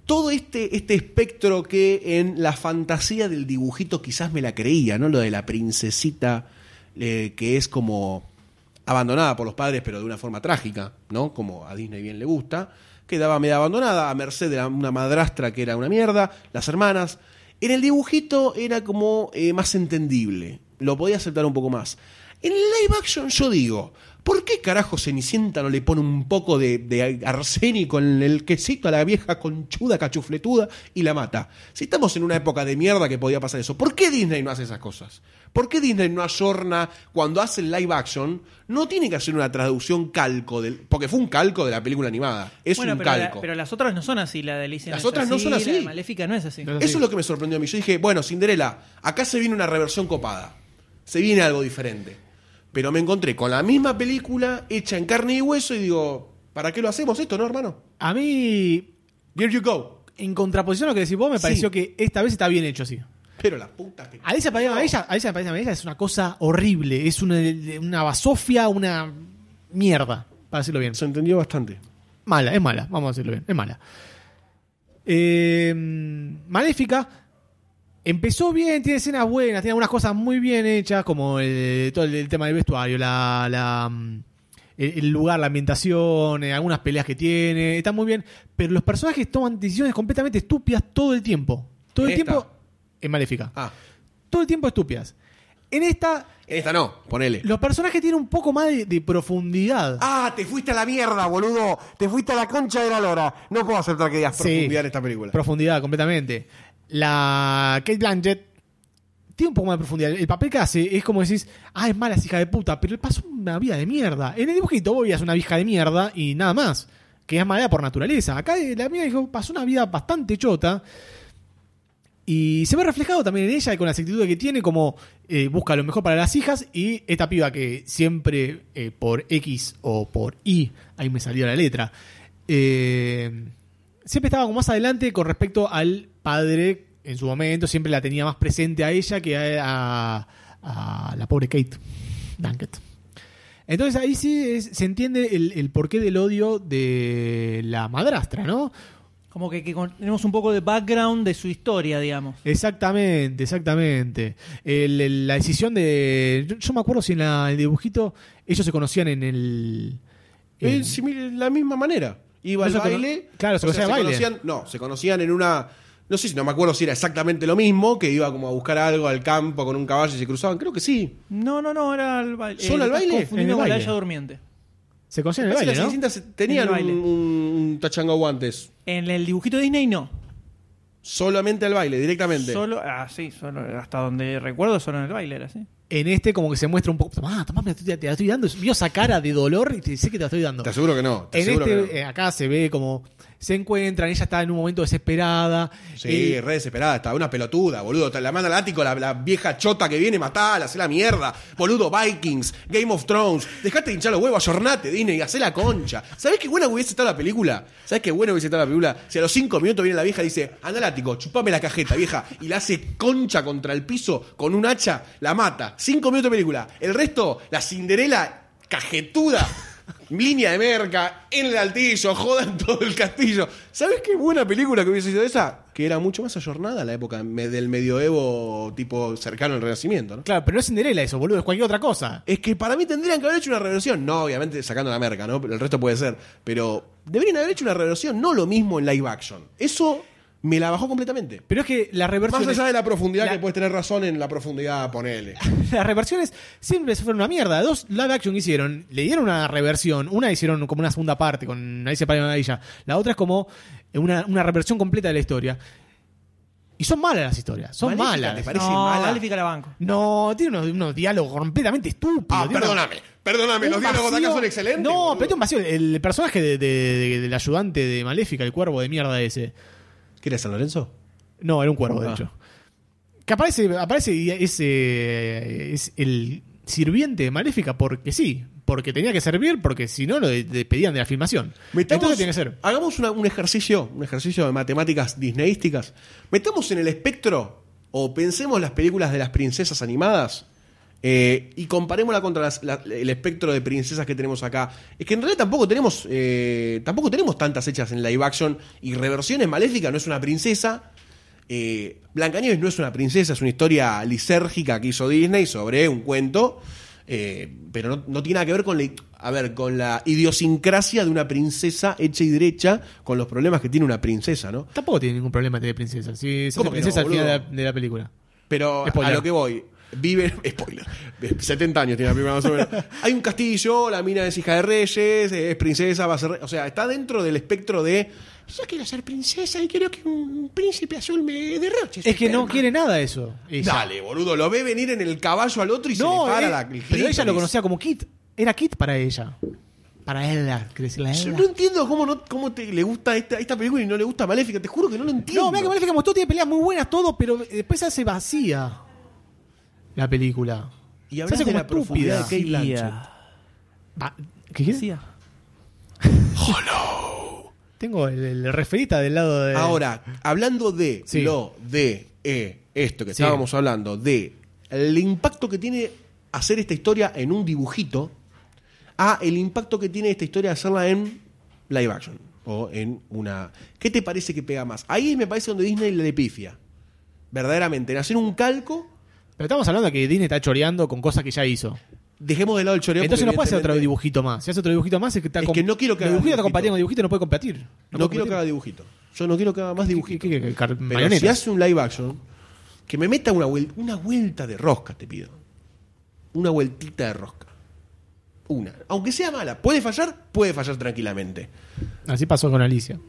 Speaker 5: todo este, este espectro que en la fantasía del dibujito quizás me la creía, ¿no? Lo de la princesita eh, que es como abandonada por los padres, pero de una forma trágica, ¿no? Como a Disney bien le gusta. Quedaba medio abandonada, a merced de la- una madrastra que era una mierda, las hermanas. En el dibujito era como eh, más entendible, lo podía aceptar un poco más. En el live action yo digo, ¿por qué carajo Cenicienta no le pone un poco de, de arsénico en el quesito a la vieja conchuda, cachufletuda y la mata? Si estamos en una época de mierda que podía pasar eso, ¿por qué Disney no hace esas cosas? ¿Por qué Disney no ayorna cuando hace el live action? No tiene que hacer una traducción calco del. Porque fue un calco de la película animada. Es
Speaker 3: bueno,
Speaker 5: un
Speaker 3: pero, la-
Speaker 5: calco.
Speaker 3: pero las otras no son así, la de Alicia no
Speaker 5: Las
Speaker 3: es
Speaker 5: otras no son
Speaker 3: La de
Speaker 5: así.
Speaker 3: Maléfica no es así.
Speaker 4: No.
Speaker 5: Eso es lo que me sorprendió a mí. Yo dije, bueno, Cinderela, acá se viene una reversión copada. Se viene algo diferente. Pero me encontré con la misma película hecha en carne y hueso y digo, ¿para qué lo hacemos esto, no, hermano?
Speaker 4: A mí,
Speaker 5: Here you go.
Speaker 4: en contraposición a lo que decís vos, me
Speaker 5: Sí.
Speaker 4: pareció que esta vez está bien hecho así.
Speaker 5: Pero la puta que.
Speaker 4: Alicia en País de Maravillas- Alicia en el País de Maravillas es una cosa horrible. Es una, una basofia, una mierda, para decirlo bien.
Speaker 5: Se entendió bastante.
Speaker 4: Mala, es mala, vamos a decirlo bien, es mala. Eh, Maléfica Empezó bien, tiene escenas buenas, tiene algunas cosas muy bien hechas, como el, todo el, el tema del vestuario, la, la, mm, el, el lugar, la ambientación, eh, algunas peleas que tiene, está muy bien, pero los personajes toman decisiones completamente estúpidas todo el tiempo. Todo el
Speaker 5: ¿En esta? Ah.
Speaker 4: tiempo es maléfica.
Speaker 1: Ah,
Speaker 4: Todo el tiempo estúpidas. En esta,
Speaker 5: En esta no, ponele.
Speaker 4: los personajes tienen un poco más de, de profundidad.
Speaker 1: Ah, te fuiste a la mierda, boludo. Te fuiste a la concha de la lora. No puedo aceptar que digas
Speaker 4: Sí.
Speaker 1: profundidad en esta película.
Speaker 4: Profundidad, completamente. La Kate Blanchett tiene un poco más de profundidad. El papel que hace es como decís, ah, es mala es hija de puta, pero le pasó una vida de mierda. En el dibujito vos veías una hija de mierda y nada más. Que es mala por naturaleza. Acá eh, la mía dijo, pasó una vida bastante chota. Y se ve reflejado también en ella y con las actitudes que tiene, como eh, busca lo mejor para las hijas. Y esta piba que siempre eh, por X o por Y, ahí me salió la letra, eh, siempre estaba como más adelante con respecto al padre en su momento, siempre la tenía más presente a ella que a, a- a la pobre Kate Blanket. Entonces ahí sí es- se entiende el, el porqué del odio de la madrastra, ¿no?
Speaker 3: Como que, que con- tenemos un poco de background de su historia, digamos.
Speaker 4: Exactamente, exactamente. El- el- la decisión de. Yo, yo me acuerdo si en la- el dibujito ellos se conocían en el. en-
Speaker 5: Es simil- la misma manera. Iba
Speaker 4: No
Speaker 5: al
Speaker 4: se cono-
Speaker 5: baile.
Speaker 4: claro, se
Speaker 5: o sea,
Speaker 4: conocían al baile.
Speaker 5: conocían- No, se conocían en una. No sé si no me acuerdo si era exactamente lo mismo, que iba como a buscar algo al campo con un caballo y se cruzaban. Creo que sí.
Speaker 3: No, no, no, era al baile.
Speaker 5: ¿Solo al
Speaker 3: estás
Speaker 5: baile?
Speaker 3: Confundiendo
Speaker 4: En el
Speaker 3: con la
Speaker 4: baile.
Speaker 3: Haya durmiente.
Speaker 4: Se conocían en el
Speaker 5: Parece
Speaker 4: baile,
Speaker 5: que las
Speaker 4: ¿no?
Speaker 5: Cenicientas
Speaker 3: En
Speaker 5: tenían
Speaker 3: el baile.
Speaker 5: un, un tachango guantes.
Speaker 3: En el dibujito de Disney no.
Speaker 5: Solamente al baile, directamente.
Speaker 3: Solo, ah, sí, solo, hasta donde recuerdo, solo en el baile era así.
Speaker 4: En este, como que se muestra un poco. Tomá, tomá, me la estoy- te la estoy dando. Vio esa cara de dolor y te dice que te la estoy dando.
Speaker 5: Te aseguro que no. Te
Speaker 4: En
Speaker 5: aseguro
Speaker 4: este,
Speaker 5: que
Speaker 4: eh, acá se ve como se encuentran, ella está en un momento desesperada.
Speaker 5: no. Sí,
Speaker 4: eh,
Speaker 5: re desesperada, estaba una pelotuda, boludo. Te La manda al ático, la, la vieja chota que viene, matala, hace la mierda. Boludo, Vikings, Game of Thrones. Dejate de hinchar los huevos, ayornate, Disney, hacé la concha. ¿Sabés qué buena hubiese estado la película? ¿Sabés qué buena hubiese estado la película? Si a los cinco minutos viene la vieja y dice, anda al ático, chupame la cajeta, vieja. Y la hace concha contra el piso con un hacha, la mata. Cinco minutos de película. El resto, la Cinderela cajetuda. Línea de merca, en el altillo, jodan todo el castillo. ¿Sabes qué buena película que hubiese sido esa? Que era mucho más ayornada la época me- del medioevo, tipo cercano al Renacimiento, ¿no?
Speaker 4: Claro, pero no es Cinderella eso, boludo, es cualquier otra cosa.
Speaker 5: Es que para mí tendrían que haber hecho una revolución. No, obviamente sacando la merca, ¿no? Pero el resto puede ser. Pero deberían haber hecho una revolución, no lo mismo en live action. Eso me la bajó completamente.
Speaker 4: Pero es que las
Speaker 5: Más
Speaker 4: reversiones.
Speaker 5: allá de la profundidad,
Speaker 4: La-
Speaker 5: que puedes tener razón en la profundidad, ponele.
Speaker 4: las reversiones siempre se fueron una mierda. Dos live action que hicieron, le dieron una reversión. Una hicieron como una segunda parte con Alicia Palma Maravilla. La otra es como una, una reversión completa de la historia. Y son malas las historias, son
Speaker 5: Maléfica, ¿te
Speaker 4: malas.
Speaker 5: parece
Speaker 3: no,
Speaker 5: mala?
Speaker 3: Maléfica la banco.
Speaker 4: No, tiene unos, unos diálogos completamente estúpidos.
Speaker 5: Ah,
Speaker 4: tiene unos-
Speaker 5: perdóname, perdóname, los
Speaker 4: un
Speaker 5: diálogos de acá
Speaker 4: vacío-
Speaker 5: son excelentes.
Speaker 4: No,
Speaker 5: boludo.
Speaker 4: pero tiene un vacío. El personaje de- de- de- del ayudante de Maléfica, el cuervo de mierda ese.
Speaker 5: ¿Qué era San Lorenzo?
Speaker 4: No, era un cuervo, de
Speaker 5: Ah.
Speaker 4: hecho. Que aparece, aparece y es, eh, es el sirviente de Maléfica porque sí. Porque tenía que servir, porque si no lo de- despedían de la filmación.
Speaker 5: Metamos-
Speaker 4: Entonces tiene que ser.
Speaker 5: Hagamos una- un ejercicio, un ejercicio de matemáticas disneísticas. Metamos en el espectro o pensemos las películas de las princesas animadas eh, y comparémosla contra las- la- el espectro de princesas que tenemos acá. Es que en realidad tampoco tenemos, eh, tampoco tenemos tantas hechas en live action y reversiones. Maléfica no es una princesa. Eh, Blancanieves no es una princesa, es una historia lisérgica que hizo Disney sobre un cuento, eh, pero no, no tiene nada que ver con la, a ver, con la idiosincrasia de una princesa hecha y derecha, con los problemas que tiene una princesa, ¿no?
Speaker 4: Tampoco tiene ningún problema de princesa. Sí, es
Speaker 5: ¿Cómo que no,
Speaker 4: princesa al final de la,
Speaker 5: boludo?
Speaker 4: de la película.
Speaker 5: Pero
Speaker 4: Spoiler.
Speaker 5: a lo que voy, vive. Spoiler. 70 años tiene la primera más o menos. Hay un castillo, la mina es hija de reyes, es princesa, va a ser. re- O sea, está dentro del espectro de.
Speaker 6: Yo quiero ser princesa y quiero que un príncipe azul me derroche.
Speaker 4: Es que no quiere nada de eso. ella.
Speaker 5: Dale, boludo, lo ve venir en el caballo al otro y se
Speaker 4: No,
Speaker 5: le para
Speaker 4: eh,
Speaker 5: la. el
Speaker 4: pero ella lo
Speaker 5: clítoris.
Speaker 4: conocía como Kit. Era Kit para ella. Para ella, creció la
Speaker 5: Yo
Speaker 4: ella.
Speaker 5: no entiendo cómo, no, cómo te, le gusta esta, esta película y no le gusta Maléfica. Te juro que no lo entiendo.
Speaker 4: No, mira que Maléfica como todo tiene peleas muy buenas, todo, pero después se hace vacía la película.
Speaker 5: Y
Speaker 4: se
Speaker 5: hablas
Speaker 4: hace
Speaker 5: de
Speaker 4: como
Speaker 5: la profundidad
Speaker 4: estúpida.
Speaker 5: de Kate Blanchett.
Speaker 4: Ah, ¿Qué qué?
Speaker 3: Decía.
Speaker 4: Tengo el, el referita del lado de.
Speaker 5: Eh. Ahora, hablando de
Speaker 4: Sí.
Speaker 5: lo de eh, esto que
Speaker 4: Sí.
Speaker 5: estábamos hablando, de el impacto que tiene hacer esta historia en un dibujito, a el impacto que tiene esta historia hacerla en live action o en una. ¿Qué te parece que pega más? Ahí me parece donde Disney le pifia. verdaderamente en hacer un calco.
Speaker 4: Pero estamos hablando de que Disney está choreando con cosas que ya hizo.
Speaker 5: Dejemos de lado el choreo.
Speaker 4: Entonces no
Speaker 5: porque
Speaker 4: puede hacer otro
Speaker 5: evidentemente-
Speaker 4: dibujito más. Si hace otro dibujito más, es que está
Speaker 5: Es
Speaker 4: con-
Speaker 5: que no quiero que
Speaker 4: el
Speaker 5: haga
Speaker 4: dibujito está
Speaker 5: dibujito.
Speaker 4: compartido con dibujito, no puede competir.
Speaker 5: No,
Speaker 4: puede
Speaker 5: quiero que
Speaker 4: competir.
Speaker 5: haga dibujito. Yo no quiero que haga más dibujito.
Speaker 4: ¿Qué quiere que car-
Speaker 5: Pero si
Speaker 4: marionetas?
Speaker 5: hace un live action, que me meta una, vuel- una vuelta de rosca, te pido. Una vueltita de rosca. Una. Aunque sea mala. Puede fallar, puede fallar tranquilamente.
Speaker 4: Así pasó con Alicia.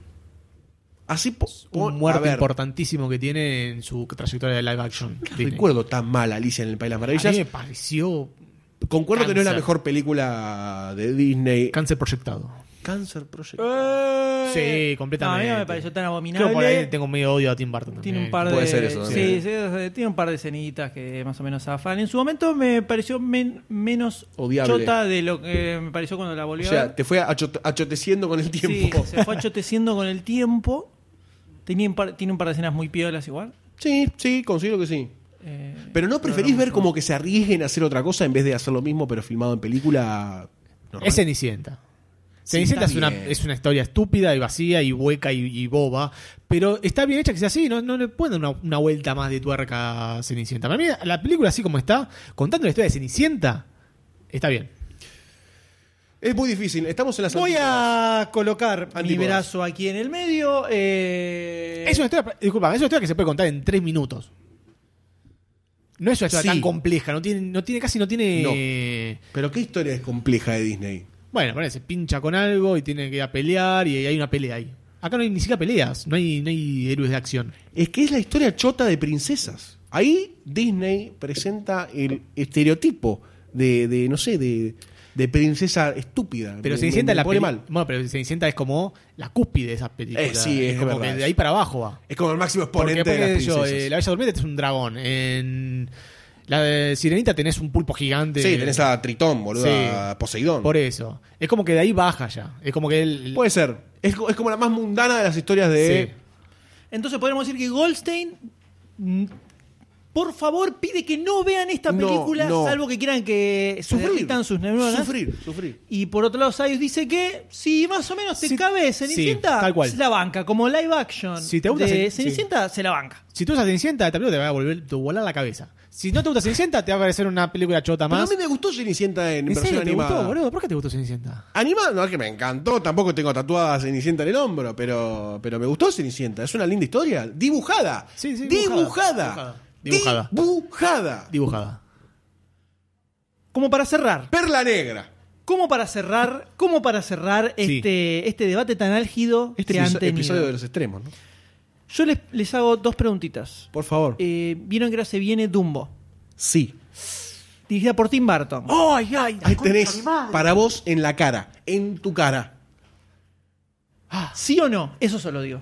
Speaker 5: Así po-
Speaker 4: Un
Speaker 5: a
Speaker 4: muerto
Speaker 5: ver,
Speaker 4: importantísimo que tiene en su trayectoria de live action. Disney.
Speaker 5: recuerdo tan mal Alicia en el País de las
Speaker 4: A
Speaker 5: Maravillas.
Speaker 4: mí me pareció
Speaker 5: Concuerdo que no es la
Speaker 4: Cáncer.
Speaker 5: mejor película de Disney.
Speaker 4: cáncer proyectado.
Speaker 5: Cáncer Project.
Speaker 4: Sí, completamente.
Speaker 3: No, a mí me pareció tan abominable.
Speaker 4: Creo por ahí tengo medio odio a Tim Burton.
Speaker 3: Tiene
Speaker 4: también.
Speaker 3: un par de.
Speaker 5: Puede ser eso
Speaker 3: sí,
Speaker 5: también.
Speaker 3: sí, sí, tiene un par de escenitas que más o menos zafan. En su momento me pareció men- menos
Speaker 5: Odiable.
Speaker 3: chota de lo que me pareció cuando la
Speaker 5: O
Speaker 3: volví a ver.
Speaker 5: sea, te fue achot- achoteciendo con el
Speaker 3: Sí,
Speaker 5: tiempo.
Speaker 3: se fue achoteciendo con el tiempo. Tenía un par- tiene un par de escenas muy piolas igual.
Speaker 5: Sí, sí, considero que sí.
Speaker 3: Eh,
Speaker 5: Pero no preferís ver como que se arriesguen a hacer otra cosa en vez de hacer lo mismo pero filmado en película normal.
Speaker 4: Es Cenicienta. Cenicienta es,
Speaker 5: está
Speaker 4: una,
Speaker 5: bien.
Speaker 4: es una historia estúpida y vacía y hueca y, y boba. Pero está bien hecha que sea así. No, no le pueden dar una, una vuelta más de tuerca a Cenicienta. Para mí, la película así como está, contando la historia de Cenicienta, está bien.
Speaker 5: Es muy difícil. Estamos en las
Speaker 3: Voy a colocar mi
Speaker 5: Antípodas.
Speaker 3: brazo aquí en el medio. eh,
Speaker 4: Es una historia, disculpa, es una historia que se puede contar en tres minutos. No es una historia
Speaker 5: Sí.
Speaker 4: tan compleja. No tiene, no tiene, casi no tiene...
Speaker 5: Pero qué historia es compleja de Disney.
Speaker 4: Bueno, parece, se pincha con algo y tiene que ir a pelear y hay una pelea ahí. Acá no hay ni siquiera peleas, no hay, no hay héroes de acción.
Speaker 5: Es que es la historia chota de princesas. Ahí Disney presenta el estereotipo de, de, no sé, de, de princesa estúpida.
Speaker 4: Pero
Speaker 5: Me-
Speaker 4: Cenicienta
Speaker 5: me-
Speaker 4: es la
Speaker 5: me pone
Speaker 4: peli-
Speaker 5: mal.
Speaker 4: Bueno, pero Cenicienta es como la cúspide de esas películas.
Speaker 5: Eh, sí, es
Speaker 4: como
Speaker 5: verdad
Speaker 4: que de
Speaker 5: eso.
Speaker 4: ahí para abajo va.
Speaker 5: Es como el máximo
Speaker 4: Porque,
Speaker 5: exponente de las
Speaker 4: qué sé yo,
Speaker 5: princesas.
Speaker 4: eh, la Bella Durmiente es un dragón. En la de Sirenita tenés un pulpo gigante.
Speaker 5: Sí, tenés a Tritón, boludo,
Speaker 4: Sí.
Speaker 5: a Poseidón.
Speaker 4: Por eso. Es como que de ahí baja ya. Es como que el...
Speaker 5: Puede ser. Es, co- es como la más mundana de las historias de...
Speaker 4: Sí.
Speaker 3: Entonces podemos decir que Goldstein, mm, por favor, pide que no vean esta
Speaker 5: No,
Speaker 3: película,
Speaker 5: no.
Speaker 3: salvo que quieran que se
Speaker 5: Sufrir.
Speaker 3: derritan sus neuronas.
Speaker 5: Sufrir, sufrir.
Speaker 3: Y por otro lado, Sayus dice que si más o menos te
Speaker 4: Si-
Speaker 3: cabe
Speaker 4: sí,
Speaker 3: Cenicienta,
Speaker 4: tal cual.
Speaker 3: se la banca. Como live action
Speaker 4: Si te gusta
Speaker 3: de
Speaker 4: Cen- sí.
Speaker 3: Cenicienta, se la banca.
Speaker 4: Si tú usas Cenicienta, esta película te va a volver te va a volar la cabeza. Si no te gusta Cenicienta, te va a parecer una película chota
Speaker 5: Pero a
Speaker 4: más.
Speaker 5: mí me gustó Cenicienta en,
Speaker 4: ¿En
Speaker 5: versión
Speaker 4: serio te
Speaker 5: animada.
Speaker 4: gustó, boludo? ¿Por qué te gustó Cenicienta?
Speaker 5: Animada, no es que me encantó, tampoco tengo tatuada Cenicienta en el hombro, pero, pero me gustó Cenicienta. Es una linda historia. Dibujada.
Speaker 4: Sí, sí,
Speaker 5: dibujada.
Speaker 4: dibujada.
Speaker 5: Dibujada. Dibujada.
Speaker 4: Dibujada.
Speaker 3: Como para cerrar.
Speaker 5: Perla negra.
Speaker 3: Como para cerrar, como para cerrar
Speaker 4: Sí.
Speaker 3: este, este debate tan álgido
Speaker 5: Este
Speaker 3: que han
Speaker 5: episo-
Speaker 3: tenido.
Speaker 5: episodio de los extremos, ¿no?
Speaker 3: Yo les, les hago dos preguntitas.
Speaker 5: Por favor.
Speaker 3: Eh, Vieron que ahora se viene Dumbo,
Speaker 5: sí.
Speaker 3: dirigida por Tim Burton.
Speaker 4: ¡Oh!
Speaker 5: ¡Ay, ay! Ahí tenés para vos en la cara, en tu cara.
Speaker 3: ¿Sí o no? Eso solo digo.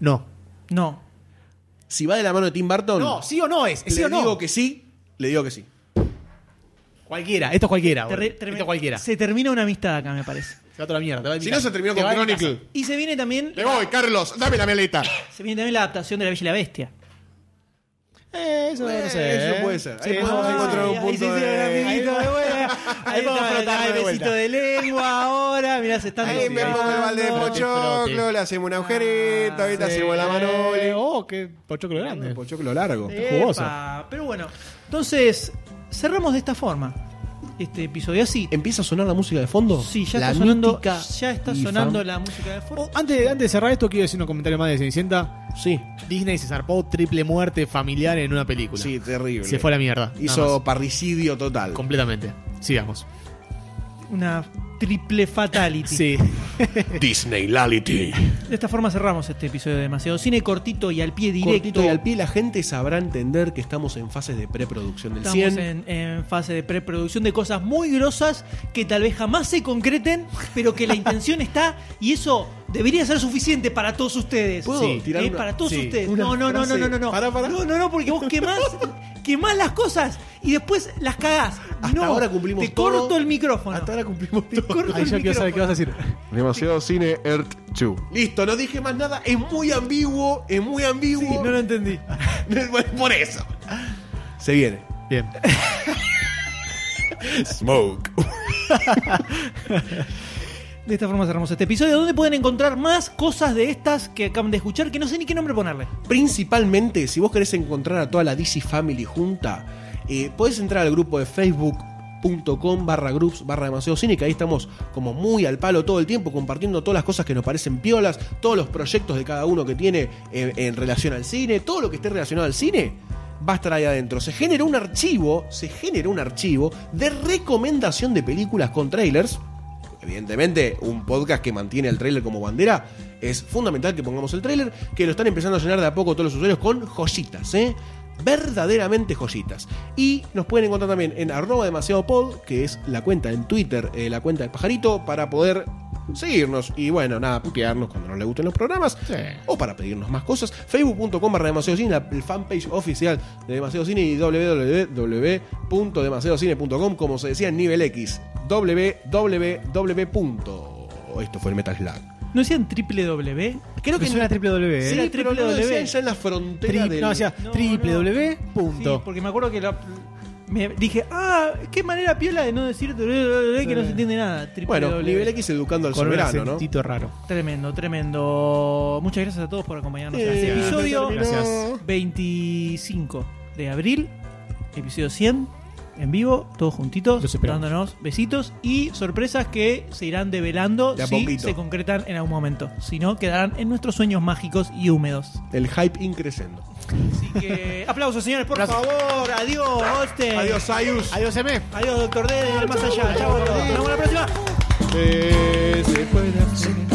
Speaker 4: No.
Speaker 3: No.
Speaker 5: Si va de la mano de Tim Burton,
Speaker 4: No, sí o no es. es
Speaker 5: le
Speaker 4: sí o no.
Speaker 5: digo que sí, le digo que sí.
Speaker 4: Cualquiera, esto es cualquiera.
Speaker 3: Te
Speaker 4: boludo.
Speaker 3: re-
Speaker 4: Esto es cualquiera. Se
Speaker 3: Se termina una amistad acá, me parece.
Speaker 4: va a toda la mierda. te va de mi
Speaker 5: Si no,
Speaker 4: casa.
Speaker 5: se terminó
Speaker 4: Te
Speaker 5: con
Speaker 4: va de mi
Speaker 5: Chronicle.
Speaker 3: Y se viene también,
Speaker 4: ¿Eh?
Speaker 5: Le voy, Carlos, dame la meleta.
Speaker 3: se viene también la adaptación de La Bella y la Bestia.
Speaker 4: casa. Eh, eso, no sé.
Speaker 5: Eso puede ser.
Speaker 4: Sí,
Speaker 5: Ahí podemos
Speaker 4: no,
Speaker 5: encontrar
Speaker 4: ahí-
Speaker 5: un punto de-
Speaker 3: Ahí
Speaker 4: Ahí
Speaker 3: de vuelta. Ahí
Speaker 4: vamos
Speaker 3: está,
Speaker 4: frotarlo
Speaker 3: está el
Speaker 4: de vuelta.
Speaker 3: besito de lengua ahora. Mirá, se están
Speaker 4: Ahí me pongo el balde de
Speaker 3: tocando.
Speaker 4: pocho- Pochoclo,
Speaker 5: le hacemos un
Speaker 3: agujerito, ahorita
Speaker 4: hacemos la mano. Oh, qué pochoclo grande.
Speaker 5: Pochoclo largo.
Speaker 3: Epa,
Speaker 4: jugoso.
Speaker 3: Pero bueno, entonces cerramos de esta forma este episodio así.
Speaker 5: ¿Empieza a sonar la música de fondo?
Speaker 3: Sí, ya
Speaker 5: Eh, La
Speaker 3: está sonando,
Speaker 5: mítica
Speaker 3: ya está
Speaker 5: y
Speaker 3: sonando
Speaker 5: fam-
Speaker 3: la música de fondo.
Speaker 4: Oh, antes, antes de cerrar esto, quiero decir un comentario más de Cenicienta.
Speaker 5: Sí.
Speaker 4: Disney se zarpó triple muerte familiar en una película.
Speaker 5: Sí, terrible.
Speaker 4: se fue a la mierda. nada
Speaker 5: Hizo
Speaker 4: más.
Speaker 5: parricidio total.
Speaker 4: completamente. Sigamos.
Speaker 5: ah.
Speaker 3: Una triple fatality.
Speaker 4: Sí.
Speaker 5: Disney Lality.
Speaker 3: De esta forma cerramos este episodio de Demasiado Cine, cortito y al pie directo.
Speaker 5: Cortito y al pie, la gente sabrá entender que estamos en fases de preproducción del
Speaker 3: Estamos
Speaker 5: 100.
Speaker 3: en, en fase de preproducción de cosas muy grosas que tal vez jamás se concreten, pero que la intención está y eso debería ser suficiente para todos ustedes.
Speaker 5: ¿Puedo
Speaker 3: Sí.
Speaker 5: tirar
Speaker 3: Eh,
Speaker 5: una-
Speaker 3: para todos
Speaker 5: sí,
Speaker 3: ustedes.
Speaker 5: una
Speaker 3: No, no, no, no,
Speaker 5: frase?
Speaker 3: no, no, no.
Speaker 5: Pará, pará.
Speaker 3: No, no, no, porque vos quemás, quemás las cosas y después las cagás.
Speaker 5: Hasta
Speaker 3: no,
Speaker 5: ahora cumplimos
Speaker 3: Te
Speaker 5: todo.
Speaker 3: corto el micrófono.
Speaker 5: Hasta ahora cumplimos
Speaker 3: Te
Speaker 5: todo.
Speaker 3: corto
Speaker 4: Ahí
Speaker 3: el
Speaker 4: yo quiero saber qué vas a decir.
Speaker 1: Demasiado cine Earth 2.
Speaker 5: Listo, no dije más nada. Es muy ambiguo, es muy ambiguo.
Speaker 3: micrófono. Sí, no lo entendí.
Speaker 5: Por eso. Se viene.
Speaker 4: Bien.
Speaker 5: Smoke.
Speaker 3: De esta forma cerramos este episodio. ¿Dónde pueden encontrar más cosas de estas que acaban de escuchar que no sé ni qué nombre ponerle?
Speaker 5: Principalmente, si vos querés encontrar a toda la DC Family junta, eh, podés entrar al grupo de facebook.com barra groups barra demasiado cine que ahí estamos como muy al palo todo el tiempo compartiendo todas las cosas que nos parecen piolas todos los proyectos de cada uno que tiene eh, en relación al cine todo lo que esté relacionado al cine va a estar ahí adentro se generó un archivo se generó un archivo de recomendación de películas con trailers evidentemente, un podcast que mantiene el trailer como bandera, es fundamental que pongamos el trailer, que lo están empezando a llenar de a poco todos los usuarios con joyitas, ¿eh? Verdaderamente joyitas. Y nos pueden encontrar también en arroba demasiado pod, que es la cuenta en Twitter, eh, la cuenta del pajarito, para poder seguirnos y bueno, nada, putearnos cuando no les gusten los programas o para pedirnos más cosas. Facebook.com barra demasiado cine, la- el fanpage oficial de demasiado cine y www.demasiadocine.com, como se decía en nivel X. www. punto- Esto fue el Metal Slug.
Speaker 3: ¿No decían triple W?
Speaker 5: Creo que
Speaker 4: es una triple W.
Speaker 5: Sí,
Speaker 4: ¿eh?
Speaker 5: pero no decían ya en la frontera
Speaker 4: Tri-
Speaker 5: del-
Speaker 4: No, decía
Speaker 3: No,
Speaker 4: triple
Speaker 3: no.
Speaker 4: W.
Speaker 3: Sí,
Speaker 4: Punto.
Speaker 3: porque me acuerdo que la- me dije, ah, qué manera piola de no decir W, que no se entiende nada. Triple
Speaker 5: Bueno,
Speaker 3: W.
Speaker 5: nivel X educando al
Speaker 4: Con un
Speaker 5: soberano, ¿no?
Speaker 4: acentito raro.
Speaker 3: Tremendo, tremendo. Muchas gracias a todos por acompañarnos en este
Speaker 5: Eh,
Speaker 3: episodio.
Speaker 4: Gracias.
Speaker 3: 25 de abril, episodio 100, en vivo, todos
Speaker 4: Los
Speaker 3: juntitos,
Speaker 4: esperamos.
Speaker 3: dándonos besitos y sorpresas que se irán develando
Speaker 5: De a
Speaker 3: si
Speaker 5: poquito.
Speaker 3: se concretan en algún momento. Si no, quedarán en nuestros sueños mágicos y húmedos.
Speaker 5: El hype increciendo.
Speaker 3: Así que, aplausos, señores, por favor. Adiós,
Speaker 4: Eh.
Speaker 3: Austin.
Speaker 5: Adiós, Sayus.
Speaker 4: Adiós, M.
Speaker 3: Adiós, doctor D, del más allá. Chao, a todos. Nos vemos la próxima.
Speaker 5: Eh, se puede hacer.